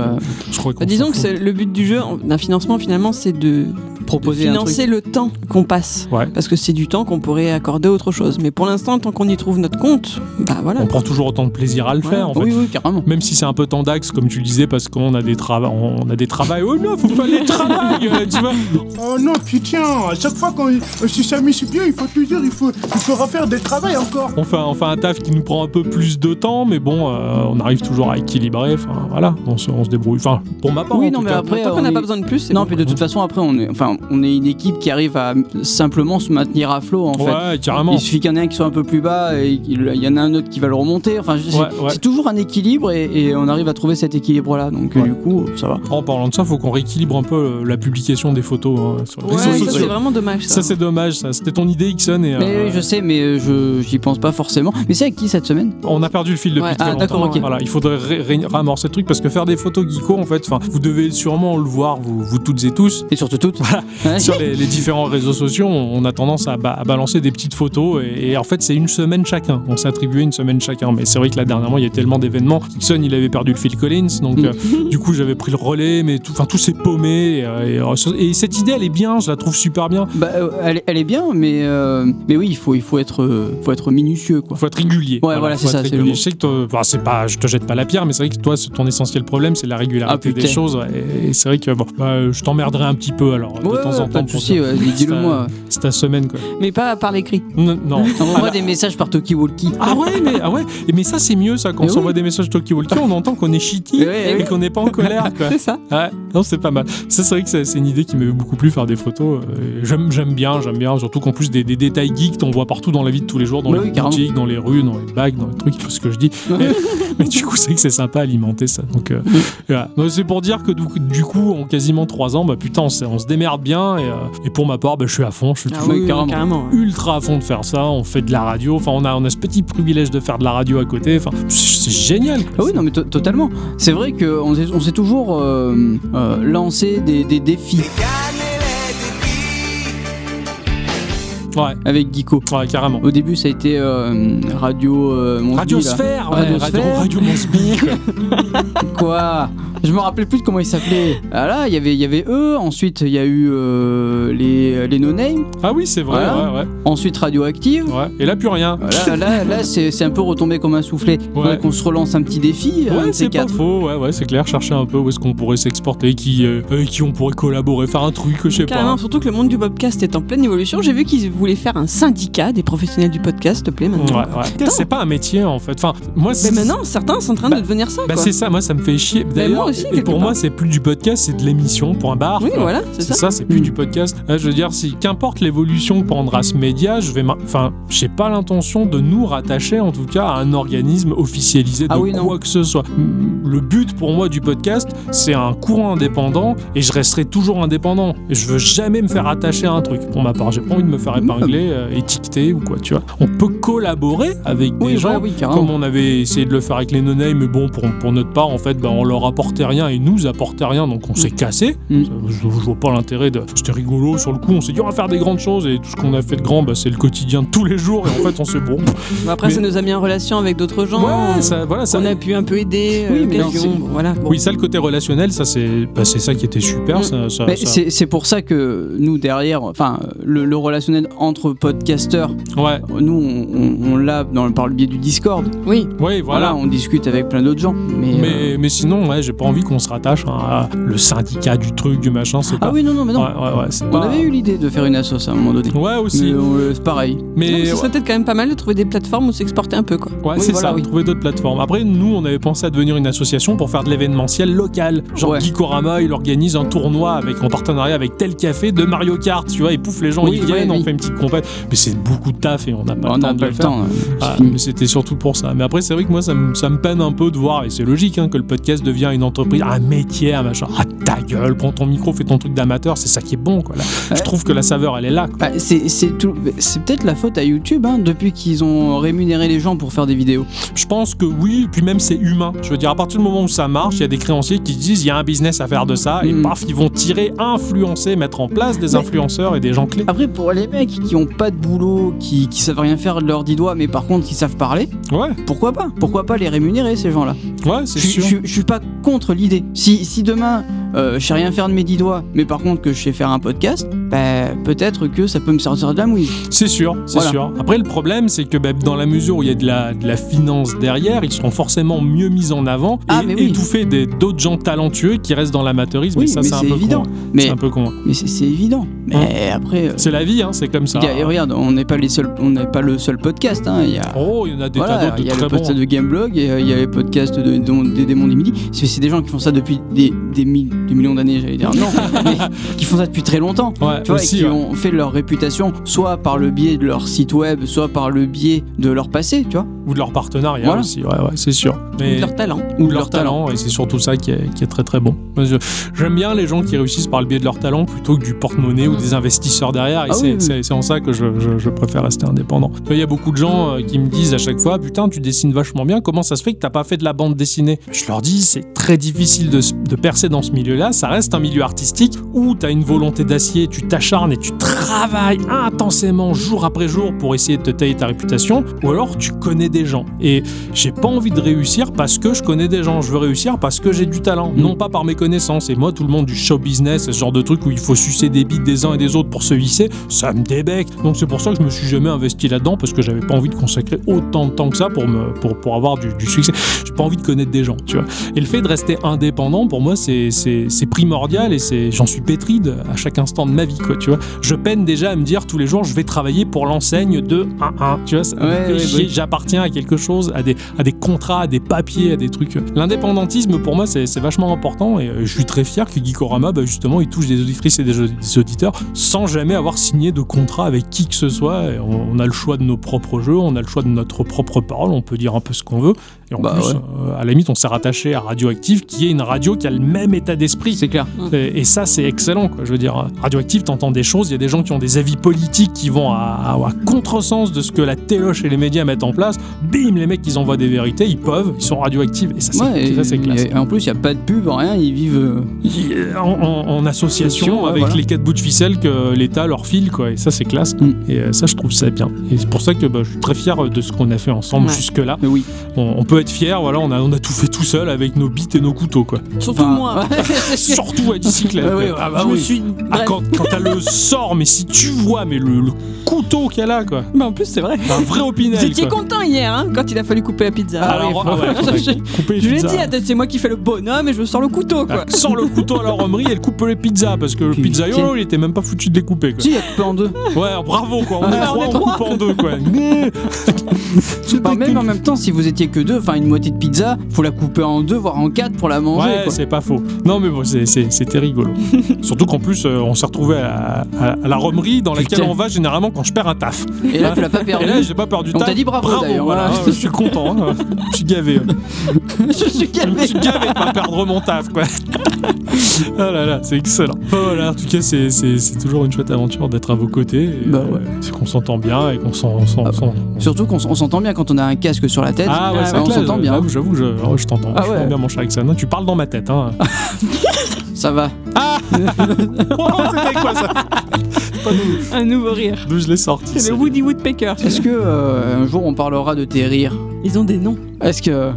A: je crois qu'on
C: Bah, disons
A: s'en
C: que
A: fout.
C: c'est le but du jeu, en- d'un financement finalement, c'est de, de
B: Proposer un truc.
C: financer le temps qu'on passe.
A: Ouais.
C: Parce que c'est du temps qu'on pourrait accorder à autre chose. Mais pour l'instant, tant qu'on y trouve notre compte, bah voilà.
A: on prend toujours autant de plaisir à le
C: Ouais.
A: faire en fait.
B: Oui, oui, carrément.
A: Même si c'est un peu tendax, comme tu le disais, parce qu'on a des travaux, on a des travails. Oh non, faut pas les travails, euh, tu vois.
G: Oh non, putain, à chaque fois qu'on euh, si ça m'est bien, il faut toujours, il faut, il faudra faire des travail encore.
A: On fait, un- on fait un taf qui nous prend un peu plus de temps, mais bon, euh, on arrive toujours à équilibrer. Enfin, voilà, on se, on se débrouille. Enfin, pour ma part,
B: Oui,
A: en
B: non,
A: tout
B: mais
A: cas.
B: après,
C: tant qu'on
B: on
C: n'a pas
B: est-
C: besoin de plus, c'est
B: Non,
C: bon.
B: puis de toute façon, après, on est, enfin, on est une équipe qui arrive à simplement se maintenir à flot, en fait.
A: ouais, carrément.
B: Il suffit qu'il y en ait un qui soit un peu plus bas et il il y en a un autre qui va le remonter. Enfin, je- c'est
A: Ouais, ouais.
B: c'est toujours un équilibre et, et on arrive à trouver cet équilibre-là. Donc, euh,
A: Ouais.
B: du coup, ça va.
A: En parlant de ça, faut qu'on rééquilibre un peu euh, la publication des photos hein, sur les
C: Ouais,
A: réseaux
C: ça, c'est
A: sociaux.
C: vraiment dommage.
A: Ça, c'est dommage, ça. C'était ton idée, Ixon, et euh,
B: Mais oui, je sais, mais euh, je j'y pense pas forcément. Mais c'est avec qui cette semaine
A: on a perdu le fil depuis
C: Ouais,
A: très
B: ah,
A: longtemps. hein.
B: d'accord, ok.
A: Voilà, il faudrait ré- ré- ramorcer le truc parce que faire des photos geeko, en fait, enfin, vous devez sûrement le voir, vous, vous toutes et tous.
B: Et surtout toutes. [laughs] Ouais.
A: Sur les, les différents réseaux sociaux, on a tendance à, ba- à balancer des petites photos et, et en fait c'est une semaine chacun. On s'est attribué une semaine chacun, mais c'est vrai que là dernièrement il y a eu tellement d'événements. Ixon il avait perdu le Phil Collins, donc
B: Mm. [laughs]
A: euh, du coup j'avais pris le relais, mais tout, enfin tout s'est paumé. Et, euh, et- et cette idée elle est bien, je la trouve super bien.
B: Bah, euh, elle, est- elle est bien, mais, euh, mais oui, il faut, il faut, être, euh, faut être minutieux, quoi.
A: Faut être régulier.
B: voilà, c'est
A: faut
B: ça,
A: être
B: c'est le
A: régulier.
B: mot.
A: Je sais que toi, enfin, c'est pas, je te jette pas la pierre, mais c'est vrai que toi, c'est ton essentiel problème, c'est la régularité des
B: Ah, putain.
A: choses. ouais. Et, c'est vrai que bon, bah, je t'emmerderai un petit peu alors de
B: Ouais,
A: temps
B: ouais,
A: en
B: pas
A: temps.
B: de
A: pour
B: soucis,
A: dire,
B: ouais,
A: [laughs]
B: dis-le moi.
A: C'est ta semaine quoi.
C: Mais pas par l'écrit.
A: N- non.
B: On envoie des messages par Toki Walkie.
A: Ah
B: [laughs]
A: ouais, mais, ah ouais, Et mais ça c'est mieux ça, quand
B: Mais
A: on
B: oui.
A: s'envoie des messages talkie-walkie, on entend qu'on est shitty
B: Eh ouais, eh
A: et
B: oui.
A: qu'on n'est pas en colère
B: [laughs]
A: quoi.
C: C'est ça.
A: Ouais, non, c'est pas mal. Ça, c'est vrai que c'est c'est une idée qui m'avait beaucoup plu, faire des photos. Euh, J'aime j'aime bien, j'aime bien. Surtout qu'en plus, des, des détails geeks, on voit partout dans la vie de tous les jours, dans
B: Mais
A: les
B: oui, carrément.
A: boutiques, dans les rues, dans les bagues, dans les trucs, tout ce que je
B: [laughs]
A: dis. mais, mais du coup, c'est vrai que c'est sympa à alimenter ça. Donc, euh, voilà. Donc, c'est pour dire que du, coup- du coup, en quasiment 3 ans, bah putain, on, s'est- on se démerde bien. Et, euh, et pour ma part, bah, je suis à fond, je suis
C: Ah
A: toujours
C: oui,
B: carrément.
C: carrément. ouais.
A: ultra à fond de faire ça, on fait de la radio, enfin on a, on a ce petit privilège de faire de la radio à côté, enfin c'est c'est génial.
B: Ah
A: quoi.
B: oui, non, mais to- totalement. C'est vrai qu'on s'est on s'est toujours euh, euh, lancé des, des défis
A: Ouais,
B: avec Geeko.
A: ouais, carrément.
B: Au début, ça a été euh, radio. euh, Monsby, là.
A: Radiosphère, ouais,
B: Radiosphère.
A: radio, radio Monsby, quoi.
B: Quoi Je me rappelais plus de comment ils s'appelaient. Ah là, il y avait- il y avait eux, ensuite il y a eu euh, les, les No Name,
A: Ah oui, c'est vrai,
B: Voilà.
A: ouais,
B: ensuite Radioactive.
A: ouais, ouais. Et là, plus rien.
B: Là, là, là, c'est c'est un peu retombé comme un soufflet. Faudrait qu'on se relance un petit défi, un
A: [laughs] Ouais,
B: de ces
A: c'est pas
B: quatre.
A: faux, ouais, ouais, c'est clair. Chercher un peu où est-ce qu'on pourrait s'exporter, qui, euh, avec qui on pourrait collaborer, faire un truc, je sais
C: Carrément,
A: pas.
C: surtout que le monde du podcast est en pleine évolution. J'ai vu qu'ils voulez faire un syndicat des professionnels du podcast, s'il te plaît,
A: Ouais,
C: maintenant.
A: ouais. C'est pas un métier en fait. Enfin, moi,
C: Mais
A: c'est-
C: maintenant, certains sont en train
A: Bah-
C: de devenir ça,
A: Bah
C: quoi.
A: c'est ça, moi ça me fait chier. D'ailleurs,
C: aussi,
A: et
C: quelque
A: pour moi
C: part.
A: c'est plus du podcast, c'est de l'émission, point barre.
C: Oui,
A: Euh,
C: voilà, c'est
A: C'est
C: ça.
A: ça, c'est plus
B: Mm.
A: du podcast. Euh, Je veux dire, si qu'importe l'évolution que prendra ce média, je vais, m'in- enfin, j'ai pas l'intention de nous rattacher, en tout cas, à un organisme officialisé de
B: Ah oui,
A: quoi
B: non.
A: que ce soit. Mm, Le but pour moi du podcast, c'est un courant indépendant et je resterai toujours indépendant. Je veux jamais me faire attacher à un truc. Pour ma part, j'ai pas envie de me faire épingler, euh, étiqueter ou quoi, tu vois. On peut collaborer avec des
B: Oui,
A: gens
B: voilà, oui, carrément.
A: comme on avait essayé de le faire avec les non mais bon, pour, pour notre part, en fait, ben, on leur apportait rien et nous apportait rien, donc on s'est cassé.
B: Mm.
A: Ça, Je, je vois pas l'intérêt de. C'était rigolo sur le coup, on s'est dit on va faire des grandes choses et tout ce qu'on a fait de grand, bah, c'est le quotidien de tous les jours et en fait, on s'est
B: [laughs]
A: bon. pff,
C: Bon, Après,
A: Mais-
C: ça nous a mis en relation avec d'autres gens.
A: ouais, ça, voilà, ça.
C: On a pu un peu aider.
B: Oui,
C: euh,
B: mais
C: quelques-
B: c'est-
C: voilà. bon.
A: Oui, ça, le côté relationnel, ça, c'est bah, c'est ça qui était super.
C: Mm.
A: Ça, ça-
B: Mais
A: ça-
B: c'est c'est pour ça que nous derrière, enfin le, le relationnel entre podcasteurs,
A: Ouais,
B: nous on, on- on l'a dans le- par le biais du Discord.
C: Oui.
A: ouais,
B: Voilà,
A: voilà.
B: on discute avec plein d'autres gens. Mais, euh,
A: Mais, mais sinon, ouais, j'ai pas envie qu'on se rattache hein, à le syndicat du truc, du machin, c'est
B: ah
A: pas.
B: oui non non mais non.
A: Ouais, ouais, ouais, c'est
B: On
A: pas-
B: avait eu l'idée de faire une assoce à un moment donné.
A: Ouais, aussi.
B: Mais on- euh, c'est pareil.
C: Non, mais
A: Mais,
C: ce serait peut-être quand même pas mal de trouver des plateformes où s'exporter un peu, quoi.
A: Ouais,
B: Oui,
A: c'est
B: voilà,
A: ça,
B: oui.
A: trouver d'autres plateformes. Après, nous, on avait pensé à devenir une association pour faire de l'événementiel local. Genre,
B: Ouais.
A: Guy Corama, il organise un tournoi avec, en partenariat avec tel café de Mario Kart, tu vois, et pouf, les gens,
B: Oui,
A: ils viennent,
B: ouais,
A: on
B: oui.
A: fait une petite compète. Mais c'est beaucoup de taf et on n'a pas
B: on
A: le temps
B: n'a
A: de
B: pas
A: le
B: le
A: faire.
B: temps. euh, c'est
A: Ah,
B: fini.
A: mais c'était surtout pour ça. Mais après, c'est vrai que moi, ça me, ça me peine un peu de voir, et c'est logique, hein, que le podcast devient une entreprise, un métier, un machin. Ah, ta gueule, prends ton micro, fais ton truc d'amateur, c'est ça qui est bon, quoi. là. Je
B: Ouais.
A: trouve que la saveur, elle est là. quoi.
B: Bah, c'est c'est tout- c'est peut-être la faute à YouTube hein, depuis qu'ils ont rémunéré les gens pour faire des vidéos.
A: Je pense que oui, et puis même c'est humain. Je veux dire, à partir du moment où ça marche, il y a des créanciers qui se disent il y a un business à faire de ça, et
B: Mm.
A: paf, ils vont tirer, influencer, mettre en place des influenceurs et des gens clés.
B: Après pour les mecs qui ont pas de boulot, qui, qui savent rien faire de leurs dix doigts, mais par contre qui savent parler,
A: Ouais,
B: pourquoi pas Pourquoi pas les rémunérer ces gens-là
A: ouais, c'est
B: je,
A: sûr.
B: suis- je suis- je suis pas contre l'idée. Si, si demain euh, je sais rien faire de mes dix doigts, mais par contre que je sais faire un podcast, bah, peut-être que ça peut me sortir de la mouille.
A: C'est sûr, c'est
B: Voilà.
A: sûr. Après, le problème, c'est que bah, dans la mesure où il y a de la, de la finance derrière, ils seront forcément mieux mis en avant et
B: Ah, mais oui.
A: étouffer des- d'autres gens talentueux qui restent dans l'amateurisme.
B: Oui,
A: et ça,
B: mais
A: c'est un
B: c'est
A: peu
B: évident.
A: con, hein. C'est
B: Mais,
A: un peu con. hein.
B: mais c'est c'est évident. Mais après, euh,
A: C'est la vie, hein, c'est comme ça.
B: il y a- et regarde, on n'est pas les seuls, on n'est pas le seul podcast. hein, Il y a
A: Oh, il y en a des
B: voilà,
A: tas d'autres
B: il
A: de
B: y a
A: très
B: le podcast
A: bons.
B: de Gameblog, et, euh, il y a les podcasts de, de- des démons du midi. C'est c'est des gens qui font ça depuis des, des, mille- des millions d'années,
A: [laughs]
B: j'allais dire. Non, mais qui font ça depuis très longtemps.
A: hein. Ouais,
B: tu vois, et
A: aussi,
B: qui
A: ouais.
B: ont fait leur réputation soit par le biais de leur site web, soit par le biais de leur passé, tu vois,
A: ou de leur partenariat
B: Voilà.
A: aussi, ouais, ouais, c'est sûr. Mais...
C: Leur talent.
A: ou de leur talent, et c'est surtout ça qui est, qui est très très bon. Moi, je- J'aime bien les gens qui réussissent par le biais de leur talent plutôt que du porte-monnaie ou des investisseurs derrière, et
B: Ah
A: c'est
B: oui, oui.
A: c'est- c'est en ça que je, je- je préfère rester indépendant. Tu vois, Il y a beaucoup de gens euh, qui me disent à chaque fois Putain, tu dessines vachement bien, comment ça se fait que t'as pas fait de la bande dessinée Je leur dis C'est très difficile de, s- de percer dans ce milieu-là, ça reste un milieu artistique où t'as une volonté d'acier, tu t'acharnes et tu travailles intensément jour après jour pour essayer de te tailler ta réputation, ou alors tu connais des gens. Et j'ai pas envie de réussir parce que je connais des gens. Je veux réussir parce que j'ai du talent, non pas par mes connaissances. Et moi, tout le monde du show business, ce genre de truc où il faut sucer des bites des uns et des autres pour se hisser, ça me débecte. Donc c'est pour ça que je me suis jamais investi là-dedans parce que j'avais pas envie de consacrer autant de temps que ça pour me pour, pour avoir du, du succès. J'ai pas envie de connaître des gens, tu vois. Et le fait de rester indépendant, pour moi, c'est c'est c'est primordial et c'est j'en suis pétri de- à chaque instant de ma vie, quoi. Tu vois, je peine déjà à me dire tous les jours, je vais travailler pour l'enseigne de 1-1. Tu vois, ça me
B: Ouais,
A: fait
B: ouais,
A: chier.
B: bah oui.
A: j'appartiens à quelque chose, à des à des contrats, à des papiers, à des trucs. L'indépendantisme, pour moi, c'est c'est vachement important et euh, je suis très fier que Geekorama, bah, justement, il touche des auditrices et des, des auditeurs sans jamais avoir signé de contrat avec qui que ce soit. Et on, on a le choix de nos propres jeux, on a le choix de notre propre parole, on peut dire un peu ce qu'on veut. Et en
B: Bah
A: plus,
B: ouais.
A: euh, à la limite, on s'est rattaché à Radioactive, qui est une radio qui a le même état d'esprit.
B: c'est clair.
A: Et, et ça, c'est excellent, quoi. Je veux dire, Radioactive, t'entends des choses, il y a des gens qui ont des avis politiques qui vont à, à- à contresens de ce que la téloche et les médias mettent en place. Bim, les mecs, ils envoient des vérités, ils peuvent, ils sont radioactifs. Et ça, c'est
B: Ouais,
A: ça, c'est
B: et-
A: classe.
B: et en plus, il n'y a pas de pub, rien, ils vivent. euh,
A: Il- En, en- en association
B: Association, ouais,
A: avec
B: voilà.
A: les quatre bouts de ficelle que l'État leur file, quoi. Et ça, c'est classe.
B: Mm.
A: Et euh, ça, je trouve ça bien. Et c'est pour ça que bah, je suis très fier de ce qu'on a fait ensemble
C: Ouais.
A: jusque-là. [laughs]
B: Mais oui,
A: On, on peut peut être fier, voilà, on a, on a tout fait tout seul avec nos bites et nos couteaux,
C: [laughs]
A: quoi.
C: Surtout
B: Enfin,
C: moi. [laughs]
B: ouais, c'est-
A: Surtout à bicyclette.
B: Ouais, ouais,
A: quoi.
B: ah bah oui.
A: Ah, quand quand t'as le sort, mais si tu vois, mais le, le couteau qu'elle a, quoi.
C: Bah en plus, c'est vrai.
A: Un vrai
C: Vous
A: opinel,
C: étiez
A: quoi.
C: content hier, hein, quand il a fallu couper la pizza.
A: Alors, ah ouais,
C: [laughs]
A: faudrait couper les
C: je l'ai
A: pizzas.
C: dit, à tête, c'est moi qui fais le bonhomme et je sors le couteau,
A: Ah,
C: quoi.
A: Sors le couteau à la romerie, elle coupe les pizzas parce que le
B: Putain.
A: pizzaïolo il était même pas foutu de découper quoi.
B: Si, il y a coupé
A: [laughs]
B: en deux.
A: Ouais, bravo quoi, on
B: Ouais,
A: est
C: Ah,
A: trois,
C: on est
A: on
C: trois.
A: coupe en deux
C: [laughs]
A: quoi. C'est
B: Enfin, même en même temps, si vous étiez que deux, enfin une moitié de pizza, faut la couper en deux, voire en quatre pour la manger.
A: Ouais,
B: quoi.
A: c'est pas faux. Non, mais bon, c'est- c'est- c'était
C: [laughs]
A: rigolo. Surtout qu'en plus, euh, on s'est retrouvé à, à- à la romerie dans laquelle
B: Putain.
A: on va généralement quand je perds un taf.
B: Et là, tu l'as pas perdu.
A: Hein Et là, j'ai pas perdu
B: On
A: taf.
B: t'a dit bravo, d'ailleurs,
A: voilà,
B: voilà.
A: je suis content. hein. Je suis gavé.
B: je suis
A: Je
B: calmé.
A: suis gavé de pas perdre mon taf, quoi. [laughs] Ah là là, c'est excellent. Enfin, voilà, en tout cas, c'est- c'est c'est toujours une chouette aventure d'être à vos côtés. et,
B: Bah
A: euh,
B: ouais.
A: C'est qu'on s'entend bien et qu'on s'en. on s'en-
B: Ah.
A: s'en-
B: Surtout qu'on s- on s'entend bien quand on a un casque sur la tête.
A: Ah ouais,
B: Ah
A: c'est
B: ouais, on
A: clair,
B: s'entend
A: euh,
B: bien.
A: là, J'avoue, je, oh, je t'entends.
B: Ah
A: je t'entends
B: ouais.
A: bien, mon cher Alexandre. Tu parles dans ma tête.
B: [laughs]
A: Hein.
B: Ça va.
A: Oh, C'était quoi ça
C: Un nouveau rire.
A: D'où je l'ai sorti
C: C'est
A: ça.
C: le Woody Woodpecker.
B: Est-ce que euh, un jour on parlera de tes rires
C: Ils ont des noms.
B: Est-ce que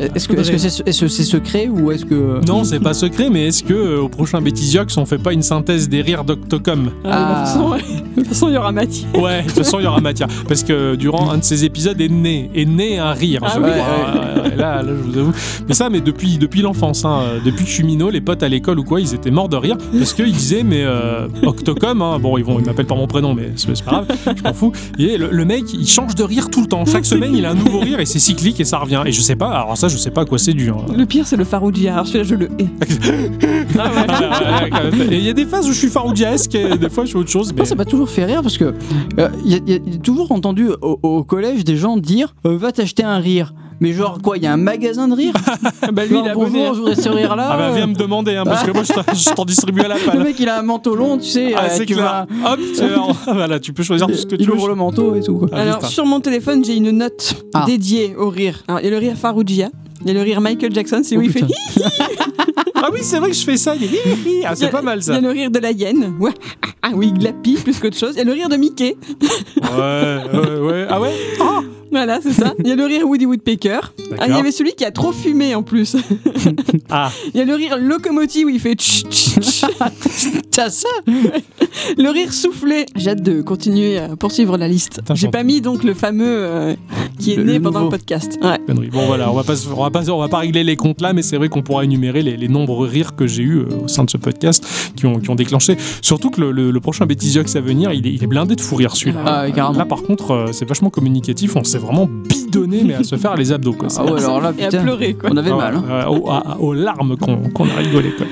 B: est-ce que est-ce que c'est est-ce que c'est secret ou est-ce que
A: Non, c'est pas secret, mais est-ce que euh, au prochain Bétisiox, on fait pas une synthèse des rires d'Octocom
C: Ah,
B: Ah.
C: De toute façon, ouais. De toute façon, il y aura Mathieu.
A: Ouais, de toute façon, il y aura matière. Parce que durant un de ces épisodes est né, est né un rire.
C: Ah
A: Je-
C: oui.
A: ouais, ouais, ouais, ouais, là, là, je vous avoue. Mais ça, mais depuis, depuis l'enfance, hein, euh, depuis que je suis minot, les potes à l'école ou quoi, ils étaient morts de rire parce qu'ils disaient, mais euh, Octocom, hein, bon, ils, vont, ils m'appellent par mon prénom, mais c'est c'est pas grave, je m'en fous. Et le, le mec, il change de rire tout le temps. Chaque semaine, il a un nouveau rire et c'est cyclique et ça revient. Et je sais pas, alors ça, je sais pas à quoi c'est dû. hein.
C: Le pire, c'est le Farouji. Alors celui-là, je le hais. Ah ouais. Ah,
A: Ah, ouais, ouais, ouais. et il y a des phases où je suis faroudiesque et des fois, je fais autre chose.
B: Moi,
A: Mais...
B: ça m'a toujours fait rire parce que euh, y a- y a- j'ai toujours entendu au, au collège des gens dire euh, va t'acheter un rire. Mais genre quoi, il y a un magasin de rire
C: Bah lui,
B: Genre,
C: il est abonné.
B: Bonjour, je voudrais ce rire là.
A: Ah bah viens me demander hein, parce que moi je t'en- je t'en distribue
C: [laughs]
A: à la
B: le
A: palle.
B: mec il a un manteau long, tu sais,
A: Ah,
B: euh,
A: c'est
B: tu
A: clair. Hop, tu- [laughs] ah, voilà, tu peux choisir
B: vois,
A: tout ce que
B: il
A: tu veux.
B: ouvre le manteau et tout quoi.
A: Ah,
C: Alors
A: juste
C: sur mon téléphone, j'ai une note
B: Ah.
C: dédiée au rire. Alors, il y a le rire Faroujia, il y a le rire Michael Jackson, c'est où
B: Oh,
C: il fait
B: putain.
C: [laughs] hi,
A: un. Ah oui, c'est vrai que je fais ça. il est hi, hi, hi. Ah,
C: Il y
A: c'est
C: a-
A: pas mal
C: il y
A: ça.
C: a le rire de la hyène, ouais, ah, ah, oui, glapi plus qu'autre chose. Il y a le rire de Mickey,
A: Ouais, ouais, ouais. Ah ouais Ah
C: voilà, c'est ça. Il y a le rire Woody Woodpecker. Ah, il y
A: D'accord.
C: avait celui qui a trop fumé
B: [laughs]
C: en plus.
A: Ah.
C: Il y a le rire locomotive où il fait tch, tch, tch.
B: [laughs] T'as ça
C: [laughs] le rire soufflé. J'ai hâte de continuer à poursuivre la liste.
A: Putain,
C: J'ai
A: j'en-
C: pas mis donc le fameux euh, qui est
B: Le-
C: né
B: le
C: pendant le
B: nouveau.
C: podcast. Ouais.
A: Connerie. Bon voilà, on va pas, se- on va pas, on va pas régler les comptes là, mais c'est vrai qu'on pourra énumérer les, les nombreux rires que j'ai eu euh, au sein de ce podcast qui ont, qui ont déclenché. Surtout que le, le- le prochain Bétisiox à venir, il est, il est blindé de fou rire celui-là.
B: Ah ouais, carrément.
A: Là par contre, euh, c'est vachement communicatif. On s'est vraiment bidonné, mais à se faire les abdos quoi.
B: Ah ouais alors là
C: Et à
B: putain,
C: pleurer quoi.
B: on avait
A: Ah ouais,
B: mal. hein.
A: euh, aux, à- aux larmes qu'on qu'on a rigolé. Quoi.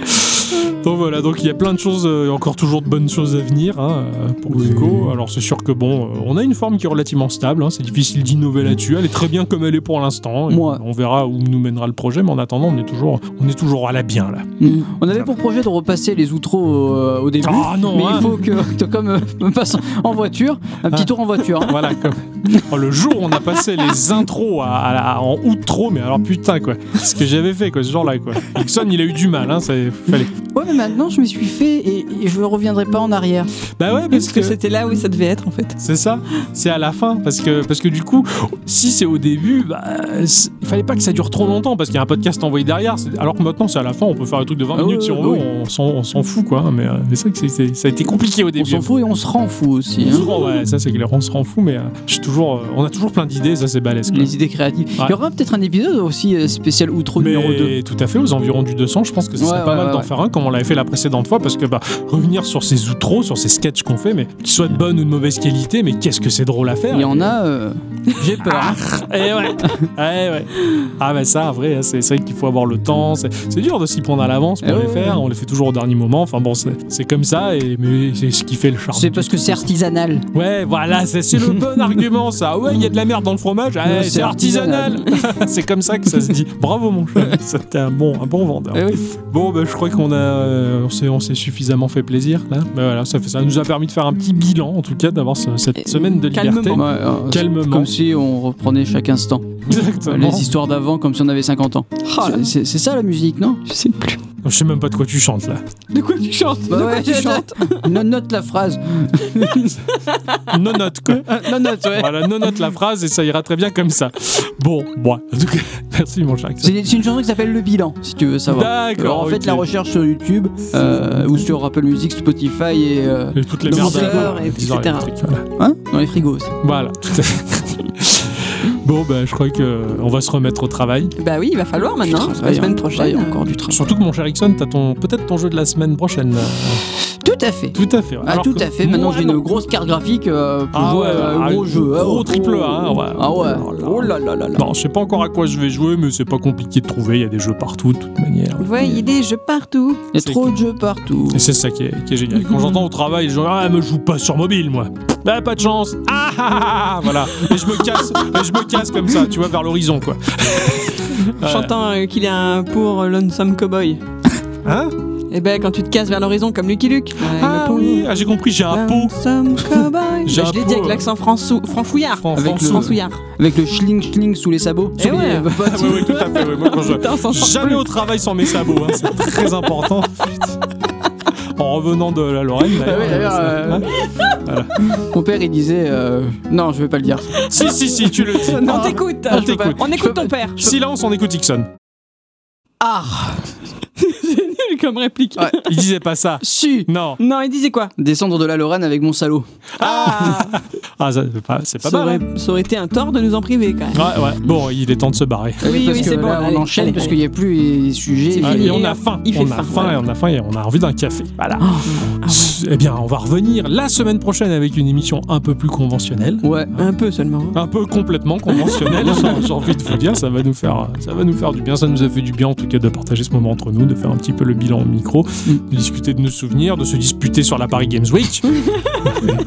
A: Donc voilà, donc il y a plein de choses, euh, encore toujours de bonnes choses à venir hein, euh, pour
B: Oui.
A: Kiko. Alors c'est sûr que bon, euh, on a une forme qui est relativement stable, hein, c'est difficile d'innover là-dessus, elle est très bien comme elle est pour l'instant. Et
B: Moi.
A: On verra où nous mènera le projet, mais en attendant, on est toujours, on est toujours à la bien là.
B: Mm. On avait pour projet de repasser les outros euh, au, au début.
A: Ah non,
B: mais
A: hein.
B: il faut que Octocom euh, me passe en voiture, un petit
A: Ah.
B: tour en voiture. hein.
A: Voilà, comme... Oh, le jour où on a passé les intros à, à- à- en outro, mais alors putain quoi, ce que j'avais fait quoi, ce genre-là quoi. Ixon il a eu du mal, hein, ça fallait.
B: Ouais, mais maintenant je me suis fait et, et je ne reviendrai pas en arrière.
A: Bah ouais, parce
C: Parce que
A: que
C: c'était là où ça devait être en fait.
A: C'est ça, c'est à la fin, parce que, parce que du coup, si c'est au début, bah, c'est- il fallait pas que ça dure trop longtemps, parce qu'il y a un podcast envoyé derrière, c'est- alors que maintenant c'est à la fin, on peut faire un truc de 20
B: Ah
A: minutes
B: ouais,
A: si on
B: ouais,
A: veut, on s'en- on s'en fout quoi, mais, euh, mais c'est vrai que c'est- c'est- ça a été compliqué au
B: On
A: début.
B: s'en fout et on se rend fou aussi.
A: On se
B: hein.
A: rend- ouais, ça c'est clair, on se rend fou, mais euh, je suis toujours, euh, on a toujours plein d'idées, ça c'est balèze. quoi.
B: Les idées créatives. Il
A: Ouais.
B: y aura peut-être un épisode aussi euh, spécial outro
A: Mais
B: numéro 2.
A: tout à fait, aux environs du 200, je pense que ce
B: Ouais,
A: serait pas
B: ouais,
A: mal
B: ouais,
A: d'en
B: ouais.
A: faire un, comme on l'avait fait la précédente fois, parce que bah, revenir sur ces outros, sur ces sketchs qu'on fait, mais qu'ils soient de bonne ou de mauvaise qualité, mais qu'est-ce que c'est drôle à faire
B: Il y en a.
C: [laughs]
B: euh, J'ai peur. hein.
A: Eh ouais. [laughs] Eh ouais. Ah bah ça, vrai, hein, c'est c'est vrai qu'il faut avoir le temps. C'est c'est dur de s'y prendre à l'avance pour
B: Eh
A: les
B: ouais.
A: faire. On les fait toujours au dernier moment. Enfin bon, c'est c'est comme ça. Et mais c'est ce qui fait le charme.
B: C'est parce que c'est artisanal.
A: Ouais, voilà, c'est c'est
B: [laughs]
A: le bon argument ça. Ouais, il y a de la merde dans le fromage. Ah,
B: Ouais,
A: c'est
B: c'est
A: artisanal. [laughs] c'est comme ça que ça se dit. Bravo mon
B: [laughs]
A: cher. C'était un bon, un bon vendeur.
C: Ah
B: Eh oui.
A: Bon, bah, je crois qu'on a, euh, on s'est, on s'est suffisamment fait plaisir là. Bah, voilà, ça, fait, ça nous a permis de faire un petit bilan en tout cas d'avoir ce- cette
C: Et-
A: semaine de liberté.
C: calmement.
B: Ouais, euh,
A: Calmement.
B: Comme si on reprenait chaque instant.
A: [laughs] Exactement.
B: Les histoires d'avant comme si on avait 50 ans.
C: Oh là là,
B: C'est- C'est c'est ça la musique, non [laughs]
C: je sais plus.
A: Je sais même pas de quoi tu chantes là.
C: De quoi tu chantes
B: Bah
C: De
B: ouais.
C: quoi tu chantes
B: Non, note la phrase.
A: Non note quoi.
B: Non, note, ouais.
A: Voilà, non note la phrase et ça ira très bien comme ça. Bon, bon. En tout cas, [laughs] merci mon cher. Axel.
B: C'est c'est une chanson qui s'appelle Le Bilan, si tu veux savoir.
A: D'accord.
B: Alors, en fait,
A: ok.
B: la recherche sur YouTube euh, ou sur Apple Music, Spotify et euh,
A: Et toutes les
B: Dans
A: merdes.
B: le
A: euh,
C: beurre, et
A: disons,
C: etc.
A: électriques, Voilà.
B: hein, dans les frigos. aussi.
A: Voilà, tout à fait. Bon, ben, je crois que euh, on va se remettre au travail.
C: Bah oui, il va falloir maintenant, la
B: travail, hein.
C: semaine prochaine.
B: Ouais, encore du travail.
A: Surtout que mon cher Ixon, t'as ton peut-être ton jeu de la semaine prochaine. euh,
B: Tout à fait.
A: Tout à fait.
B: Ah,
A: Alors
B: tout
A: que
B: à fait. Maintenant,
A: moi,
B: j'ai
A: non.
B: une grosse carte graphique euh, pour
A: Ah
B: jouer
A: ouais,
B: à
A: ah,
B: un gros
A: une
B: jeu.
A: gros
B: oh,
A: triple A, hein, ouais.
B: Ah ouais.
A: Oh là là.
B: Oh là là là là.
A: Non, je sais pas encore à quoi je vais jouer, mais c'est pas compliqué de trouver. Il y a des jeux partout, de toute manière.
C: Vous voyez des jeux partout.
B: Il y a
A: C'est
B: trop de jeux partout.
A: Et c'est ça qui est, qui est génial. Quand j'entends au travail, les gens ah, me joue pas sur mobile, moi. Bah, pas de chance. Ah, ah, ah, ah, voilà. Et je me casse, et je me casse comme ça, tu vois, vers l'horizon, quoi. Ouais.
C: Chantant euh, qu'il est un pour Lonesome Cowboy.
A: [laughs] Hein
C: Et ben quand tu te casses vers l'horizon comme Lucky Luke.
A: Ah oui, ah, j'ai compris, j'ai un pot.
C: Lonesome
A: [laughs]
C: Cowboy.
A: J'ai
C: Bah,
A: un
C: je l'ai
A: pot,
C: dit avec
A: ouais.
C: l'accent françou- franchouillard.
A: Fran-
C: avec
A: françou-
C: le franchouillard.
B: Avec le schling schling sous les sabots.
C: Eh
B: Sous les-
C: ouais.
A: Ah, oui, oui, tout à fait. oui. Moi, quand je-
C: Putain, on s'en sort
A: Jamais
C: plus.
A: au travail sans mes sabots, hein, c'est très important. En revenant de la Lorraine,
B: Ah
A: d'ailleurs,
B: ouais, d'ailleurs,
A: euh,
B: euh, Mon père, il disait. euh, Non, je vais pas le dire.
A: ça- Si, si, si, tu le dis.
C: On t'écoute.
A: On
C: je peux pas.
A: t'écoute.
C: On écoute ton père.
A: [laughs] Silence, on écoute Ixon.
B: Ah
C: C'est nul comme réplique.
B: Ouais.
A: Il disait pas ça.
B: Si
A: Non.
C: Non, il disait quoi
B: Descendre de la Lorraine avec mon salaud.
C: Ah
A: Ah, ça, c'est pas, c'est pas
C: ça,
A: mal.
C: aurait,
A: hein.
C: ça aurait été un tort de nous en priver quand même.
A: Ouais, ouais. Bon, il est temps de se barrer.
C: Oui,
B: parce
C: oui,
B: que
C: c'est bon,
B: là,
C: allez,
B: on enchaîne
C: allez,
B: parce
C: allez.
B: qu'il n'y a plus les sujets.
A: Ouais,
C: fini,
A: Ah, et on
C: et
A: a faim.
C: il fait
A: On a
C: faim,
A: faim,
C: ouais.
A: et on a faim, et on a envie d'un café. Voilà.
C: Oh,
A: Eh bien, on va revenir la semaine prochaine avec une émission un peu plus conventionnelle.
B: Ouais.
C: Un peu seulement. hein.
A: un peu complètement conventionnel, j'ai- j'ai envie de vous dire, ça va nous faire ça va nous faire du bien, ça nous a fait du bien en tout cas de partager ce moment entre nous, de faire un petit peu le bilan au micro, de discuter de nos souvenirs, de se disputer sur la Paris Games Week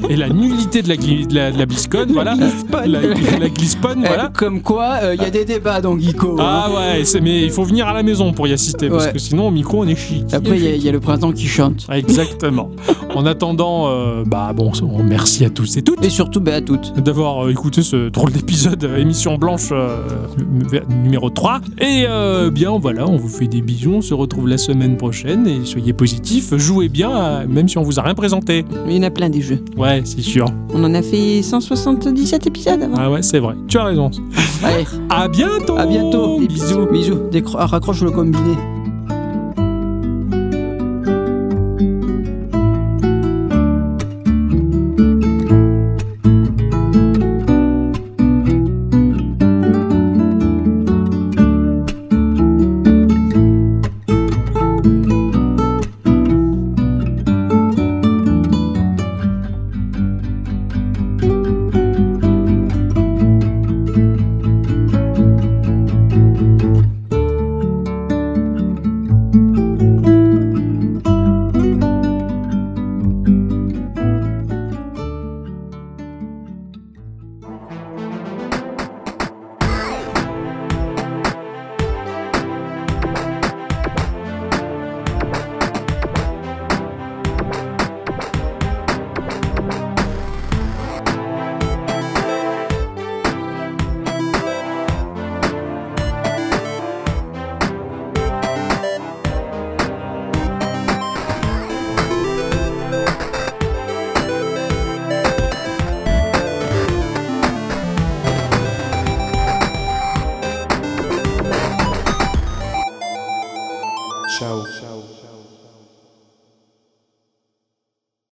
A: et la nullité de la gli- de la, de la BlizzCon, voilà, la, la Glisspon,
B: [laughs] Eh,
A: voilà.
B: Comme quoi, euh, il y a des débats dans Geeko. hein.
A: Ah ouais, c'est- mais il faut venir à la maison pour y assister parce
B: Ouais.
A: que sinon au micro on est chic.
B: Après, il y a- il y, a le printemps qui chante.
A: Exactement. En attendant, euh, bah bon, on- merci à tous et toutes.
B: Et surtout, bah, à toutes.
A: d'avoir euh, écouté ce drôle d'épisode euh, émission blanche euh, nu- numéro 3 et euh, bien voilà on vous fait des bisous on se retrouve la semaine prochaine et soyez positifs jouez bien euh, même si on vous a rien présenté
C: Il y en a plein des jeux.
A: ouais c'est sûr
C: On en a fait 177 épisodes avant.
A: ah ouais c'est vrai tu as raison
B: Allez,
A: à bientôt
B: à bientôt.
A: bisous
B: Bisous. Décro- ah, raccroche le combiné.